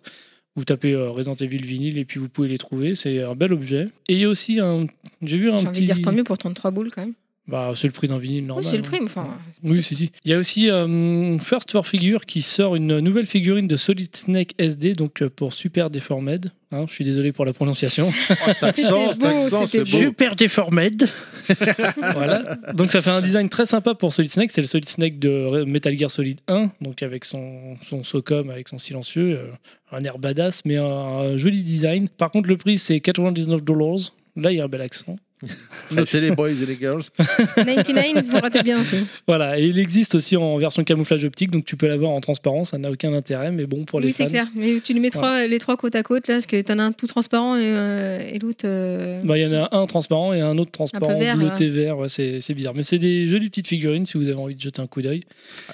D: Vous tapez euh, Resident Evil vinyle et puis vous pouvez les trouver. C'est un bel objet. Et il y a aussi un, j'ai vu un
E: J'ai envie
D: petit.
E: de dire tant mieux pour 33 boules quand même.
D: Bah, c'est le prix d'un vinyle normal.
E: Oui, c'est le
D: hein.
E: prix, mais enfin.
D: Oui, si, si. Il y a aussi euh, First for Figure qui sort une nouvelle figurine de Solid Snake SD, donc euh, pour Super Deformed. Hein, je suis désolé pour la prononciation.
B: Cet accent, cet
E: beau,
B: accent, c'est
E: c'était
B: beau.
D: Deformed Voilà. Donc ça fait un design très sympa pour Solid Snake. C'est le Solid Snake de Metal Gear Solid 1, donc avec son, son socom, avec son silencieux. euh, un air badass, mais un, un joli design. Par contre, le prix, c'est 99 dollars. Là, il y a un bel accent.
B: Notez les boys et les girls.
E: 99, ça aurait été bien aussi.
D: Voilà, et il existe aussi en version camouflage optique, donc tu peux l'avoir en transparence, ça n'a aucun intérêt, mais bon, pour les
E: oui,
D: fans.
E: c'est clair. Mais tu les mets trois, les trois côte à côte, là, parce que t'en as un tout transparent et, euh, et l'autre. euh,
D: Bah, il y en a un transparent et un autre transparent
E: vert, là.
D: bleuté vert, ouais, c'est c'est bizarre. Mais c'est des jolies petites figurines si vous avez envie de jeter un coup d'œil.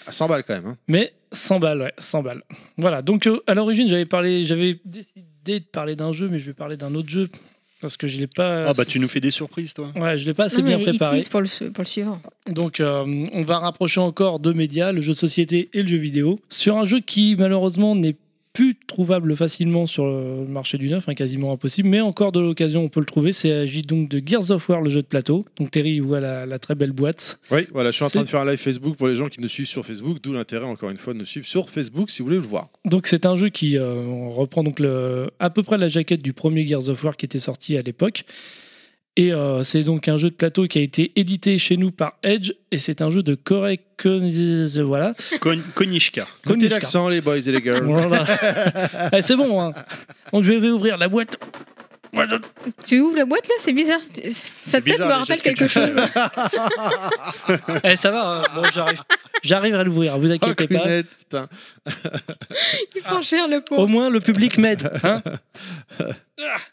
B: À 100 balles quand même. hein.
D: Mais 100 balles, ouais, 100 balles. Voilà, donc euh, à l'origine, j'avais parlé, j'avais décidé de parler d'un jeu, mais je vais parler d'un autre jeu parce que je l'ai pas.
C: Ah bah tu nous fais des surprises toi.
D: Ouais, je l'ai pas assez
E: non,
D: bien
E: mais
D: préparé.
E: ils teasent pour le, pour le suivant.
D: Donc euh, on va rapprocher encore deux médias, le jeu de société et le jeu vidéo, sur un jeu qui malheureusement n'est plus trouvable facilement sur le marché du neuf, hein, quasiment impossible, mais encore de l'occasion on peut le trouver, c'est agit donc de Gears of War, le jeu de plateau. Donc Terry il voit la, la très belle boîte.
B: Oui, voilà, je suis en train
D: C'est-
B: de faire un live Facebook pour les gens qui nous suivent sur Facebook, d'où l'intérêt encore une fois de nous suivre sur Facebook si vous voulez le voir.
D: Donc c'est un jeu qui euh, on reprend donc le, à peu près la jaquette du premier Gears of War qui était sorti à l'époque. Et euh, c'est donc un jeu de plateau qui a été édité chez nous par Edge, et c'est un jeu de Corey Kon- voilà.
C: Kon- Konishka.
B: Notez
D: Konishka.
B: l'accent les boys et les girls.
D: Voilà. Eh, c'est bon, hein. Donc je vais ouvrir la boîte. Voilà.
E: Tu ouvres la boîte là, c'est bizarre. C'est- Sa tête
C: bizarre,
E: me
C: les
E: rappelle
C: gestes que
E: quelque
C: tu fais.
E: chose.
D: Eh, ça va, hein. bon, j'arrive. J'arrive à l'ouvrir, vous
B: Oh,
D: inquiétez pas.
B: Clunet, putain.
E: Il prend cher le
D: Au
E: pauvre.
D: moins, le public m'aide. hein.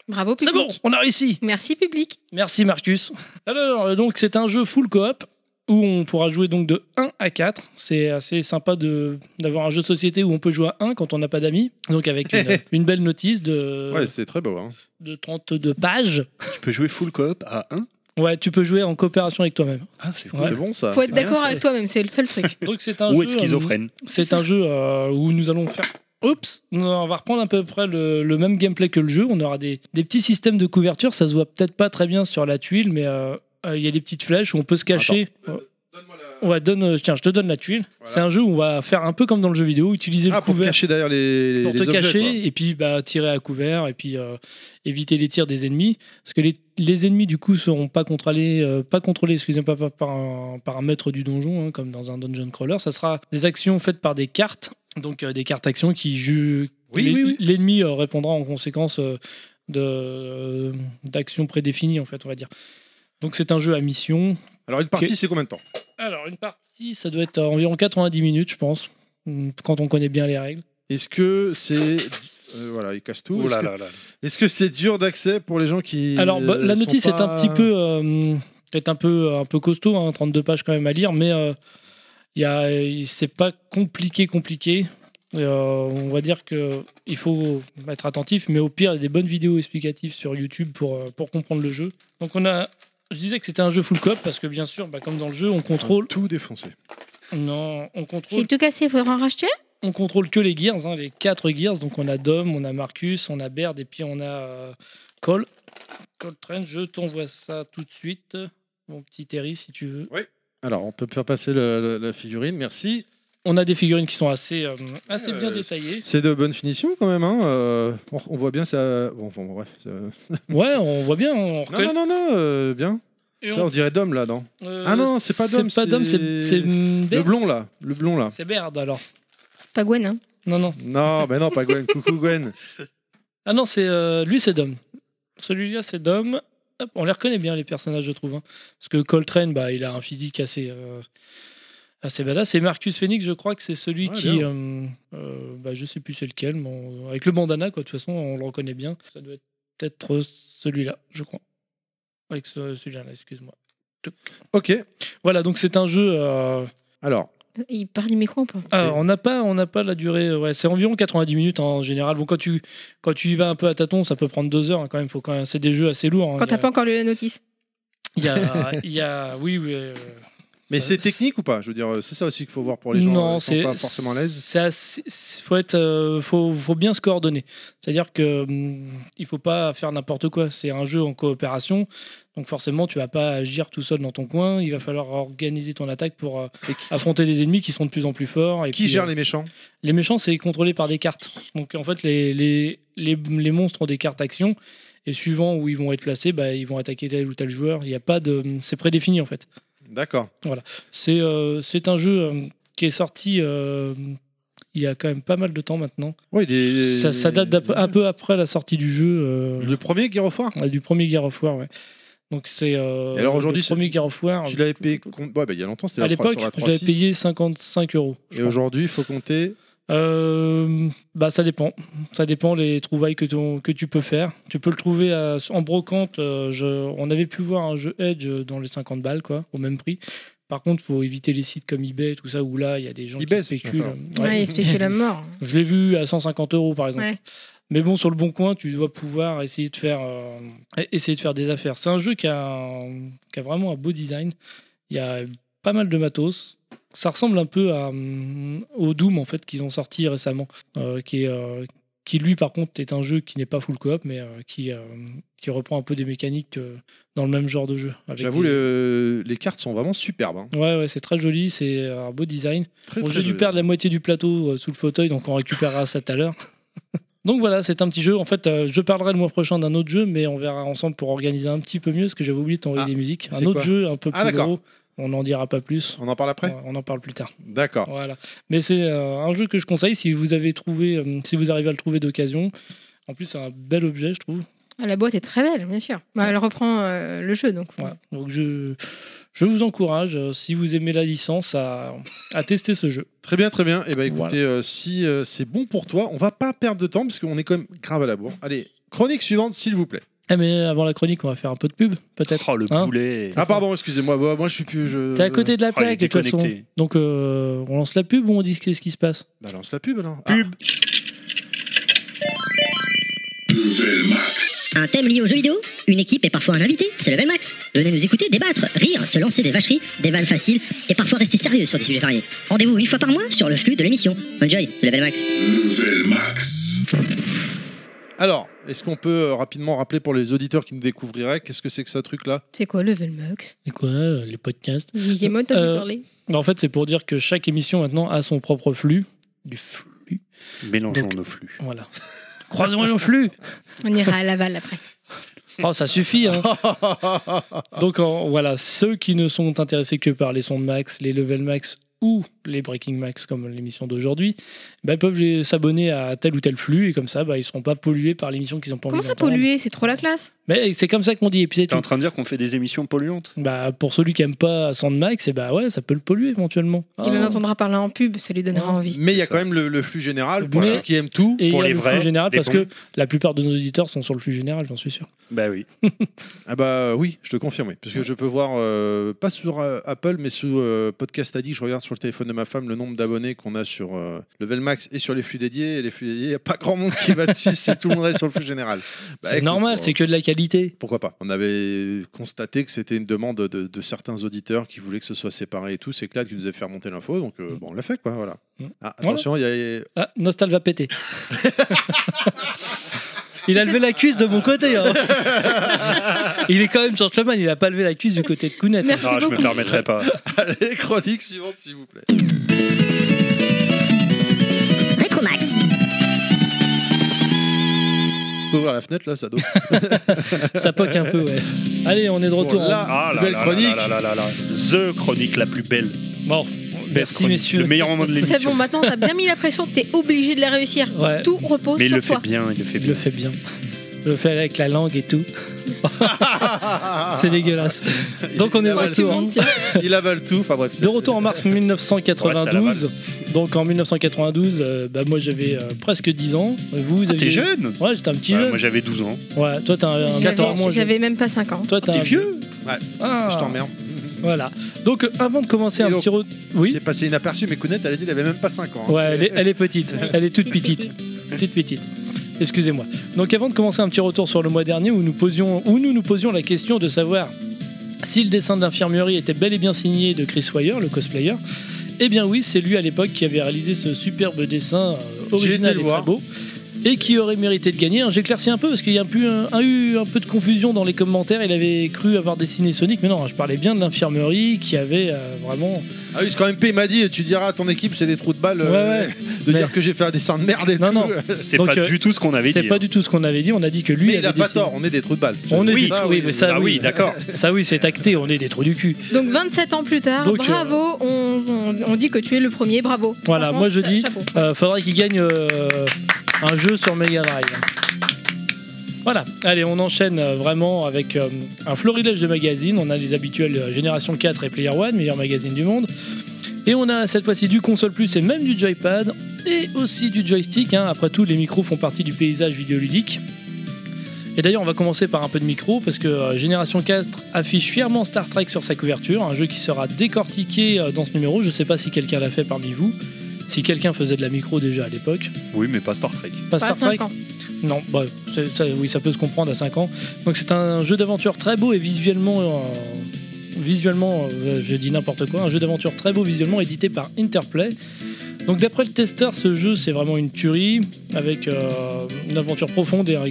E: Bravo,
D: c'est
E: public.
D: bon, on a réussi.
E: Merci, public.
D: Merci Marcus. Alors, euh, donc c'est un jeu full coop où on pourra jouer donc de 1 à 4. C'est assez sympa de d'avoir un jeu de société où on peut jouer à 1 quand on n'a pas d'amis. Donc avec une, une belle notice de,
B: Ouais, c'est très beau. hein.
D: de 32 pages.
C: Tu peux jouer full coop à 1
D: Ouais, tu peux jouer en coopération avec toi-même.
C: Ah c'est
D: Ouais.
B: C'est bon ça.
E: Faut être
D: bien,
E: d'accord
D: c'est-
E: avec toi-même, c'est le seul truc.
D: Donc c'est un
C: Ou
D: jeu
C: être
D: euh,
C: schizophrène.
D: C'est un jeu euh, où nous allons faire. Oups, nous, on va reprendre à peu près le, le même gameplay que le jeu. On aura des, des petits systèmes de couverture. Ça se voit peut-être pas très bien sur la tuile, mais euh, euh, il y a des petites flèches où on peut se cacher. Ouais, donne, euh, tiens, je te donne la tuile.
B: Voilà.
D: C'est un jeu où on va faire un peu comme dans le jeu vidéo, utiliser
B: Ah,
D: le
B: pour te
D: couvert
B: cacher derrière les,
D: pour
B: les
D: te
B: objets,
D: cacher
B: quoi.
D: et puis bah, tirer à couvert et puis euh, éviter les tirs des ennemis parce que les, les ennemis du coup seront pas contrôlés euh, pas contrôlés excusez-moi pas par un, par un maître du donjon hein, comme dans un dungeon crawler ça sera des actions faites par des cartes donc euh, des cartes actions qui ju-
B: Oui,
D: l'en-
B: oui, oui.
D: l'ennemi euh, répondra en conséquence euh, de euh, d'actions prédéfinies en fait on va dire donc c'est un jeu à mission
B: Alors une partie,
D: Ok.
B: c'est combien de temps
D: alors une partie ça doit être euh, environ 90 minutes je pense mm, quand on connaît bien les règles
B: Est-ce que c'est euh, voilà, il casse tout.
C: Oh
B: Est-ce
C: là
B: que-
C: là là.
B: Est-ce que c'est dur d'accès pour les gens qui
D: Alors, bah,
B: euh,
D: la
B: sont
D: notice est un
B: pas-
D: petit peu, euh, est un peu, un peu costaud, hein, 32 pages quand même à lire, mais euh, il y a- il- c'est pas compliqué, compliqué. Euh, on va dire que il faut être attentif, mais au pire, il y a des bonnes vidéos explicatives sur YouTube pour, euh, pour comprendre le jeu. Donc, on a. Je disais que c'était un jeu full coop parce que bien sûr, bah, comme dans le jeu, on contrôle.
B: tout défoncé.
D: Non, on contrôle
E: C'est tout cassé, faut en racheter
D: on contrôle que les Gears, hein, les quatre Gears. Donc on a Dom, on a Marcus, on a Baird et puis on a euh, Cole. Cole Train, je t'envoie ça tout de suite. Mon petit Terry, si tu veux.
B: Alors, on peut faire passer le- le- la figurine, merci.
D: On a des figurines qui sont assez, euh, assez
B: Ouais,
D: bien
B: euh,
D: détaillées.
B: C'est de bonne finition quand même. hein, euh, on, on voit bien ça. Bon, bon, bref. ça- Non,
D: Ouais, on voit bien. On reconnaît.
B: non, non, non, euh, bien.
D: Et
B: Ça,
D: on-
B: on dirait Dom là, non
D: euh,
B: Ah non, c'est pas Dom,
D: C'est pas Dom,
B: c'est-
D: c'est c'est
B: Le
D: Baird.
B: blond là, le blond là.
D: C'est Baird alors.
E: Pas Gwen, hein.
D: Non, non.
B: Non, mais non, pas Gwen. Coucou Gwen.
D: Ah non, c'est euh, lui, c'est Dom. Celui-là, c'est Dom. Hop, on les reconnaît bien, les personnages, je trouve. hein. Parce que Coltrane, bah, il a un physique assez, euh, assez badass. Et Marcus Phoenix, je crois que c'est celui
B: Ouais,
D: qui.
B: bien.
D: euh, euh, bah, je sais plus c'est lequel, mais on- avec le bandana, quoi, de toute façon, on le reconnaît bien. Ça doit être celui-là, je crois. Avec ce- celui-là, là, excuse-moi.
B: Ok.
D: Voilà, donc c'est un jeu. euh,
B: Alors,
E: Il part du micro un peu.
D: ah, on n'a pas, on n'a pas la durée. euh, Ouais, c'est environ 90 minutes hein, en général. Bon, quand tu, quand tu y vas un peu à tâtons, ça peut prendre deux heures hein, quand même. Faut quand même. C'est des jeux assez lourds. hein.
E: Quand
D: Il y a-
E: t'as pas encore lu la notice.
D: il y a, il y a- oui, oui, euh,
B: Mais
D: Ça-
B: c'est technique ou pas Je veux dire, euh, c'est ça aussi qu'il faut voir pour les gens euh,
D: non,
B: qui sont
D: c'est-
B: pas forcément à l'aise.
D: c'est assez- c'est- faut être, euh, faut, faut bien se coordonner. C'est-à-dire que hum, il faut pas faire n'importe quoi. C'est un jeu en coopération, donc forcément tu vas pas agir tout seul dans ton coin. Il va falloir organiser ton attaque pour euh,
B: Et qui,
D: affronter des ennemis qui sont de plus en plus forts. Et
B: qui
D: puis,
B: gère
D: euh,
B: les méchants
D: les méchants, c'est contrôlé par des cartes. Donc en fait, les, les, les, les monstres ont des cartes actions. Et suivant où ils vont être placés, bah, ils vont attaquer tel ou tel joueur. Il y a pas de, c'est prédéfini en fait.
B: D'accord.
D: C'est euh, c'est un jeu euh, qui est sorti euh, il y a quand même pas mal de temps maintenant.
B: Ouais, il est-
D: Ça, ça date d'ap- un peu après la sortie du jeu euh,
B: Le premier Gear of War
D: du premier Gear of War. ouais. Donc c'est euh,
B: Et alors aujourd'hui,
D: le premier Gear of War.
B: Tu l'avais payé. com- Ouais, bah, il y a longtemps, c'était
D: à
B: la 3
D: l'époque,
B: sur la
D: je l'avais
B: 3.6.
D: payé 55 euros. je
B: Et
D: crois.
B: aujourd'hui, il faut compter.
D: Euh, bah ça dépend, ça dépend les trouvailles que, ton- que tu peux faire. Tu peux le trouver à- en brocante. euh, je- on avait pu voir un jeu Edge dans les 50 balles quoi, au même prix. Par contre, faut éviter les sites comme eBay, tout ça où là il y a des gens
B: eBay,
D: qui
B: c'est-
D: spéculent.
B: enfin,
E: Ouais, il spécule à mort.
D: Je l'ai vu à 150 euros par exemple.
E: Ouais.
D: Mais bon, sur le bon coin, tu dois pouvoir essayer de faire, euh, essayer de faire des affaires. C'est un jeu qui a, un- qui a vraiment un beau design. Il y a pas mal de matos. Ça ressemble un peu à, hum, au Doom en fait qu'ils ont sorti récemment, euh, qui est, euh, qui lui par contre est un jeu qui n'est pas full coop, mais euh, qui, euh, qui reprend un peu des mécaniques euh, dans le même genre de jeu. avec
B: J'avoue,
D: des-
B: le- les cartes sont vraiment superbes. hein.
D: Ouais, ouais, c'est très joli, c'est euh, un beau design.
B: Très,
D: Bon,
B: très
D: j'ai dû
B: jolies.
D: perdre la moitié du plateau euh, sous le fauteuil, donc on récupérera ça tout à l'heure. Donc voilà, c'est un petit jeu. En fait, euh, je parlerai le mois prochain d'un autre jeu, mais on verra ensemble pour organiser un petit peu mieux, parce que j'avais oublié de t'envoyer
B: Ah,
D: des musiques. Un
B: c'est
D: autre
B: quoi
D: jeu un peu plus
B: Ah, d'accord.
D: gros, on n'en dira pas plus. Euh,
B: On en parle après
D: On on en parle plus tard.
B: D'accord.
D: Voilà. Mais c'est euh, un jeu que je conseille si vous avez trouvé, euh, si vous arrivez à le trouver d'occasion. En plus, c'est un bel objet, je trouve.
E: Ah, La boîte est très belle, bien sûr. Bah, elle reprend euh, le jeu, donc.
D: Voilà. Donc je, je vous encourage, euh, si vous aimez la licence, à, à tester ce jeu.
B: Très bien, très bien. Et bah écoutez,
I: Voilà.
B: euh, si euh, c'est bon pour toi, on va pas perdre de temps parce qu'on est quand même grave à la bourre. Allez, chronique suivante, s'il vous plaît.
D: Ah, mais avant la chronique, on va faire un peu de pub, peut-être.
C: Oh, le
D: Hein
C: poulet.
B: Ah pardon, excusez-moi. Bah, moi, je suis plus. Je...
D: T'es à côté de la
C: Oh, il est
D: plaque, de toute façon.
C: déconnecté.
D: Donc, euh, on lance la pub ou on dit qu'est-ce qui se passe
B: Bah, lance la pub alors.
C: Pub.
F: Un thème lié aux jeux vidéo, une équipe et parfois un invité, c'est Level Max. Venez nous écouter, débattre, rire, se lancer des vacheries, des vannes faciles et parfois rester sérieux sur des sujets variés. Rendez-vous une fois par mois sur le flux de l'émission. Enjoy, c'est Level Max.
B: Ah, alors, est-ce qu'on peut euh, rapidement rappeler pour les auditeurs qui nous découvriraient qu'est-ce que c'est que ça truc là
E: C'est quoi Level Max
D: C'est quoi euh, les podcasts
E: Guillemot, t'as
D: Euh,
E: dû parler.
D: Mais En fait, c'est pour dire que chaque émission maintenant a son propre flux. Du flux.
C: Mélangeons
D: Donc-
C: euh, nos flux.
D: Voilà. Croisons le flux
E: On ira à Laval après.
D: Oh, ça suffit, hein Donc en- voilà, ceux qui ne sont intéressés que par les sons de max, les level max ou les breaking max comme l'émission d'aujourd'hui, bah, peuvent les- s'abonner à tel ou tel flux et comme ça, bah, ils seront pas pollués par l'émission qu'ils ont pas envie
E: Comment ça
D: d'entendre.
E: polluer C'est trop la classe.
D: Mais c'est comme ça qu'on dit épisode
C: T'es en train de dire qu'on fait des émissions polluantes
D: Bah, pour celui qui aime pas Sandmax, et bah ouais, ça peut le polluer éventuellement.
E: Il en
D: Ah. Oh,
E: entendra parler en pub, ça lui donnera
D: Ouais.
E: envie.
B: Mais il y a quand même le, le flux général pour
D: Mais-
B: ceux qui aiment tout.
D: Et
C: pour
D: il y a
C: les
D: le flux
C: vrais,
D: général
C: les
D: parce
C: bons.
D: que la plupart de nos auditeurs sont sur le flux général, j'en suis sûr.
C: Bah oui.
B: Ah bah oui, je te confirme, oui. parce que je peux voir, euh, pas sur euh, Apple, mais sous euh, Podcast Addict, je regarde sur le téléphone de ma femme le nombre d'abonnés qu'on a sur euh, Level Max et sur les flux dédiés. Et les flux dédiés, il n'y a pas grand monde qui va dessus, c'est tout le monde est sur le flux général. Bah,
D: c'est
B: écoute,
D: normal,
B: euh,
D: c'est que de la qualité.
B: Pourquoi pas On avait constaté que c'était une demande de, de certains auditeurs qui voulaient que ce soit séparé et tout. C'est Clad qui nous a fait remonter l'info, donc euh, bon, on l'a fait, quoi, voilà.
D: Mm.
B: Ah, attention, il y a...
D: Ah, Nostal va péter. il a levé la cuisse de mon côté. hein. il est quand même gentleman, il a pas levé la cuisse du côté de Kounet.
E: Merci
C: Non, Ah, je me
E: beaucoup.
C: permettrai pas.
B: Allez, chronique suivante, s'il vous plaît.
A: Rétromax.
B: Tu peux ouvrir la fenêtre, là, ça doit...
D: Ça poque un peu, ouais. Allez, on est de retour.
B: Là,
C: Ah là
B: belle
C: là
B: chronique
C: là là là là là. The chronique la plus belle.
D: hein. Bon, merci
C: chronique.
D: messieurs.
C: Le meilleur moment de l'émission.
E: C'est bon, maintenant t'as bien mis la pression, t'es obligé de la réussir.
D: Ouais.
E: Tout repose
C: Mais il
E: sur
C: le fait
E: toi.
C: bien, il le fait
D: Il le
C: bien.
D: fait bien. Il le fait avec la langue et tout. c'est
C: Ah.
D: dégueulasse. Donc on est de
B: Ouais,
E: Tout le
D: retour. hein.
E: monde, tiens.
B: Il avale tout, enfin bref.
D: De retour en mars
C: On reste à Laval.
D: 1992. Donc en 1992, euh, bah, moi j'avais euh, presque 10 ans. Vous
C: Ah,
D: aviez-
C: T'es jeune
D: Ouais, j'étais un petit
C: Ouais,
D: jeune.
C: Moi j'avais 12 ans.
D: Ouais, toi t'as un, un
E: J'avais-
D: mentor moins jeune.
E: J'avais même pas 5 ans.
D: Toi t'as
C: T'es
D: un-
C: vieux
D: Ah,
B: Je t'emmerde.
D: Voilà. Donc euh, avant de commencer
B: Et
D: un
B: donc-
D: petit re- Oui.
B: C'est passé inaperçu, mais Kounet, elle a dit qu'elle avait même pas 5 ans. hein.
D: Ouais, elle est, elle est petite. Elle est toute petite. Toute petite. Excusez-moi. Donc avant de commencer un petit retour sur le mois dernier où nous posions, où nous, nous posions la question de savoir Si le dessin de l'infirmerie était bel et bien signé de Chris Wyer, le cosplayer, eh bien oui, c'est lui à l'époque qui avait réalisé ce superbe dessin euh,
B: été
D: original
B: le
D: et
B: voir.
D: très beau. Et qui aurait mérité de gagner. Alors, J'éclaircis un peu parce qu'il y a un peu- un- un- eu un peu de confusion dans les commentaires. Il avait cru avoir dessiné Sonic, mais non, je parlais bien de l'infirmerie qui avait euh, vraiment.
B: Ah oui, parce qu'en MP, il m'a dit tu diras à ton équipe, c'est des trous de balle euh,
D: Ouais, ouais.
B: de
D: Mais-
B: dire que j'ai fait un dessin de merde et
D: Non,
B: tout.
D: non.
C: C'est
D: Donc,
C: pas
D: euh,
C: du tout ce qu'on avait
D: C'est
C: dit. hein.
D: pas du tout ce qu'on avait dit. On a dit que lui.
B: hein. Mais il
D: avait
B: a pas
D: dessiné.
B: tort, on est des trous de balle.
D: On est
C: Oui,
D: des
B: ça,
D: trous,
B: oui,
D: oui, mais
B: oui.
D: ça,
C: Ah oui,
D: oui.
C: d'accord.
D: Ça oui, c'est tacté, on est des trous du cul.
E: Donc 27 ans plus tard,
D: Donc, euh,
E: bravo, on, on- on dit que tu es le premier, bravo.
D: Voilà,
E: Franchement,
D: moi je
E: cha-
D: dis,
E: chapeau.
D: euh, faudrait qu'il gagne euh, un jeu sur Mega Drive. Voilà, allez, on enchaîne euh, vraiment avec euh, un florilège de magazines. On a les habituels euh, Génération 4 et Player One, meilleur magazine du monde. Et on a cette fois-ci du console plus et même du joypad et aussi du joystick. hein. Après tout, les micros font partie du paysage vidéoludique. Et d'ailleurs, on va commencer par un peu de micro parce que euh, Génération 4 affiche fièrement Star Trek sur sa couverture, un jeu qui sera décortiqué euh, dans ce numéro. Je ne sais pas si quelqu'un l'a fait parmi vous, si quelqu'un faisait de la micro déjà à l'époque.
C: Oui, mais pas Star Trek.
D: Pas
E: Pas
D: Star Trek
E: 5 ans.
D: Non, bah, c'est- ça, oui, ça peut se comprendre à 5 ans. Donc c'est un jeu d'aventure très beau et visuellement. euh, visuellement, euh, je dis n'importe quoi, un jeu d'aventure très beau visuellement édité par Interplay. Donc d'après le testeur, ce jeu c'est vraiment une tuerie avec euh, une aventure profonde et un,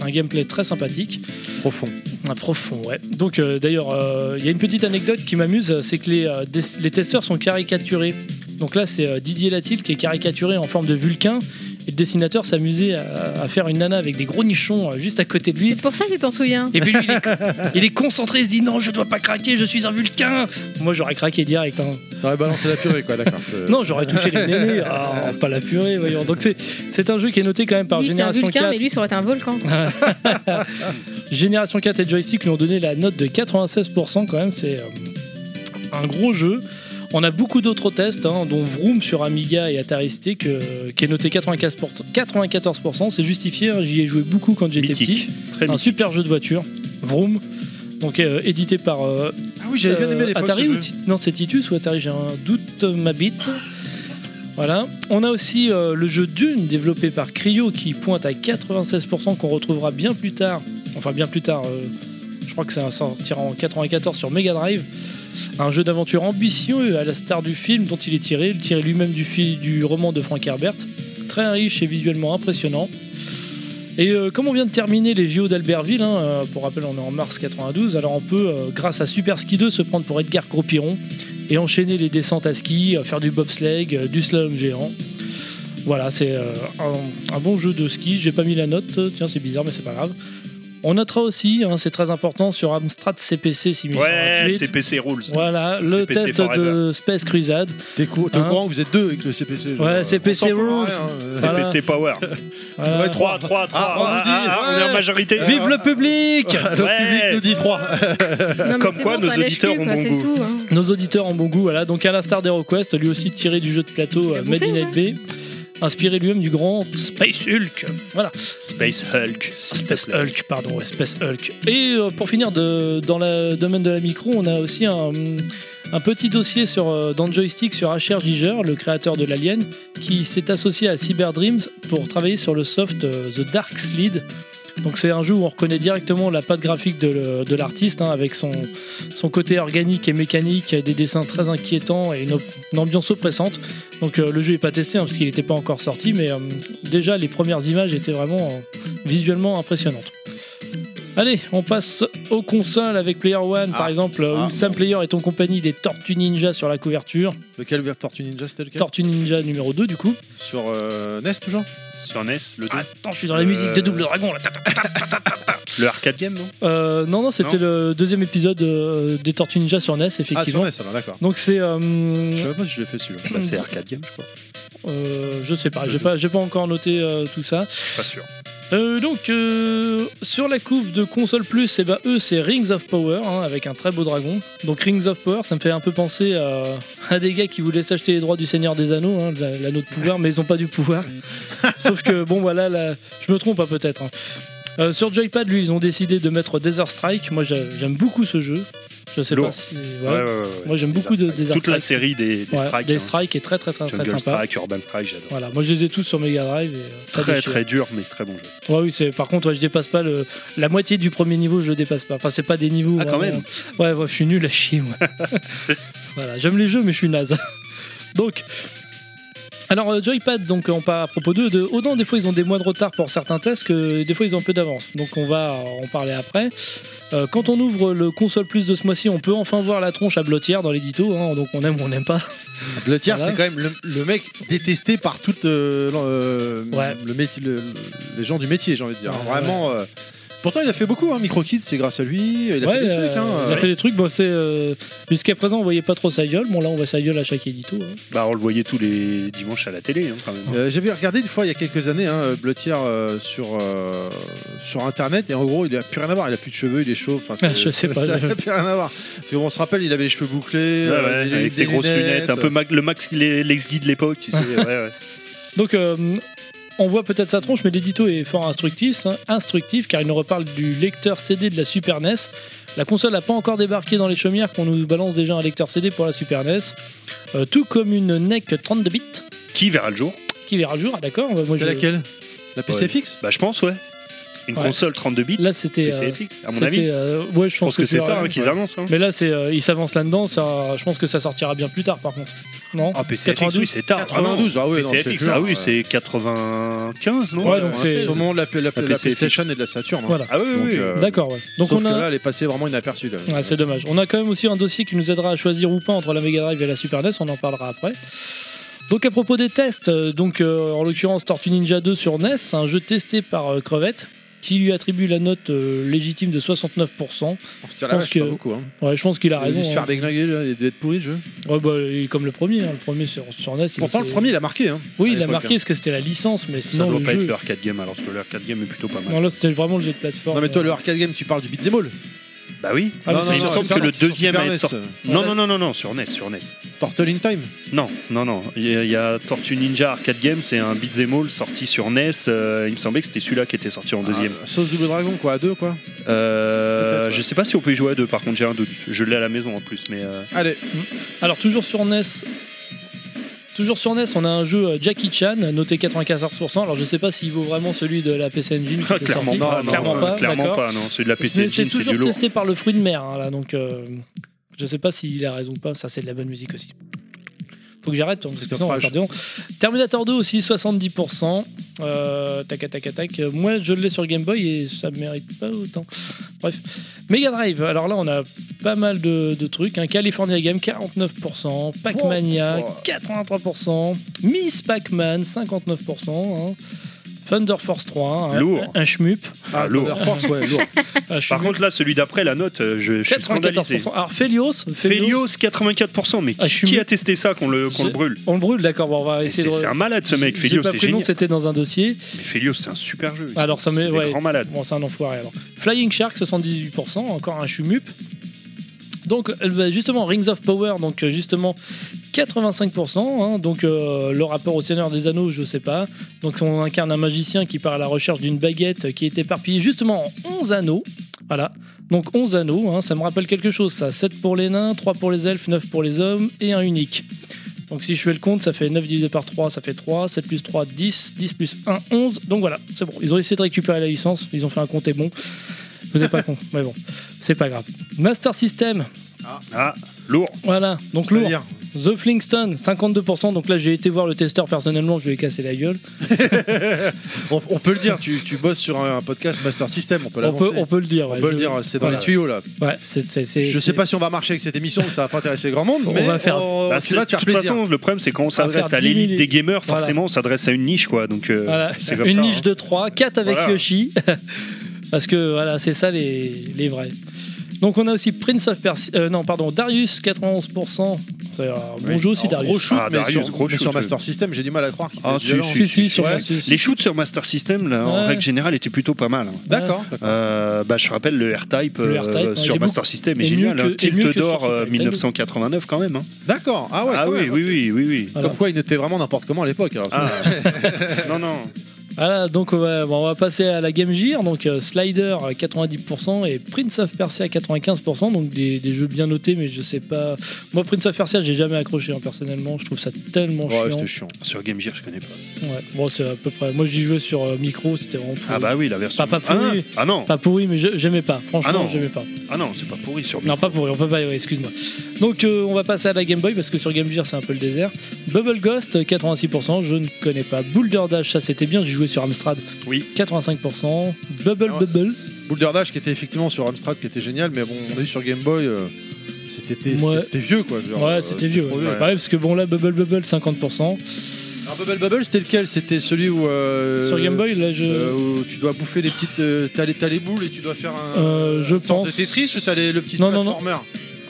D: un gameplay très sympathique.
B: Profond.
D: Un profond, ouais. Donc euh, d'ailleurs, euh, il y a une petite anecdote qui m'amuse, euh, c'est que les, euh, des- les testeurs sont caricaturés. Donc là, c'est euh, Didier Latil qui est caricaturé en forme de vulcain. Et le dessinateur s'amusait à, à faire une nana avec des gros nichons euh, juste à côté de lui.
E: C'est pour ça que tu t'en souviens.
D: Et puis lui, il est, il est concentré, il se dit non, je dois pas craquer, je suis un vulcain. Moi, j'aurais craqué direct. hein.
B: T'aurais balancé la purée, quoi, d'accord. Euh,
D: Non, j'aurais touché les nénés. Ah, pas la purée, voyons. Donc c'est- c'est un jeu qui est noté quand même par
E: Lui c'est un
D: Génération
E: vulcain,
D: 4.
E: mais lui ça aurait été un volcan.
D: Génération 4 et Joystick lui ont donné la note de 96% quand même, c'est euh, un gros jeu. On a beaucoup d'autres tests, hein, dont Vroom sur Amiga et Atari ST, que- qui est noté 95 pour- 94%. C'est justifié, hein, j'y ai joué beaucoup quand j'étais petit.
C: Mythique. Très
D: Un
C: mythique.
D: super jeu de voiture, Vroom. Donc euh, édité par euh,
B: Ah oui, j'avais bien aimé
D: euh,
B: les
D: Atari ou Ti- non c'est Titus ou Atari j'ai un doute euh, ma bite voilà on a aussi euh, le jeu Dune développé par Cryo qui pointe à 96% qu'on retrouvera bien plus tard enfin bien plus tard euh, je crois que ça sortira en 94 sur Mega Drive un jeu d'aventure ambitieux à la star du film dont il est tiré il tiré lui-même du, fi- du roman de Frank Herbert très riche et visuellement impressionnant et euh, comme on vient de terminer les JO d'Albertville, hein, euh, pour rappel on est en mars 92, alors on peut, euh, grâce à Super Ski 2, se prendre pour Edgar Gros-Piron et enchaîner les descentes à ski, euh, faire du bobsleigh, euh, du slalom géant. Voilà, c'est euh, un, un bon jeu de ski. J'ai pas mis la note, euh, tiens, c'est bizarre, mais c'est pas grave. On notera aussi, hein, c'est très important, sur Amstrad CPC 6028.
C: Ouais, CPC Rules.
D: voilà, le
C: CPC
D: test de
C: forever.
D: Space Crusade.
B: T'es cou- t'es au
D: Hein
B: courant que vous êtes deux avec le CPC genre,
D: Ouais,
B: euh,
D: CPC
B: on s'en fout,
D: rules.
B: hein, euh,
D: Voilà.
C: CPC Power.
D: Voilà.
B: Ouais,
C: 3, 3, 3.
B: Ah, on nous dit.
C: on est
D: Ouais.
C: en majorité.
D: Euh, Vive le public
B: Ah. Le public nous dit 3.
E: Non, mais
C: Comme
E: c'est
C: quoi,
E: bon,
C: nos
E: ça lèche
C: auditeurs
E: plus,
C: ont
E: quoi,
C: bon
E: c'est
C: goût.
E: tout, hein.
D: Nos auditeurs ont bon goût, voilà. Donc à l'instar d'HeroQuest, lui aussi tiré du jeu de plateau
E: Il a hein
D: euh, Made in
E: bouffé,
D: LB, inspiré lui-même du grand Space Hulk. Voilà,
C: Space Hulk.
D: Space Hulk, pardon, ouais, Space Hulk. Et euh, pour finir, de- dans le domaine de la micro, on a aussi un, un petit dossier sur, euh, dans le joystick sur HR Giger, le créateur de l'Alien, qui s'est associé à Cyberdreams pour travailler sur le soft euh, The Dark Slide. Donc c'est un jeu où on reconnaît directement la patte graphique de le- de l'artiste hein, avec son, son côté organique et mécanique, des dessins très inquiétants et une, op- une ambiance oppressante. Donc euh, le jeu n'est pas testé hein, parce qu'il n'était pas encore sorti, mais euh, déjà les premières images étaient vraiment euh, visuellement impressionnantes. Allez, on passe aux consoles avec Player One par
B: Ah.
D: exemple, euh, où
B: Ah.
D: Sam Player est en compagnie des Tortues Ninja sur la couverture.
B: Lequel vers Tortue Ninja, c'était lequel
D: Tortues Ninja numéro 2 du coup.
B: Sur euh, NES toujours
C: Sur NES, le, deux.
D: Attends, je suis dans la musique de Double Dragon là.
C: le arcade game, non
D: Euh, non, non, c'était le deuxième épisode euh, des Tortues Ninja sur E NES,
B: Ah, sur
D: effectivement.
B: NES, alors d'accord.
D: Donc c'est... euh, Hmm.
B: Je sais pas si je l'ai fait celui-là.
C: Bah, C'est arcade game, je crois.
D: Euh, je sais pas, j'ai pas, j'ai pas encore noté euh, tout ça.
C: Pas sûr.
D: Euh, donc euh, sur la couve de console plus, et ben eux c'est Rings of Power hein, avec un très beau dragon. Donc Rings of Power, ça me fait un peu penser à, à des gars qui voulaient s'acheter les droits du Seigneur des Anneaux, hein, la- l'anneau de pouvoir, mais ils ont pas du pouvoir. Sauf que bon voilà, là, je me trompe hein, peut-être. hein. Euh, sur Joypad, lui, ils ont décidé de mettre Desert Strike. Moi, j'a- j'aime beaucoup ce jeu. Je sais
C: Lourd.
D: pas si.
C: Ouais,
D: ouais.
C: ouais, ouais, ouais.
D: Moi j'aime
C: Des
D: beaucoup de,
C: Astrikes.
D: des
C: Toute la
D: Astrikes.
C: série des, des
D: Ouais,
C: strikes.
D: des
C: hein.
D: strikes est très très très très
C: Jungle
D: sympa.
C: Strike, Urban Strike, j'adore.
D: Voilà, moi je les ai tous sur Mega Drive. et, euh, ça
C: Très
D: déchire.
C: très dur, mais très bon jeu.
D: Ouais, oui, c'est. Par contre, ouais, je dépasse pas le. La moitié du premier niveau, je le dépasse pas. Enfin, c'est pas des niveaux.
C: Ah, quand
D: vraiment- Ouais, ouais, je suis nul à chier, moi. voilà, j'aime les jeux, mais je suis naze. donc. Alors, euh, Joypad, donc, on parle à propos d'eux. De, Autant, des fois, ils ont des mois de retard pour certains tests, que des fois, ils ont un peu d'avance. Donc, on va en parler après. Euh, quand on ouvre le console plus de ce mois-ci, on peut enfin voir la tronche à blottière dans l'édito. hein, donc, on aime ou on n'aime pas.
B: Le tiers,
D: Voilà.
B: c'est quand même le, le mec détesté par toute euh, l'en- euh,
D: Ouais.
B: le métier, le- les gens du métier, j'ai envie de dire.
D: Ouais,
B: Vraiment. euh, pourtant, il a fait beaucoup, hein, MicroKid, c'est grâce à lui. Il a
D: Ouais,
B: fait des
D: euh,
B: trucs. Hein,
D: il a
B: euh,
D: fait des trucs. Bon, c'est, euh, jusqu'à présent, on voyait pas trop sa gueule. Bon, là, on voit sa gueule à chaque édito. hein.
C: Bah, on le voyait tous les dimanches à la télé, hein, quand même.
B: Euh, J'avais regardé une fois il y a quelques années hein, Blottière euh, sur, euh, sur internet et en gros il a plus rien à voir, il a plus de cheveux, il est chaud. Enfin, c'est-
D: Je sais pas,
B: Ça
D: je-
B: n'a plus rien à voir. Parce qu'on se rappelle, il avait les cheveux bouclés,
C: Ouais,
B: euh,
C: ouais,
B: des-
C: avec
B: des
C: ses grosses lunettes, un peu
B: euh,
C: Mac- le Max les- l'ex-guide de l'époque, tu sais. ouais, ouais.
D: Donc, euh, on voit peut-être sa tronche, mais l'édito est fort instructif, hein, instructif, car il nous reparle du lecteur CD de la Super NES. La console n'a pas encore débarqué dans les chaumières qu'on nous balance déjà un lecteur CD pour la Super NES, Euh, tout comme une NEC 32 bits
C: Qui verra le jour
D: qui verra le jour. Ah, D'accord, moi,
B: C'était
D: je-
B: laquelle La PCFX
C: Bah, je pense, ouais. Une
D: Ouais.
C: console 32 bits,
D: là c'était. euh,
C: PCFX, à mon
D: c'était,
C: avis. Je
D: euh, ouais, je pense,
C: pense que c'est
D: tu
C: ça
D: as-
C: hein, qu'ils annoncent. hein.
D: Mais là, c'est, euh, ils s'avancent là-dedans. ça- Je pense que ça sortira bien plus tard, par contre. Non
C: Ah, PCFX,
D: 92.
C: oui, c'est tard. Ah non,
B: 92, ah, oui, non, c'est
C: PCFX,
B: dur,
C: ah oui,
B: ouais.
C: c'est 95, non
D: Ouais, donc c'est-
B: Sur le moment de la, la- la- la
C: PCFX.
B: PlayStation et de la Saturn. hein.
D: Voilà.
C: Ah oui, oui,
B: Donc,
C: oui.
B: euh,
D: D'accord, ouais. Donc
B: sauf
D: on a.
B: que là, elle est passée vraiment inaperçue. là.
D: Ouais, c'est dommage. On a quand même aussi un dossier qui nous aidera à choisir ou pas entre la Mega Drive et la Super NES, on en parlera après. Donc à propos des tests, euh, donc euh, en l'occurrence Tortue Ninja 2 sur NES, c'est un jeu testé par euh, Crevette qui lui attribue la note euh, légitime de 69%.
B: C'est
D: pense
B: vache, c'est pas
D: que-
B: beaucoup. Hein.
D: Ouais, je pense qu'il a
B: Il a dû
D: raison.
B: se faire
D: hein.
B: déglinguer, là, il devait être pourri le jeu.
D: Ouais, bah, il est comme le premier, hein, le premier sur, sur NES. il-
B: Pourtant, le
D: c'est-
B: premier, il a marqué. Hein,
D: Oui,
B: à
D: il a
B: l'époque,
D: marqué
B: hein.
D: parce que c'était la licence, mais
C: Ça
D: sinon
C: doit
D: le
C: pas
D: jeu.
C: être le arcade game, alors que le arcade game est plutôt pas mal.
D: Non, là c'était vraiment le jeu de plateforme.
B: Non, mais toi,
D: euh,
B: le arcade game, tu parles du Beat'em All.
C: Bah oui.
D: Ah, mais
C: Non,
D: ça,
C: non, il
D: c'est
C: me
D: sur
C: semble
D: Super E
C: que le
B: Sur
C: deuxième
B: Super
C: est
B: NES,
C: sorti.
B: euh,
C: Non, non, non, non, non, sur NES, sur E NES.
B: Turtle in Time.
C: Non, non, non. Il y, a- il y a Tortue Ninja Arcade Game, c'est un beat'em all sorti sur NES. euh, il me semblait que c'était celui-là qui était sorti en deuxième.
B: Ah, sauce double dragon, quoi, à deux, quoi.
C: Euh,
B: peut-être, ouais.
C: je sais pas si on peut y jouer à deux. Par contre, j'ai un doute. Je l'ai à la maison en plus, mais euh,
B: Allez,
D: Alors toujours sur NES. Toujours sur NES, on a un jeu euh, Jackie Chan, noté 94%. Alors je sais pas s'il vaut vraiment celui de la PC Engine. qui était
C: Ah, clairement,
D: sorti.
C: pas, non,
D: clairement
C: euh,
D: pas.
C: clairement
D: d'accord.
C: pas, non. Celui de la PC
D: Mais c'est
C: Engine, c'est
D: toujours
C: du lourd.
D: testé par le fruit de mer, hein, là, donc euh, je sais pas s'il a raison ou pas. Ça, c'est de la bonne musique aussi. Faut que j'arrête, hein, parce que
B: C'est
D: sinon, on va
B: dommage.
D: faire des ronds. Terminator 2 aussi, 70%. Euh, tac, tac, tac. Euh, Moi, je l'ai sur Game Boy et ça mérite pas autant. Bref. Mega Drive, alors là, on a pas mal de, de trucs. hein. California Game, 49%. Pac-Mania,
B: Oh, oh.
D: 83%. Miss Pac-Man, 59%. hein. Thunder Force 3, hein,
C: Lourd.
D: un, un schmup.
B: ah,
C: lourd.
B: Thunder Force, ouais, lourd.
D: Un schmup.
C: Par contre, là, celui d'après, la note, euh, je, je suis scandalisé.
D: 94%. Alors Felios,
C: Felios, 84%. Mais qui,
D: Ah, je suis
C: qui
D: mis-
C: a testé ça qu'on le, qu'on le
D: Je-
C: brûle
D: on le brûle, d'accord. Bon, on va
C: Mais
D: essayer
C: C'est
D: de.
C: c'est un malade ce mec,
D: J'ai
C: Felios,
D: pas
C: c'est
D: pris le nom,
C: génial.
D: c'était dans un dossier.
C: Mais Felios, c'est un super jeu.
D: Alors, ça me-
C: C'est des
D: ouais.
C: grands malades.
D: Bon, c'est un enfoiré alors. Flying Shark 78%, encore un chumup. Donc euh, bah, justement Rings of Power, donc euh, justement 85%. hein, donc euh, le rapport au Seigneur des Anneaux, je sais pas. Donc on incarne un magicien qui part à la recherche d'une baguette euh, qui est éparpillée justement en 11 anneaux. Voilà. Donc 11 anneaux, hein, ça me rappelle quelque chose ça. 7 pour les nains, 3 pour les elfes, 9 pour les hommes et un unique. Donc si je fais le compte, ça fait 9 divisé par 3, ça fait 3, 7 plus 3, 10, 10 plus 1, 11. Donc voilà, c'est bon. Ils ont essayé de récupérer la licence, ils ont fait un compte et bon. Vous n'êtes pas con, mais bon, c'est pas grave. Master System,
C: Ah, lourd.
D: voilà, donc lourd.
B: C'est-à-dire,
D: The Flintstone, 52%. Donc là, j'ai été voir le testeur personnellement, je lui ai cassé la gueule.
B: On, on peut le dire, tu, tu bosses sur un, un podcast Master System, on peut
D: On peut,
B: l'annoncer.
D: on peut le dire.
B: On
D: ouais,
B: peut le
D: je-
B: dire, c'est dans
D: Voilà.
B: les tuyaux là.
D: Ouais, c'est, c'est- c'est-
B: Je
D: c'est-
B: sais pas si on va marcher avec cette émission, ça va pas intéresser grand monde,
D: On
B: mais
D: va faire-
B: on-
C: Bah,
B: tu
C: c'est-
B: vas
C: de
B: te faire
C: toute
B: plaisir.
C: façon, le problème, c'est quand on
D: Ça va
C: s'adresse
D: faire
C: à l'élite
D: 10
C: des gamers,
D: Voilà.
C: forcément, on s'adresse à une niche, quoi. Donc, euh,
D: Voilà,
C: c'est comme
D: une
C: ça,
D: niche
C: hein.
D: de 3, 4 avec
C: Voilà.
D: Yoshi. Parce que voilà, c'est ça les, les vrais. Donc on a aussi Prince of Persia, euh, non pardon, Darius 91%. C'est un bon jeu aussi
B: Alors,
D: Darius.
B: Gros shoot,
C: Ah,
B: mais,
C: Darius,
B: sur,
C: gros
B: mais
C: shoot,
B: sur
C: oui.
B: Master System, j'ai du mal à croire qu'il y ait
C: Ah,
B: de
C: si,
B: violence.
C: si,
D: si, sur
B: Ouais.
D: Master System.
C: Les shoots sur Master System, là, en
D: Ouais.
C: règle générale, étaient plutôt pas mal. hein.
B: D'accord.
C: Euh, bah, je rappelle le R-Type
D: Le
C: euh,
D: R-Type, hein, il
C: sur
D: est
C: Master System est
D: et
C: génial.
D: mieux que-
C: hein.
D: et mieux
C: Tilt
D: que sur
C: d'or
D: Super
C: euh,
D: Nintendo.
C: 1989 quand même. hein.
B: D'accord. Ah ouais.
C: ah
B: quand
C: oui, Ah.
B: même.
D: Ah,
C: oui, oui, oui, oui.
D: Voilà.
B: Comme quoi, il notait vraiment n'importe comment à l'époque. alors, ça-
C: Ah. non, non.
D: Voilà, donc on va, bon, on va passer à la Game Gear. Donc euh, Slider à 90% et Prince of Persia à 95%. Donc des, des jeux bien notés, mais je sais pas. Moi, Prince of Persia, j'ai jamais accroché hein, personnellement. Je trouve ça tellement
C: Ouais,
D: chiant.
C: c'était chiant. Sur Game Gear, je connais pas.
D: Ouais. Bon, c'est à peu près. Moi, j'y jouais sur euh, micro, c'était vraiment pourri.
C: Ah bah oui, la version.
D: Pas-
C: ah,
D: pas pourri.
C: ah non,
D: Pas pourri, mais je- j'aimais pas. Franchement,
C: Ah non.
D: j'aimais pas.
C: ah non, c'est pas pourri sur.
D: Non, pas pourri, on peut pas, ouais, excuse-moi. Donc, euh, on va passer à la Game Boy parce que sur Game Gear, c'est un peu le désert. Bubble Ghost, 86%, je ne connais pas. Boulder Dash, ça c'était bien, j'ai joué sur Amstrad,
C: Oui.
D: 85%. Bubble
B: Ah ouais.
D: Bubble,
B: Boulder Dash qui était effectivement sur Amstrad qui était génial, mais bon, on a eu sur Game Boy. euh, c'était- C'était
D: Ouais.
B: c'était vieux quoi. genre, euh,
D: ouais, c'était vieux. Ouais.
B: trop
D: Ouais, parce que bon, là, Bubble Bubble, 50%.
B: Alors Bubble Bubble, c'était lequel C'était celui où. euh,
D: sur Game Boy, là, je.
B: euh, où tu dois bouffer les petites. euh, t'as, les, t'as les boules et tu dois faire un.
D: Euh, je
B: une sorte
D: pense-
B: de Tetris ou t'as les- le petit
D: Non, non, non.
B: platformer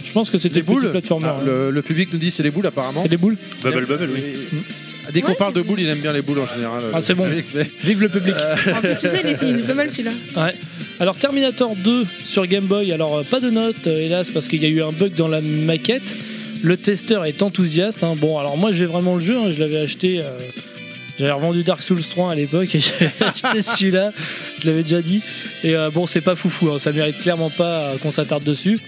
D: je pense que c'était
B: Les boules
D: le platformer.
B: Ah, le, le public nous dit c'est les boules apparemment.
D: C'est les boules
C: Bubble Bubble, oui.
B: Et- Dès qu'on
E: Ouais,
B: parle de boules, il aime bien les boules en général.
D: Ah, c'est bon. Vive le public
E: En plus, tu sais, il est- il est pas mal celui-là.
D: Alors Terminator 2 sur Game Boy, alors euh, pas de note euh, hélas parce qu'il y a eu un bug dans la maquette. Le testeur est enthousiaste. hein. Bon alors moi j'ai vraiment le jeu, hein, je l'avais acheté. euh, j'avais revendu Dark Souls 3 à l'époque et j'avais acheté celui-là, je l'avais déjà dit. Et euh, bon, c'est pas foufou, hein, ça mérite clairement pas euh, qu'on s'attarde dessus.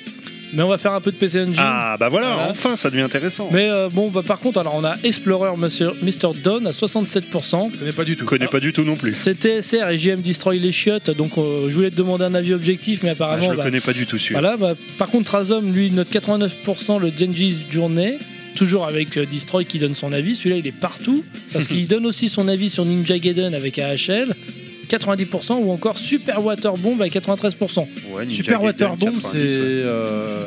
D: Mais on va faire un peu de PC Engine.
C: Ah bah voilà,
D: Voilà.
C: enfin, ça devient intéressant.
D: Mais euh, bon, bah, par contre, alors on a Explorer Monsieur- Mr. Dawn à 67%.
B: Je connais pas du
C: Je
B: tout.
C: connais
D: ah.
C: pas du tout non plus.
D: C'était SR et JM Destroy les chiottes, donc euh, je voulais te demander un avis objectif, mais
C: Ah,
D: apparemment.
C: je le
D: bah,
C: connais pas du tout celui-là.
D: voilà, bah, par contre, Razom, lui, note 89% le Genji's Journey, toujours avec euh, Destroy qui donne son avis. Celui-là, il est partout, parce qu'il donne aussi son avis sur Ninja Gaiden avec AHL. 90% ou encore Super Water Bomb à 93%.
C: Ouais, Ninja
B: Super
C: Gaiden
B: Water Bomb,
C: 90,
B: c'est.
C: ouais.
B: euh,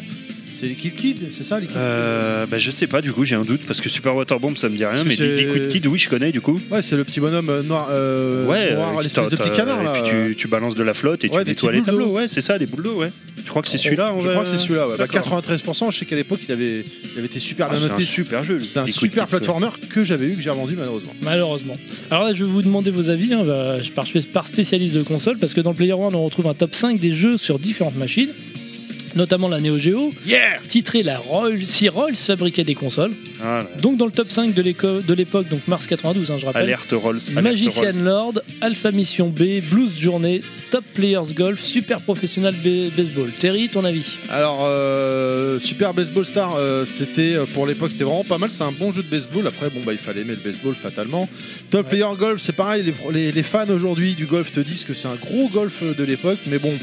B: c'est les Kid Kid, c'est ça les Kid Kid
C: Euh, bah je sais pas du coup j'ai un doute parce que Super Water Bomb ça me dit rien
B: Parce
C: mais
B: que c'est-
C: Liquid Kid oui je connais du coup
B: Ouais, c'est le petit bonhomme euh, noir, euh, noir,
C: euh,
B: l'espèce de
C: t'as-
B: petit canard
C: et
B: là.
C: puis tu, tu balances de la flotte et
B: Ouais,
C: tu
B: des
C: nettoies
B: petits
C: les
B: boules d'eau.
C: tableaux ouais c'est ça les boules d'eau ouais je crois que c'est celui-là on
B: Je
C: va-
B: crois que c'est celui-là. ouais. Bah,
C: D'accord.
B: 93%, je sais qu'à l'époque, il avait, il avait été super
C: Ah,
B: bien
C: c'est un
B: noté.
C: super jeu
B: C'était un
C: Liquid
B: super
C: Kid, ça.
B: platformer que j'avais eu, que j'ai revendu malheureusement.
D: Malheureusement. Alors là, je vais vous demander vos avis. hein, bah, je pars spé- par spécialiste de console parce que dans Player One, on retrouve un top 5 des jeux sur différentes machines, notamment la Neo Geo,
C: Yeah
D: titré la Rolls, si Rolls fabriquait des consoles.
C: Ah, là.
D: Donc dans le top 5 de l'éco- de l'époque, donc mars 92, hein, je rappelle.
C: Alerte Rolls alerte
D: Magician
C: Rolls.
D: Lord, Alpha Mission B, Blues Journée, Top Players Golf, Super Professionnel Ba- Baseball. Terry, ton avis
B: Alors, euh, Super Baseball Star, euh, c'était euh, pour l'époque, c'était vraiment pas mal. C'était un bon jeu de baseball. Après, bon, bah, il fallait aimer le baseball fatalement. Top
D: Ouais.
B: Player Golf, c'est pareil. Les, pro- les- les fans aujourd'hui du golf te disent que c'est un gros golf euh, de l'époque, mais bon.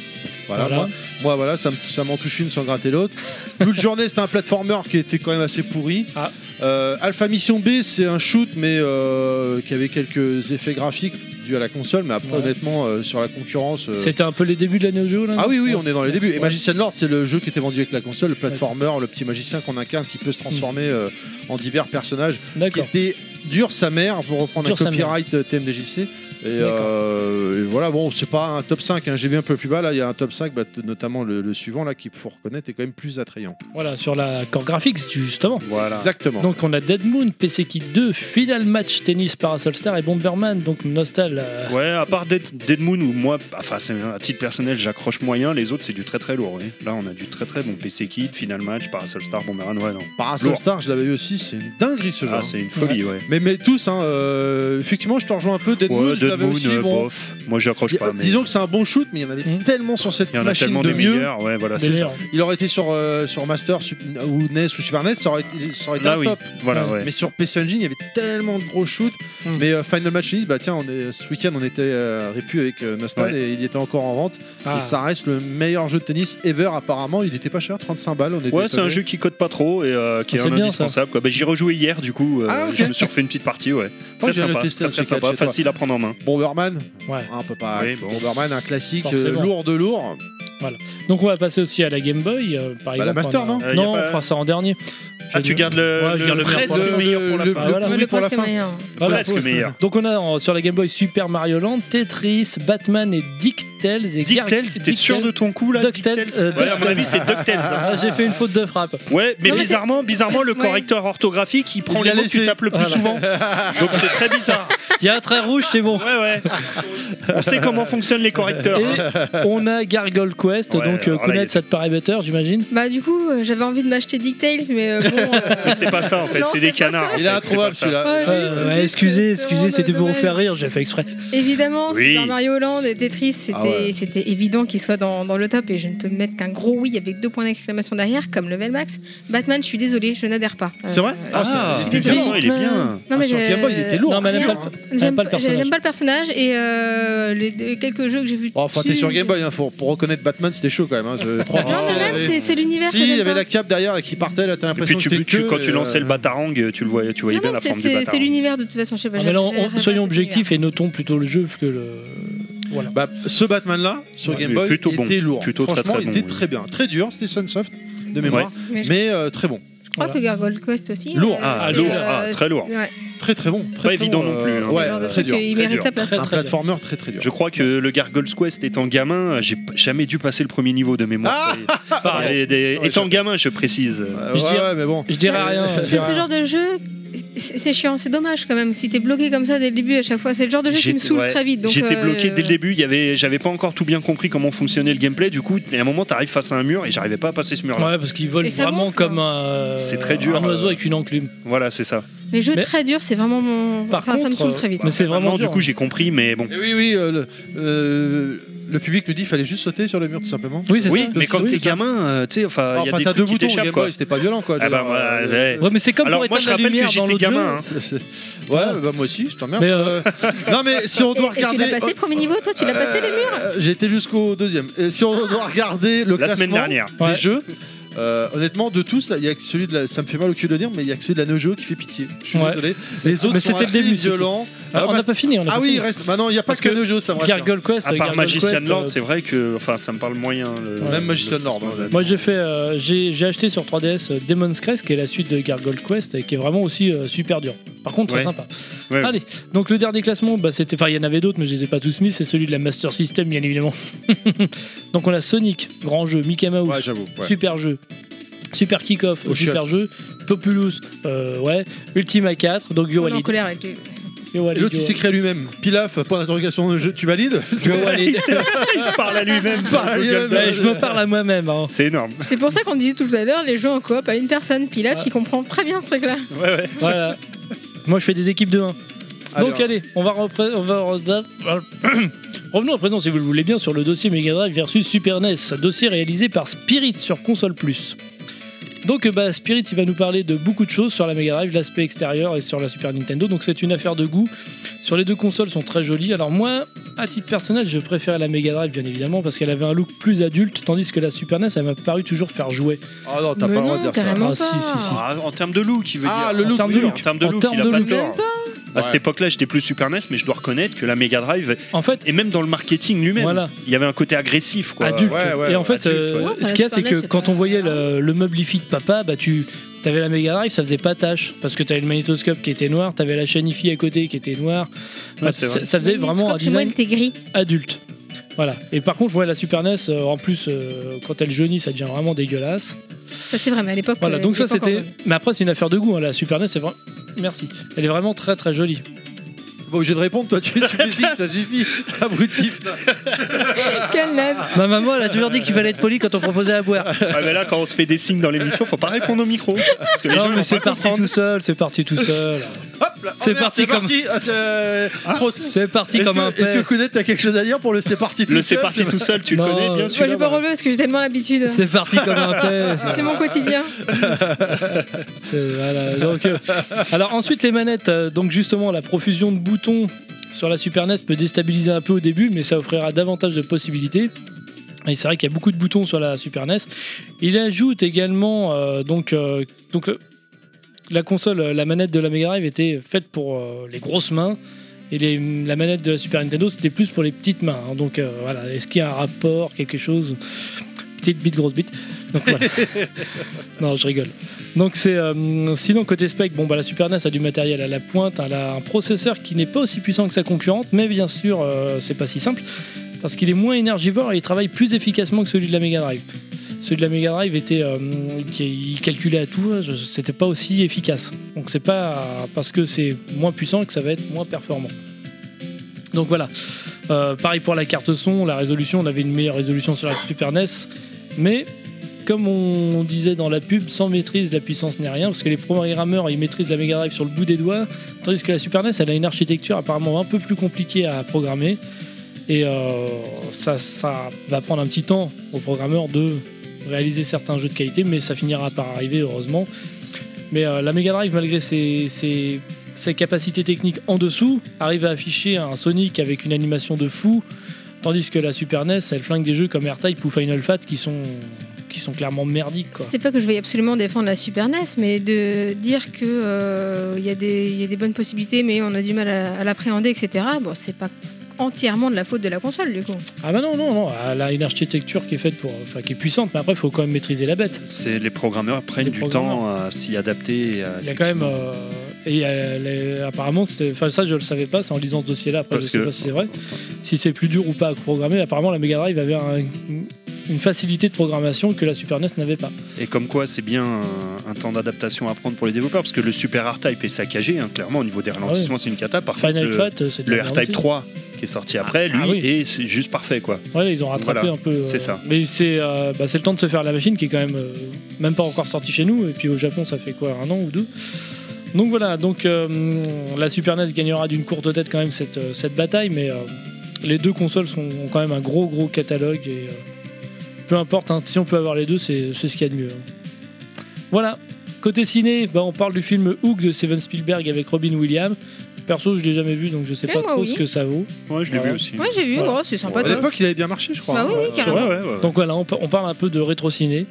B: Voilà,
D: Voilà.
B: Moi, moi, voilà, ça, me- ça m'en touche une sans gratter l'autre. Blue Journée, c'était un platformer qui était quand même assez pourri.
D: Ah.
B: Euh, Alpha Mission B, c'est un shoot, mais euh, qui avait quelques effets graphiques dus à la console. Mais après,
D: Ouais.
B: honnêtement, euh, sur la concurrence. euh,
D: C'était un peu les débuts de la Neo Geo là
B: ah
D: non
B: oui, oui, on est dans les débuts. Et
D: Ouais.
B: Magician Lord, c'est le jeu qui était vendu avec la console, le platformer, le petit magicien qu'on incarne qui peut se transformer euh, en divers personnages. Qui
D: Mm. D'accord.
B: était dur sa mère, pour reprendre
D: Dur
B: un
D: sa mère.
B: copyright euh, TMDJC. Et, euh, et voilà, bon, c'est pas un top 5, hein, j'ai vu un peu plus bas. Là, il y a un top 5, bah, t- notamment le, le suivant, là, qu'il faut reconnaître, est quand même plus attrayant.
D: Voilà, sur la Core Graphics justement.
C: voilà
B: Exactement.
D: Ah. Donc on a Dead Moon, PC Kit 2, Final Match Tennis Parasol Star et Bomberman, donc Nostal. euh,
C: Ouais, à part Dead, Dead Moon où moi, enfin, c'est à titre personnel, j'accroche moyen, les autres c'est du très très lourd. oui. Là, on a du très très bon PC Kid, Final Match, Parasol Star, Bomberman, ouais, non.
B: Parasol
C: lourd.
B: Star, je l'avais eu aussi, c'est une dinguerie ce jeu.
C: Ah,
B: hein.
C: c'est une folie, ouais.
B: mais, mais tous, hein, euh, effectivement, je te rejoins un peu. Dead
C: Ouais,
B: Moon, je
C: Dead
B: l'avais
C: Moon,
B: aussi.
C: euh,
B: bon,
C: bof. Moi, j'accroche
B: y-
C: pas, mais.
B: Disons que c'est un bon shoot, mais il y en avait
D: Mm.
B: tellement sur cette
C: il y en a
B: machine
C: tellement
B: de
C: des
B: mieux.
C: meilleurs, ouais, voilà,
D: des
C: c'est ça.
D: meilleurs.
B: Il aurait été sur, euh, sur Master Sup- ou NES ou Super NES, ça aurait, été- ça aurait été
C: Là,
B: un
C: Ah oui,
B: top.
C: voilà, ouais. Hmm.
B: Mais sur PC Engine, il y avait tellement de gros shoots.
D: Mm.
B: Mais euh, Final Match Tennis, bah tiens, on est, ce week-end, on était euh, répu avec euh, Nostal et il était encore en vente.
D: Ah.
B: Et ça reste le meilleur jeu de tennis ever, apparemment. Il était pas cher, 35 balles. On était
C: Ouais, c'est
B: pas
C: un
B: vieux.
C: jeu qui code pas trop et euh, qui
D: Ah,
C: est,
D: c'est
C: un
D: bien, ça.
C: indispensable. quoi. Bah, J'y rejouais hier, du coup, euh,
B: Ah, ok.
C: je me suis refait une petite partie, ouais.
B: Oh,
C: Très
B: j'ai le
C: sympa,
B: testé,
C: très,
B: un
C: très
B: check-out
C: sympa,
B: chez toi.
C: facile à prendre en main.
B: Bomberman,
D: Ouais.
B: Ah, on peut pas.
C: Oui, bon.
B: Bomberman, un classique euh,
D: Forcément.
B: lourd de lourd.
D: Donc on va passer aussi à la Game Boy, euh, par
B: Bah, la
D: exemple.
B: Master,
D: on a-
B: non
C: Euh, y a
D: Non,
C: pas-
D: on fera ça en dernier.
C: Ah,
D: Je-
C: tu gardes le,
D: Ouais, je garde le meilleur
C: presque
D: pour
B: la fin.
C: meilleur pour la
B: Le-
C: fin.
B: le-
C: voilà.
B: Oui,
E: Le
B: pour la
E: presque
B: fin.
E: moyen.
D: Voilà.
C: Presque meilleur.
D: Donc on a en- sur la Game Boy Super Mario Land, Tetris, Batman et DuckTales et
C: DuckTales, t'es sûr de ton coup là
D: DuckTales, euh,
C: Ouais, à mon
D: DuckTales.
C: avis, c'est DuckTales. hein.
D: Ah, j'ai fait une faute de frappe.
C: Ouais, mais
E: Non, mais
C: bizarrement, bizarrement, le
E: ouais.
C: correcteur orthographique, il prend
B: Il l'a
C: les mots que tu
B: laissé.
C: tapes le plus
D: Voilà.
C: souvent. Donc c'est très bizarre.
D: Il y a un trait rouge, c'est bon.
C: Ouais, ouais. On sait comment fonctionnent les correcteurs.
D: Et
C: hein.
D: on a Gargoyle Quest,
C: Ouais,
D: donc
C: alors là, il
D: euh,
C: y a-
D: connaître ça te paraît better, j'imagine.
E: Bah du coup, euh, j'avais envie de m'acheter DuckTales, mais euh, bon. euh,
C: C'est pas ça en fait,
E: Non,
C: c'est des
E: c'est pas
C: canards.
E: ça.
C: en
B: Il est
C: fait,
B: introuvable
C: c'est
B: celui-là.
C: pas ça.
E: oh,
D: Euh,
E: juste,
D: ouais,
E: c'est-
D: excusez,
E: c'est
D: excusez,
E: vraiment
D: c'était pour vous
E: dommage.
D: faire rire, j'ai fait exprès.
E: Évidemment,
C: Oui.
E: Super Mario Land et Tetris, c'était
B: Ah ouais.
E: c'était évident qu'ils soient dans, dans le top et je ne peux mettre qu'un gros oui avec deux points d'exclamation derrière, comme Level Max. Batman, je suis désolé, je n'adhère pas. Euh,
B: C'est vrai
C: Ah,
B: Ah,
E: je suis
C: il
E: désolée.
C: est bien.
E: non,
B: Ah,
E: mais
B: sur
E: je-
B: Game Boy, il était lourd.
D: Non, mais elle aime
B: dur,
D: pas
B: hein.
E: J'aime
D: J'aime pas
E: pas,
D: le personnage.
E: j'aime pas le personnage et euh, les deux- quelques jeux que j'ai vus.
B: Oh, enfin, t'es
E: dessus,
B: sur Game
E: j'ai-
B: Boy, hein, faut- pour reconnaître Batman, c'était chaud quand même. hein, je-
E: Ah, Non, mais même, c'est- c'est l'univers. que
B: Si, il y
E: j'aime
B: avait
E: pas.
B: la cape derrière et qui partait, là, t'as
C: Et puis
B: l'impression que
C: tu,
B: c'était une
C: tu-
B: queue,
C: quand tu
B: et,
C: lançais
B: euh,
C: le batarang, tu le voyais, tu voyais
E: Non,
C: bien
E: non,
C: la
E: c'est-
C: forme du
E: c'est
C: batarang.
E: c'est
B: hein.
E: l'univers de toute façon, je sais pas.
D: Ah,
E: j'ai-
D: mais non,
E: j'ai
D: on-
E: rien à
D: soyons
E: cet univers.
D: objectifs et notons plutôt le jeu que le. Voilà.
B: Bah, ce Batman-là, sur
C: Ouais,
B: Game
C: mais
B: Boy,
C: plutôt bon.
B: était lourd.
C: Plutôt très,
B: Franchement,
C: très
B: il
C: bon,
B: était
C: oui.
B: très bien. Très dur, c'était Sunsoft, de mémoire.
E: Mais je
B: Mais euh, très bon.
E: Je crois
D: Voilà.
E: que Gargoyle Quest aussi. hein,
B: Lourd.
C: Ah,
E: c'est, euh,
C: lourd. Ah, très lourd.
E: c'est- ouais,
B: Très, très bon. Très,
C: Pas
B: très
C: évident
B: bon,
C: non plus,
B: euh,
C: hein.
E: c'est
B: Ouais,
E: le genre de
B: très
E: truc
B: dur.
E: qui
B: très
E: mérite
B: dur.
E: sa place.
D: Très,
B: Un
D: très bien.
B: platformer très, très dur.
C: Je crois que le Gargoyle's Quest étant gamin, j'ai p- jamais dû passer le premier niveau de mémoire.
D: Pardon.
C: Et- et des-
B: Ah Ouais,
C: étant
B: je-
C: gamin, je précise.
B: Euh,
D: Je
B: ouais,
D: dirais-
B: ouais, mais bon.
D: Je dirais rien.
E: Euh, C'est ce genre de jeu. C'est c'est chiant, c'est dommage quand même. Si t'es bloqué comme ça dès le début à chaque fois, c'est le genre de jeu qui me
C: J'étais-
E: saoule
C: ouais,
E: très vite. donc,
C: J'étais
E: euh,
C: bloqué dès le début, il y avait, j'avais pas encore tout bien compris comment fonctionnait le gameplay. Du coup, à un moment, t'arrives face à un mur et j'arrivais pas à passer ce mur-là.
D: Ouais, parce qu'ils volent
E: Et ça hein.
D: vraiment
E: gonfle,
D: comme un,
C: C'est très dur,
D: un oiseau
C: euh.
D: avec une enclume.
C: Voilà, c'est ça.
E: Les jeux
D: Mais-
E: très durs, c'est vraiment mon.
D: Par
E: enfin, ça me
D: contre, euh,
E: saoule très vite.
D: Mais c'est
C: Maintenant,
D: vraiment
C: du
D: dur. hein.
C: coup, j'ai compris, mais bon.
B: Et oui, oui, euh, le, euh, le public nous dit qu'il fallait juste sauter sur le mur, tout simplement.
D: Oui, c'est
C: Oui,
D: ça.
C: mais quand
D: Oui,
C: t'es
D: c'est ça.
C: gamin, euh, tu sais, enfin, Ah, il y a
B: Enfin,
C: des
B: t'as
C: trucs
B: deux
C: qui
B: boutons,
C: t'échappent,
B: Game
C: quoi.
B: Boy, c'était pas violent, quoi.
C: Ah
B: je veux
C: bah,
B: dire,
C: ouais,
B: euh,
C: ouais.
D: Ouais, mais c'est comme
C: Alors
D: pour
C: moi, je
D: éteindre la
C: rappelle que
D: lumière dans
C: j'étais
D: l'autre jeu.
C: gamin. hein.
B: Ouais, bah moi aussi, je t'emmerde.
D: Mais,
B: Euh,
D: euh,
B: non, mais si on
E: Et-
B: doit
E: et tu
B: regarder.
E: l'as passé le premier niveau, toi, tu l'as passé les murs
B: Euh, J'ai été jusqu'au deuxième. Et si on doit regarder le
C: La
B: classement
C: semaine dernière.
B: des
D: Ouais.
B: jeux, euh, honnêtement, de tous, là, il y a que celui de la, ça me fait mal au cul de le dire, mais il y a que celui de la Neo Geo qui fait pitié. Je suis
D: Ouais. Ah,
B: désolé. Les autres
D: Mais
B: sont
D: c'était le
B: assez
D: début, c'était-
B: violents.
D: Ah,
B: Ah,
D: on
B: bah,
D: n'a pas fini. on n'a
B: ah
D: pas
B: oui, il
D: fini.
B: reste. Bah non, il n'y a pas
D: Parce
B: que,
D: que
B: Neo Geo, ça me rassure.
D: Gargoyle Quest.
C: À part
D: Gargoyle
C: Magician
D: Quest,
C: Lord,
D: euh,
C: c'est vrai que enfin, ça me parle moyen. le-
B: Même
C: le-
B: Magician Lord. hein,
D: Moi j'ai fait, euh, j'ai j'ai acheté sur 3DS euh, Demon's Crest qui est la suite de Gargoyle Quest et qui est vraiment aussi euh, super dur. Par contre très
C: Ouais.
D: sympa.
C: Ouais.
D: Allez, donc le dernier classement, bah, c'était, enfin il y en avait d'autres mais je les ai pas tous mis, c'est celui de la Master System bien évidemment. donc on a Sonic, grand jeu, Mickey Mouse,
B: Ouais, j'avoue. ouais. Oh,
D: super jeu. Super kick-off,
B: Au
D: super jeu. Populous, euh, ouais. Ultima 4, donc Yo
E: On est en
D: Walid.
E: colère avec lui.
D: Yo
B: Et
D: Walid,
B: l'autre,
D: Yo
B: il s'est créé lui-même. Pilaf, point d'interrogation dans le jeu, tu valides
D: Yo Walid.
C: Il se parle à lui-même.
B: se parle à lui-même.
D: Ouais, je me parle à moi-même. hein.
C: C'est énorme.
E: C'est pour ça qu'on disait tout à l'heure les jeux en coop à une personne, puis là, qui comprend très bien ce truc-là.
D: Oh,
C: Ouais, ouais.
D: Voilà. Moi, je fais des équipes de 1.
B: Allez,
D: Donc, allez, on va, repré- on va re- revenons à présent, si vous le voulez bien, sur le dossier Mega Drive versus Super NES, dossier réalisé par Spirit sur console plus. Donc, euh, bah, Spirit, il va nous parler de beaucoup de choses sur la Mega Drive, l'aspect extérieur et sur la Super Nintendo. Donc, c'est une affaire de goût. Sur les deux consoles, sont très jolies. Alors, moi, à titre personnel, je préférais la Mega Drive, bien évidemment, parce qu'elle avait un look plus adulte, tandis que la Super NES, elle m'a paru toujours faire jouer.
B: Ah non, t'as
E: Mais
B: pas le droit
E: non,
B: de dire ça.
E: carrément
D: Ah,
E: pas.
D: si, si, si.
C: Ah, en termes de look, il veut
B: Ah,
C: dire.
B: le
D: En
B: look
D: termes de
B: dur.
D: look.
C: En termes de
D: En
C: look,
D: termes
C: il a
D: de
C: pas
D: look. hein.
C: tort.
E: Même pas.
C: À
B: Ouais.
C: cette époque-là, j'étais plus Super NES, mais je dois reconnaître que la Mega Drive,
D: En fait,
C: et même dans le marketing lui-même,
D: Voilà. Ah,
C: il y avait un côté agressif. Quoi.
D: adulte.
B: Ouais, ouais,
D: et en
B: ouais,
D: fait,
C: adulte,
D: euh,
E: ouais.
D: ce qu'il y a, c'est que
E: Ouais,
D: quand on voyait le, le meublifi de papa, bah tu avais la Mega Drive, ça faisait pas tâche parce que t'avais le magnétoscope qui était noir, t'avais la chaîne IFI à côté qui était noire. Enfin,
C: Ouais, c'est vrai.
D: ça, ça faisait
E: Oui,
D: vraiment un
E: Scott, chez moi,
D: design
E: il était gris.
D: adulte. Voilà. Et par contre, ouais, la Super NES, euh, en plus, euh, quand elle jaunit, ça devient vraiment dégueulasse.
E: Ça, c'est vrai, mais à l'époque.
D: Voilà.
E: euh,
D: donc ça,
E: il était pas
D: c'était.
E: encore
D: Mais après, c'est une affaire de goût. hein, La Super NES, c'est vraiment. Merci. Elle est vraiment très très jolie.
B: Pas obligé de répondre, toi, tu, tu décides, ça suffit. Abruti.
E: jeune. Quelle naze.
D: Ma maman, elle a toujours dit qu'il fallait être poli quand on proposait à boire.
C: Ah, mais là, quand on se fait des signes dans l'émission, faut pas répondre au micro. Parce que les gens
D: Non,
C: vont
D: mais c'est
C: pas
D: parti
C: comprendre.
D: tout seul, c'est parti tout seul.
B: Hop là, oh
D: C'est
B: merde,
D: parti
B: c'est
D: comme-
B: parti. Ah, c'est- Pro-
D: C'est parti
B: Est-ce
D: comme un
B: que, est-ce que
D: père.
B: Kounet, t'as quelque chose à dire pour le c'est parti tout
C: Le
B: seul,
C: c'est parti tout seul, tu le
D: Non.
C: connais bien
D: Moi,
E: Moi,
C: sûr.
E: j'ai pas relevé parce que j'ai tellement l'habitude.
D: C'est parti comme un père.
E: C'est mon quotidien.
D: C'est- voilà, donc, euh, alors ensuite les manettes, euh, donc justement la profusion de boutons sur la Super NES peut déstabiliser un peu au début, mais ça offrira davantage de possibilités. Et c'est vrai qu'il y a beaucoup de boutons sur la Super NES. Il ajoute également euh, donc euh, donc le- la console, euh, la manette de la Mega Drive était faite pour euh, les grosses mains. Et les- la manette de la Super Nintendo, c'était plus pour les petites mains. hein. donc euh, voilà, est-ce qu'il y a un rapport, quelque chose Petite bite, grosse bite. Donc voilà. non, je rigole. Donc c'est euh, sinon côté spec, bon bah la Super NES a du matériel à la pointe, hein, elle a un processeur qui n'est pas aussi puissant que sa concurrente, mais bien sûr euh, c'est pas si simple parce qu'il est moins énergivore et il travaille plus efficacement que celui de la Mega Drive. Celui de la Mega Drive était, euh, qui- il calculait à tout, euh, c'était pas aussi efficace. Donc c'est pas euh, parce que c'est moins puissant que ça va être moins performant. Donc voilà. Euh, pareil pour la carte son, la résolution, on avait une meilleure résolution sur la Super NES. Mais comme on disait dans la pub, sans maîtrise, la puissance n'est rien, parce que les programmeurs, ils maîtrisent la Mega Drive sur le bout des doigts, tandis que la Super NES, elle a une architecture apparemment un peu plus compliquée à programmer. Et euh, ça, ça va prendre un petit temps aux programmeurs de réaliser certains jeux de qualité, mais ça finira par arriver, heureusement. Mais euh, la Mega Drive, malgré ses, ses- ses capacités techniques en dessous, arrive à afficher un Sonic avec une animation de fou, tandis que la Super NES, elle flingue des jeux comme R-Type ou Final Fat qui sont, qui sont clairement merdiques. Quoi.
E: C'est pas que je veuille absolument défendre la Super NES, mais de dire que euh, il y, a des- il y a des bonnes possibilités, mais on a du mal à, à l'appréhender, etc. Bon, c'est pas entièrement de la faute de la console, du coup.
D: Ah bah non, non, non, elle a une architecture qui est faite pour. Enfin, qui est puissante, mais après, il faut quand même maîtriser la bête.
C: C'est les programmeurs prennent
D: Les
C: du
D: programmeurs.
C: temps à s'y adapter. et à-
D: Il y a quand même. euh, et euh, les- apparemment, c'est- enfin, ça je le savais pas, c'est en lisant ce dossier-là, après
C: Parce
D: je sais
C: que-
D: pas si c'est vrai. Si c'est plus dur ou pas à programmer, apparemment la Mega Drive avait un- une facilité de programmation que la Super NES n'avait pas.
C: Et comme quoi, c'est bien euh, un, un temps d'adaptation à prendre pour les développeurs, parce que le Super R-Type est saccagé, hein, clairement, au niveau des ralentissements, c'est une cata. Par
D: Ah Final
C: contre, le-
D: Fight, euh, c'est de
C: le
D: la merde
C: R-Type
D: aussi.
C: 3 qui est sorti après, lui,
D: ah oui.
C: est juste parfait, quoi.
D: Ouais, ils ont rattrapé
C: Voilà,
D: un peu. euh,
C: c'est ça.
D: Mais c'est euh, bah, c'est le temps de se faire la machine qui est quand même euh, même pas encore sortie chez nous. Et puis au Japon, ça fait quoi, un an ou deux Donc voilà, donc euh, la Super NES gagnera d'une courte tête quand même cette, euh, cette bataille, mais euh, les deux consoles sont, ont quand même un gros gros catalogue. Et euh, peu importe, hein, si on peut avoir les deux, c'est c'est ce qu'il y a de mieux. hein. Voilà. Côté ciné, bah, on parle du film Hook de Steven Spielberg avec Robin Williams. Perso, je l'ai jamais vu, donc je sais
E: Eh,
D: pas
E: moi,
D: trop
E: oui.
D: ce que ça vaut.
C: Ouais, je l'ai
D: Voilà.
C: vu aussi.
E: Moi, j'ai vu,
D: Voilà.
E: oh, c'est sympa.
B: À
E: toi.
B: l'époque, il avait bien marché, je crois. Euh,
E: Bah oui, oui,
C: Ouais,
E: carrément.
C: ouais, ouais, ouais.
D: Donc voilà, on, pa- on parle un peu de rétro-ciné.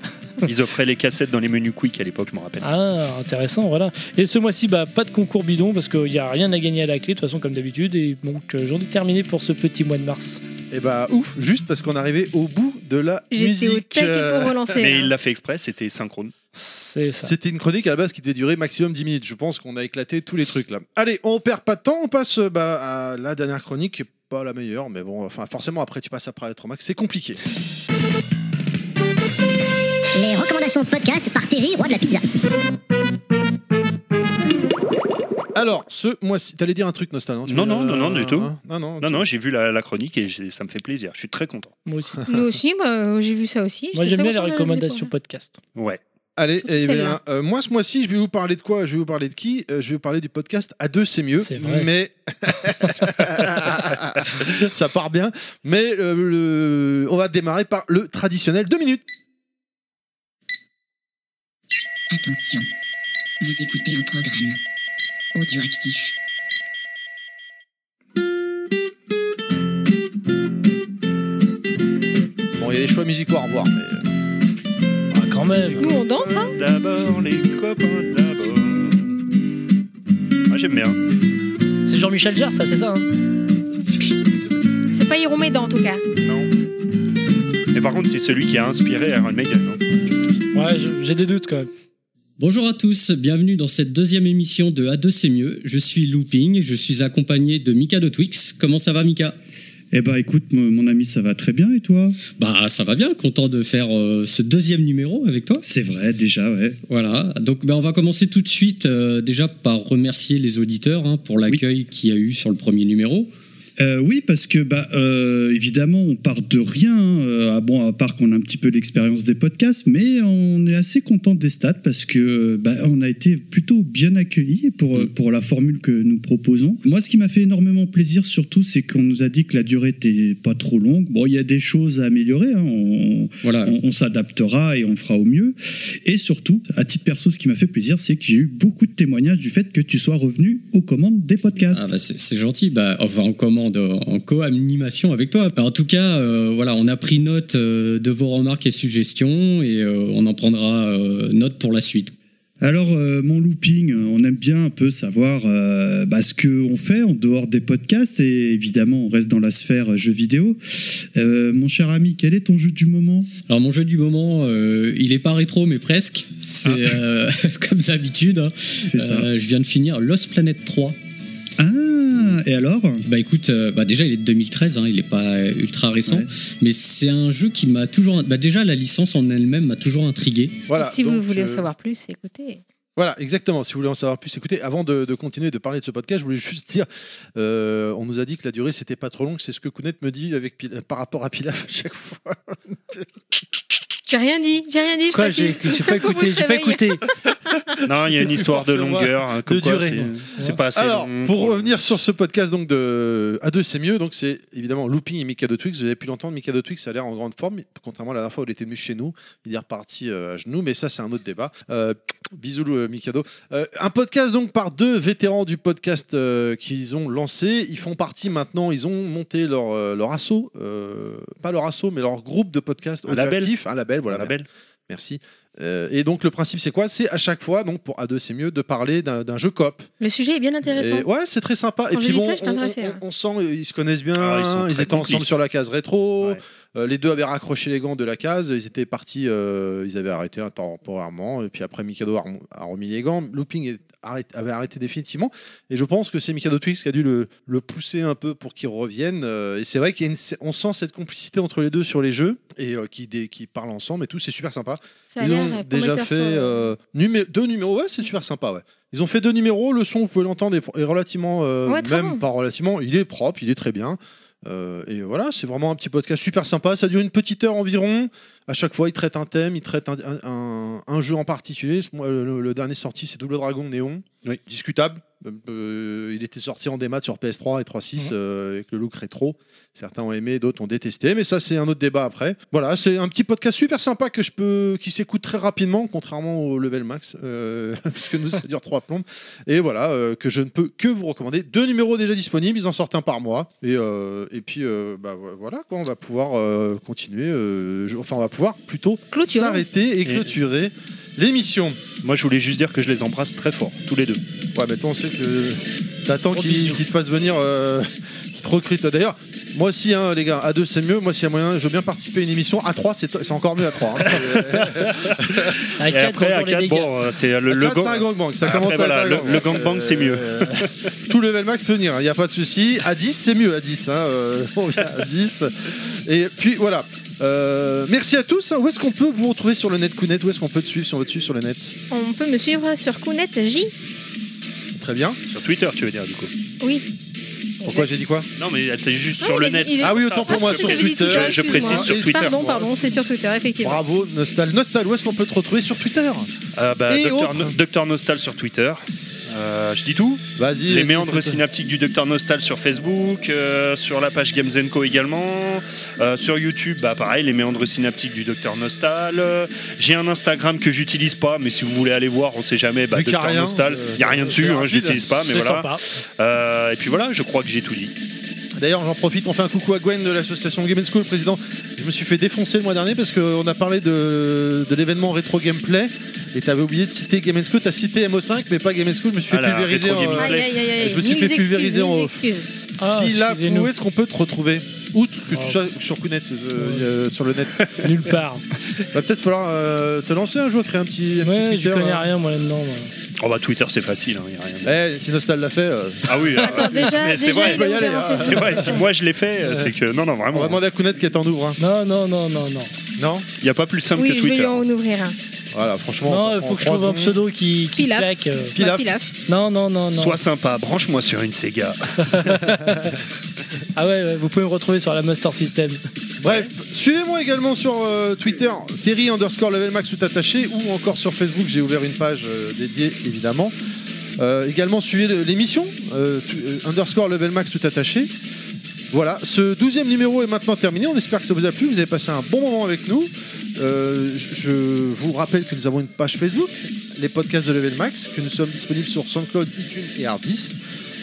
C: Ils offraient les cassettes dans les menus Quick à l'époque, je me rappelle.
D: Ah, intéressant, voilà. Et ce mois-ci, bah, pas de concours bidon parce qu'il n'y a rien à gagner à la clé, de toute façon, comme d'habitude. Et donc, euh, journée terminée pour ce petit mois de mars.
B: Et bah ouf, juste parce qu'on arrivait au bout de la
E: J'étais au
B: musique.
E: taquet
B: euh,
E: pour relancer. hein. là.
C: Mais il l'a fait exprès, c'était synchrone.
D: C'est ça.
B: C'était une chronique à la base qui devait durer maximum 10 minutes. Je pense qu'on a éclaté tous les trucs là. Allez, on perd pas de temps, on passe euh, bah, à la dernière chronique, qui est pas la meilleure, mais bon, enfin forcément après tu passes après être max, c'est compliqué.
A: Les recommandations podcast par Terry, roi de la pizza.
B: Alors, ce mois-ci, t'allais dire un truc Nostal, non Tu
C: Non,
B: voulais,
C: non, non, non, du tout.
B: hein Non, non,
C: Non,
B: tu-
C: non, j'ai vu la, la chronique et j'ai- ça me fait plaisir. Je suis très content.
D: Moi aussi.
E: Nous aussi, moi, euh, j'ai vu ça aussi.
D: Moi,
E: J'étais
D: j'aime bien
E: très
D: les
E: contente de
D: recommandations
E: découvrir.
D: podcast.
C: Ouais.
B: Allez,
E: Surtout
B: eh bien,
E: celle-là.
B: euh, moi ce mois-ci, je vais vous parler de quoi Je vais vous parler de qui Euh, Je vais vous parler du podcast à deux, c'est mieux.
D: C'est vrai.
B: Mais ça part bien. Mais euh, le- on va démarrer par le traditionnel deux minutes.
A: Attention, vous écoutez un programme audioactif.
B: Bon, il y a les choix musicaux à revoir, mais.
D: Ah, quand même.
E: Nous, on danse, hein
C: D'abord les copains, d'abord. Moi j'aime bien.
D: C'est Jean-Michel Jarre, ça, c'est ça. hein
E: C'est pas Iron Maiden, en tout cas.
C: Mais par contre, c'est celui qui a inspiré Iron Maiden. hein.
D: ouais, je- j'ai des doutes quand même.
J: Bonjour à tous, bienvenue dans cette deuxième émission de A2 c'est mieux. Je suis Looping, je suis accompagné de Mika de Twix. Comment ça va Mika
H: Eh bah écoute, mon mon ami, ça va très bien et toi
J: Bah ça va bien, content de faire euh, ce deuxième numéro avec toi.
H: C'est vrai, déjà, ouais.
J: Voilà, donc ben, on va commencer tout de suite euh, déjà par remercier les auditeurs hein, pour l'accueil qu'il y a eu sur le premier numéro.
H: Euh, oui, parce que bah euh, évidemment, on part de rien. hein. Euh, ah bon, à part qu'on a un petit peu l'expérience des podcasts, mais on est assez content des stats parce que euh, bah, on a été plutôt bien accueillis pour euh,
J: Mm.
H: pour la formule que nous proposons. Moi, ce qui m'a fait énormément plaisir surtout, c'est qu'on nous a dit que la durée était pas trop longue. Bon, il y a des choses à améliorer. hein. On,
J: Voilà,
H: on- on s'adaptera et on fera au mieux. Et surtout, à titre perso, ce qui m'a fait plaisir, c'est que j'ai eu beaucoup de témoignages du fait que tu sois revenu aux commandes des podcasts.
J: Ah bah, c'est c'est gentil, bah, enfin en commande, euh, en co-animation avec toi. Alors, en tout cas, euh, voilà, on a pris note euh, de vos remarques et suggestions et euh, on en prendra euh, note pour la suite.
H: Alors, euh, mon looping, euh, on aime bien un peu savoir euh, bah, ce qu'on fait en dehors des podcasts et évidemment, on reste dans la sphère euh, jeux vidéo. Euh, mon cher ami, quel est ton jeu du moment
J: Alors mon jeu du moment, euh, il est pas rétro mais presque, c'est euh, comme d'habitude. hein.
H: Ah. C'est ça.
J: Euh, je viens de finir Lost Planet 3.
H: Ah, et alors
J: Bah écoute, euh, bah déjà il est de 2013, hein, il est pas euh, ultra récent,
H: Ouais.
J: mais c'est un jeu qui m'a toujours, bah déjà la licence en elle-même m'a toujours intrigué.
B: Voilà,
E: si vous
B: donc,
E: voulez
B: euh,
E: en savoir plus, écoutez.
B: Voilà, exactement. Si vous voulez en savoir plus, écoutez, avant de, de continuer de parler de ce podcast, je voulais juste dire, euh, on nous a dit que la durée c'était pas trop longue, c'est ce que Kounet me dit avec Pil- par rapport à Pilaf à chaque fois.
E: J'ai rien dit, j'ai rien dit, je
D: Quoi, j'ai
E: précise.
D: j'ai pas
E: Faut vous
D: écouté, j'ai pas
E: réveiller.
D: écouté.
C: Non, il y a une
B: plus
C: histoire
B: fort
C: de
B: que moi,
C: longueur, hein, comme
B: de
C: quoi,
B: durée.
C: c'est- C'est pas assez
B: Alors,
C: long.
B: pour revenir sur ce podcast donc de à deux c'est mieux, donc c'est évidemment Looping et Mikado Twix. Vous avez pu l'entendre, Mikado Twix a l'air en grande forme, contrairement à la dernière fois où il était venu chez nous, il est reparti euh, à genoux, mais ça c'est un autre débat. Euh, bisous euh, Mikado. Euh, un podcast donc par deux vétérans du podcast euh, qu'ils ont lancé. Ils font partie maintenant, ils ont monté leur euh, leur assaut, pas leur assaut, mais leur groupe de podcast
C: Un label.
B: audio-actif. un label, voilà.
C: la belle.
B: Merci. Euh, et donc le principe c'est quoi C'est à chaque fois, donc pour A2 c'est mieux, de parler d'un d'un jeu coop.
E: Le sujet est bien intéressant.
B: Et ouais, c'est très sympa. et
E: Quand
B: puis
E: j'ai lu
B: bon,
E: ça, j'étais
B: on-
E: intéressée,
B: on,
E: hein.
B: on sent ils se connaissent bien.
C: Ah, ils sont
B: ils,
C: très
B: étaient ensemble
C: complices.
B: sur la case rétro.
C: Ouais.
B: Euh, les deux avaient raccroché les gants de la case. Ils étaient partis. euh, ils avaient arrêté hein, temporairement. Et puis après, Mikado a, rem- a remis les gants. Looping est- arrête- avait arrêté définitivement. Et je pense que c'est Mikado Twix qui a dû le, le pousser un peu pour qu'il revienne. Euh, et c'est vrai qu'on sent cette complicité entre les deux sur les jeux et euh, qui, dé- qui parlent ensemble et tout. C'est super sympa.
E: Ça a
B: Ils
E: l'air
B: ont
E: euh,
B: déjà
E: prometteur
B: fait
E: sur-
B: euh, numé- deux numéros. Ouais, c'est super sympa. Ouais. Ils ont fait deux numéros. Le son, vous pouvez l'entendre, est, est relativement, euh,
E: Ouais, très
B: même
E: bon.
B: pas relativement, il est propre, il est très bien. Euh, et voilà, c'est vraiment un petit podcast super sympa. Ça dure une petite heure environ. À chaque fois, ils traitent un thème, ils traitent un, un- un jeu en particulier. Ce mois- Le, le dernier sorti, c'est Double Dragon Néon.
C: Oui.
B: Discutable. Euh, il était sorti en démat sur PS3 et 3.6 euh, avec le look rétro. Certains ont aimé, d'autres ont détesté, mais ça c'est un autre débat après. Voilà, c'est un petit podcast super sympa que je peux, qui s'écoute très rapidement, contrairement au level max, euh, parce que nous ça dure trois plombes. Et voilà, euh, que je ne peux que vous recommander. Deux numéros déjà disponibles, ils en sortent un par mois. Et, euh, et puis euh, bah, vo- voilà, quoi, on va pouvoir euh, continuer, euh, je- enfin on va pouvoir plutôt
E: Clôturer.
B: s'arrêter et clôturer l'émission.
C: Moi, je voulais juste dire que je les embrasse très fort, tous les deux.
B: Ouais, mais toi, on sait que t'attends
D: Gros
B: qu'il
D: bisous.
B: qu'il te fasse venir, euh, qu'il te recrute. D'ailleurs, moi aussi, hein, les gars, à deux, c'est mieux. Moi, s'il y a moyen, je veux bien participer à une émission. À 3 c'est c'est encore mieux à 3
D: À
C: Et
D: quatre,
C: après,
D: bonjour
C: à
D: les
C: 4,
D: dégâts.
C: bon, euh, c'est le,
B: Le,
C: le
B: gang...
C: gang-
B: gangbang, ça
C: Après,
B: commence à être
C: voilà,
B: un
C: le-
B: gangbang.
C: le gangbang, c'est mieux.
B: Euh, tout level max peut venir, il n'y a pas de souci. À 10, c'est mieux à 10. hein, euh, on vient à 10. Et puis voilà. Euh, merci à tous. hein. Où est-ce qu'on peut vous retrouver sur le net, Kounet Où est-ce qu'on peut te suivre si on veut te suivre sur le net
E: On peut me suivre sur Kounet J.
B: Très bien.
C: euh, Sur Twitter, tu veux dire, du coup.
E: Oui.
B: Pourquoi j'ai dit quoi
C: Non, mais c'est juste
E: Ah,
C: sur
E: il
C: le
E: a dit-
C: net.
E: il a-
B: Ah oui, autant pour moi,
E: tu
B: sur
E: t'avais dit
B: Twitter.
C: Je- je
E: excuse-moi.
C: précise sur Twitter.
E: Pardon, pardon, c'est sur Twitter, effectivement.
B: Bravo, Nostal. Nostal, où est-ce qu'on peut te retrouver sur Twitter
C: Ah bah,
B: Et
C: Docteur
B: autres.
C: No- Docteur Nostal sur Twitter. Euh, je dis tout.
B: Vas-y.
C: Les
B: explique-
C: méandres synaptiques du Docteur Nostal sur Facebook, euh, sur la page Games Co également, euh, sur YouTube, bah pareil, les méandres synaptiques du Docteur Nostal. Euh, J'ai un Instagram que j'utilise pas, mais si vous voulez aller voir, on sait jamais. Bah,
B: Vu qu'il y a
C: Docteur
B: rien,
C: Nostal,
B: euh,
C: il y a rien
B: c'est
C: dessus, hein,
B: rapide.
C: je l'utilise pas, mais
D: C'est
C: voilà.
D: sympa.
C: Euh, et puis voilà, je crois que j'ai tout dit.
B: D'ailleurs, j'en profite, on fait un coucou à Gwen de l'association Game School, président. Je me suis fait défoncer le mois dernier parce qu'on a parlé de, de l'événement rétro gameplay et t'avais oublié de citer Game School. T'as cité MO5, mais pas Game School. Je me suis fait
C: Ah là,
B: pulvériser.
C: rétro
B: en- Euh,
C: gameplay.
E: Aïe, aïe, aïe, aïe.
B: Je me suis
E: Mille
B: fait
E: excuses,
B: pulvériser en
E: mille
B: off.
E: excuses.
D: Ah,
B: Puis là, où
D: excusez-nous.
B: est-ce qu'on peut te retrouver Ou t- que tu
D: Oh.
B: sois sur Kounet, euh, euh, sur le net.
D: Nulle part.
B: Va peut-être falloir euh, te lancer un jour, créer un petit. un petit
D: Ouais, je
B: Twitter,
D: connais
B: hein.
D: rien moi là-dedans. moi.
C: Oh bah Twitter, c'est facile, hein, il y a rien.
B: Eh, si Nostal l'a fait, euh,
C: Ah oui,
E: Attends, déjà,
C: mais c'est
E: déjà,
C: vrai,
E: il a
B: on peut y
E: ouvert
B: aller,
E: un
B: hein.
C: c'est
E: Facebook.
C: vrai, si moi je l'ai fait, euh, c'est que non, non,
B: on va
C: vraiment,
B: demander à Kounet qui est en ouvre. hein.
D: Non, non, non, non, non.
B: Non
C: il n'y a pas plus simple
E: Oui,
C: que
E: je vais
C: Twitter.
E: lui en ouvrir un.
B: Voilà, franchement. ça
D: Non, il
B: prend
D: faut que je
B: trois
D: trouve un
B: secondes.
D: pseudo qui, qui
E: Pilaf.
D: claque. euh.
B: Pilaf.
E: Bah, Pilaf.
D: Non, non, non, non.
C: Sois sympa, branche-moi sur une Sega.
D: Ah ouais, ouais, vous pouvez me retrouver sur la Master System.
B: Bref, suivez-moi également sur euh, Twitter, Terry underscore level max tout attaché, ou encore sur Facebook, j'ai ouvert une page euh, dédiée évidemment. Euh, également, suivez le- l'émission, euh, tu- euh, underscore level max tout attaché. Voilà, ce douzième numéro est maintenant terminé. On espère que ça vous a plu, vous avez passé un bon moment avec nous. Euh, je je vous rappelle que nous avons une page Facebook, les podcasts de Level Max, que nous sommes disponibles sur SoundCloud, iTunes et Hardis.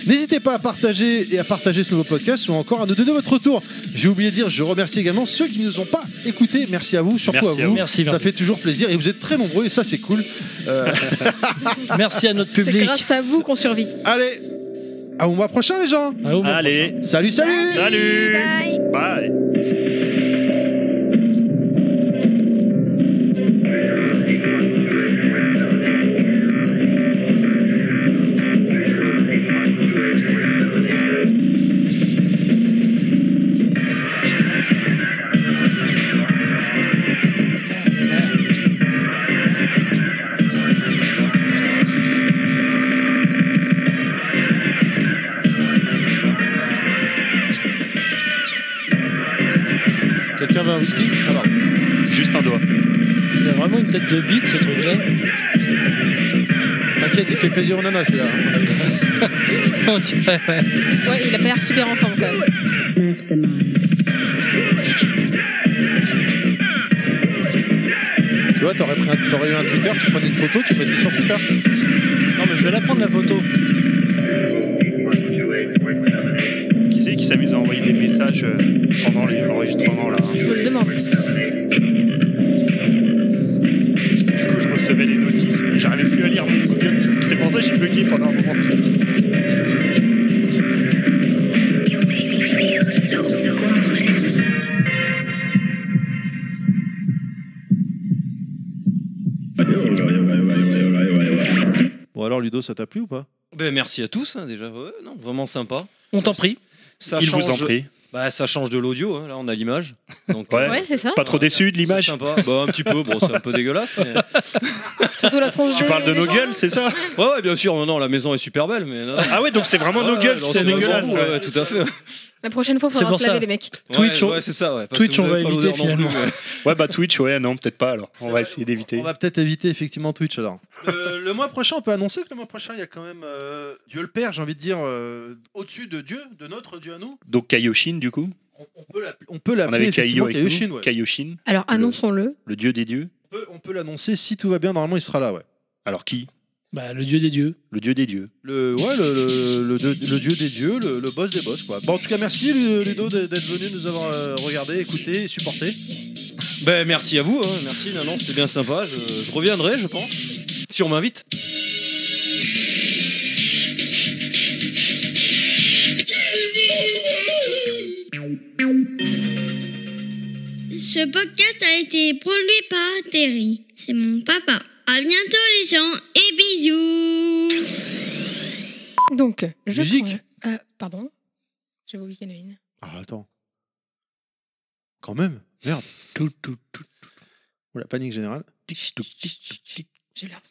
B: N'hésitez pas à partager et à partager ce nouveau podcast ou encore à nous donner votre retour. J'ai oublié de dire, je remercie également ceux qui ne nous ont pas écoutés. Merci à vous, surtout
C: Merci
B: à
C: à
B: vous.
C: vous.
D: Merci,
B: Ça
D: merci.
B: fait toujours plaisir et vous êtes très nombreux et ça c'est cool. Euh,
D: Merci à notre
E: C'est
D: public.
E: grâce à vous qu'on survit.
B: allez, à au mois prochain les gens.
D: Ah, au moins.
C: Allez,
B: Salut, salut.
C: salut
E: Bye.
C: Bye
K: Thank
B: whisky. Ah, pardon.
C: Juste un doigt.
D: Il a vraiment une tête de bite ce truc-là.
B: T'inquiète, il fait plaisir aux nanas, celui-là.
D: On dirait, ouais.
E: Ouais, il a pas l'air super en forme quand même.
B: Tu vois, t'aurais, pris un- t'aurais eu un Twitter, tu prenais une photo, tu mettais sur Twitter.
D: Non, mais je vais la prendre la photo.
C: Qui c'est qui s'amuse à envoyer des messages euh, pendant les- l'enregistrement là hein
E: Je me le demande.
C: Du coup, je recevais les notifs et j'arrivais plus à lire mon Google. C'est pour ça que j'ai bugué pendant un moment.
B: Bon, alors, Ludo, ça t'a plu ou pas
I: Ben, merci à tous, hein, déjà. Ouais, non, vraiment sympa.
D: On t'en prie.
I: Ça
C: Il
I: change...
C: vous en prie.
I: Bah, ça change de l'audio, hein, là on a l'image. Donc,
C: Ouais.
I: euh,
E: Ouais, c'est ça.
C: Pas trop déçu de
I: c'est
C: l'image.
I: sympa. Bah, un petit peu, bon, c'est un peu dégueulasse. mais-
E: Surtout la tronche
C: Tu parles de
E: des
C: nos
E: gens.
C: gueules, c'est ça
I: Ouais, ouais, bien sûr, non, non, la maison est super belle, mais. non, non.
C: Ah ouais, donc c'est vraiment nos
I: Ouais,
C: gueules,
I: non,
C: c'est
I: vraiment
C: dégueulasse.
I: vous, ouais,
C: ouais.
I: ouais, tout à fait.
E: La prochaine fois, il
D: C'est
E: faudra
D: pour
E: se laver
D: ça.
E: les mecs.
D: Twitch,
I: ouais,
D: on-
I: ouais, c'est ça, ouais. parce
D: Twitch,
I: que vous
D: on
I: avez
D: va
I: pas
D: éviter,
I: l'odeur non plus, ouais.
C: Ouais, bah Twitch, ouais, non, peut-être pas alors. On va essayer d'éviter.
B: On va peut-être éviter effectivement Twitch alors. Euh, le mois prochain, on peut annoncer que le mois prochain, il y a quand même euh, Dieu le Père, j'ai envie de dire, euh, au-dessus de Dieu, de notre Dieu à nous.
C: Donc Kaioshin, du coup.
B: On, on peut l'appeler- on peut
C: On
B: l'appeler
C: avait
B: Ah,
C: Kaio
B: effectivement
C: avec
B: Kaioshin,
C: nous.
B: ouais.
C: Kaioshin,
E: Alors, annonçons-le.
C: le dieu des dieux.
B: On peut- On peut l'annoncer si tout va bien, normalement il sera là, ouais.
C: Alors qui
D: Bah, le dieu des dieux.
C: Le dieu des dieux.
B: Le, ouais, le, le- le dieu- le dieu des dieux, le, le boss des boss, quoi. Bon, en tout cas, merci Ludo d'être venu nous avoir euh, regardé, écouté et supporté.
I: Ben, merci à vous, hein, merci, non, non, c'était bien sympa. Je, je reviendrai, je pense. Si on m'invite.
F: Ce podcast a été produit par Terry. C'est mon papa. À bientôt les gens et bisous.
E: Donc, je.
B: Musique.
E: prends- Euh, pardon. J'avais oublié qu'il y en avait une.
B: Ah, attends. Quand même, merde.
D: Tout, tout, tout.
B: Oh, la panique générale.
E: J'ai l'air.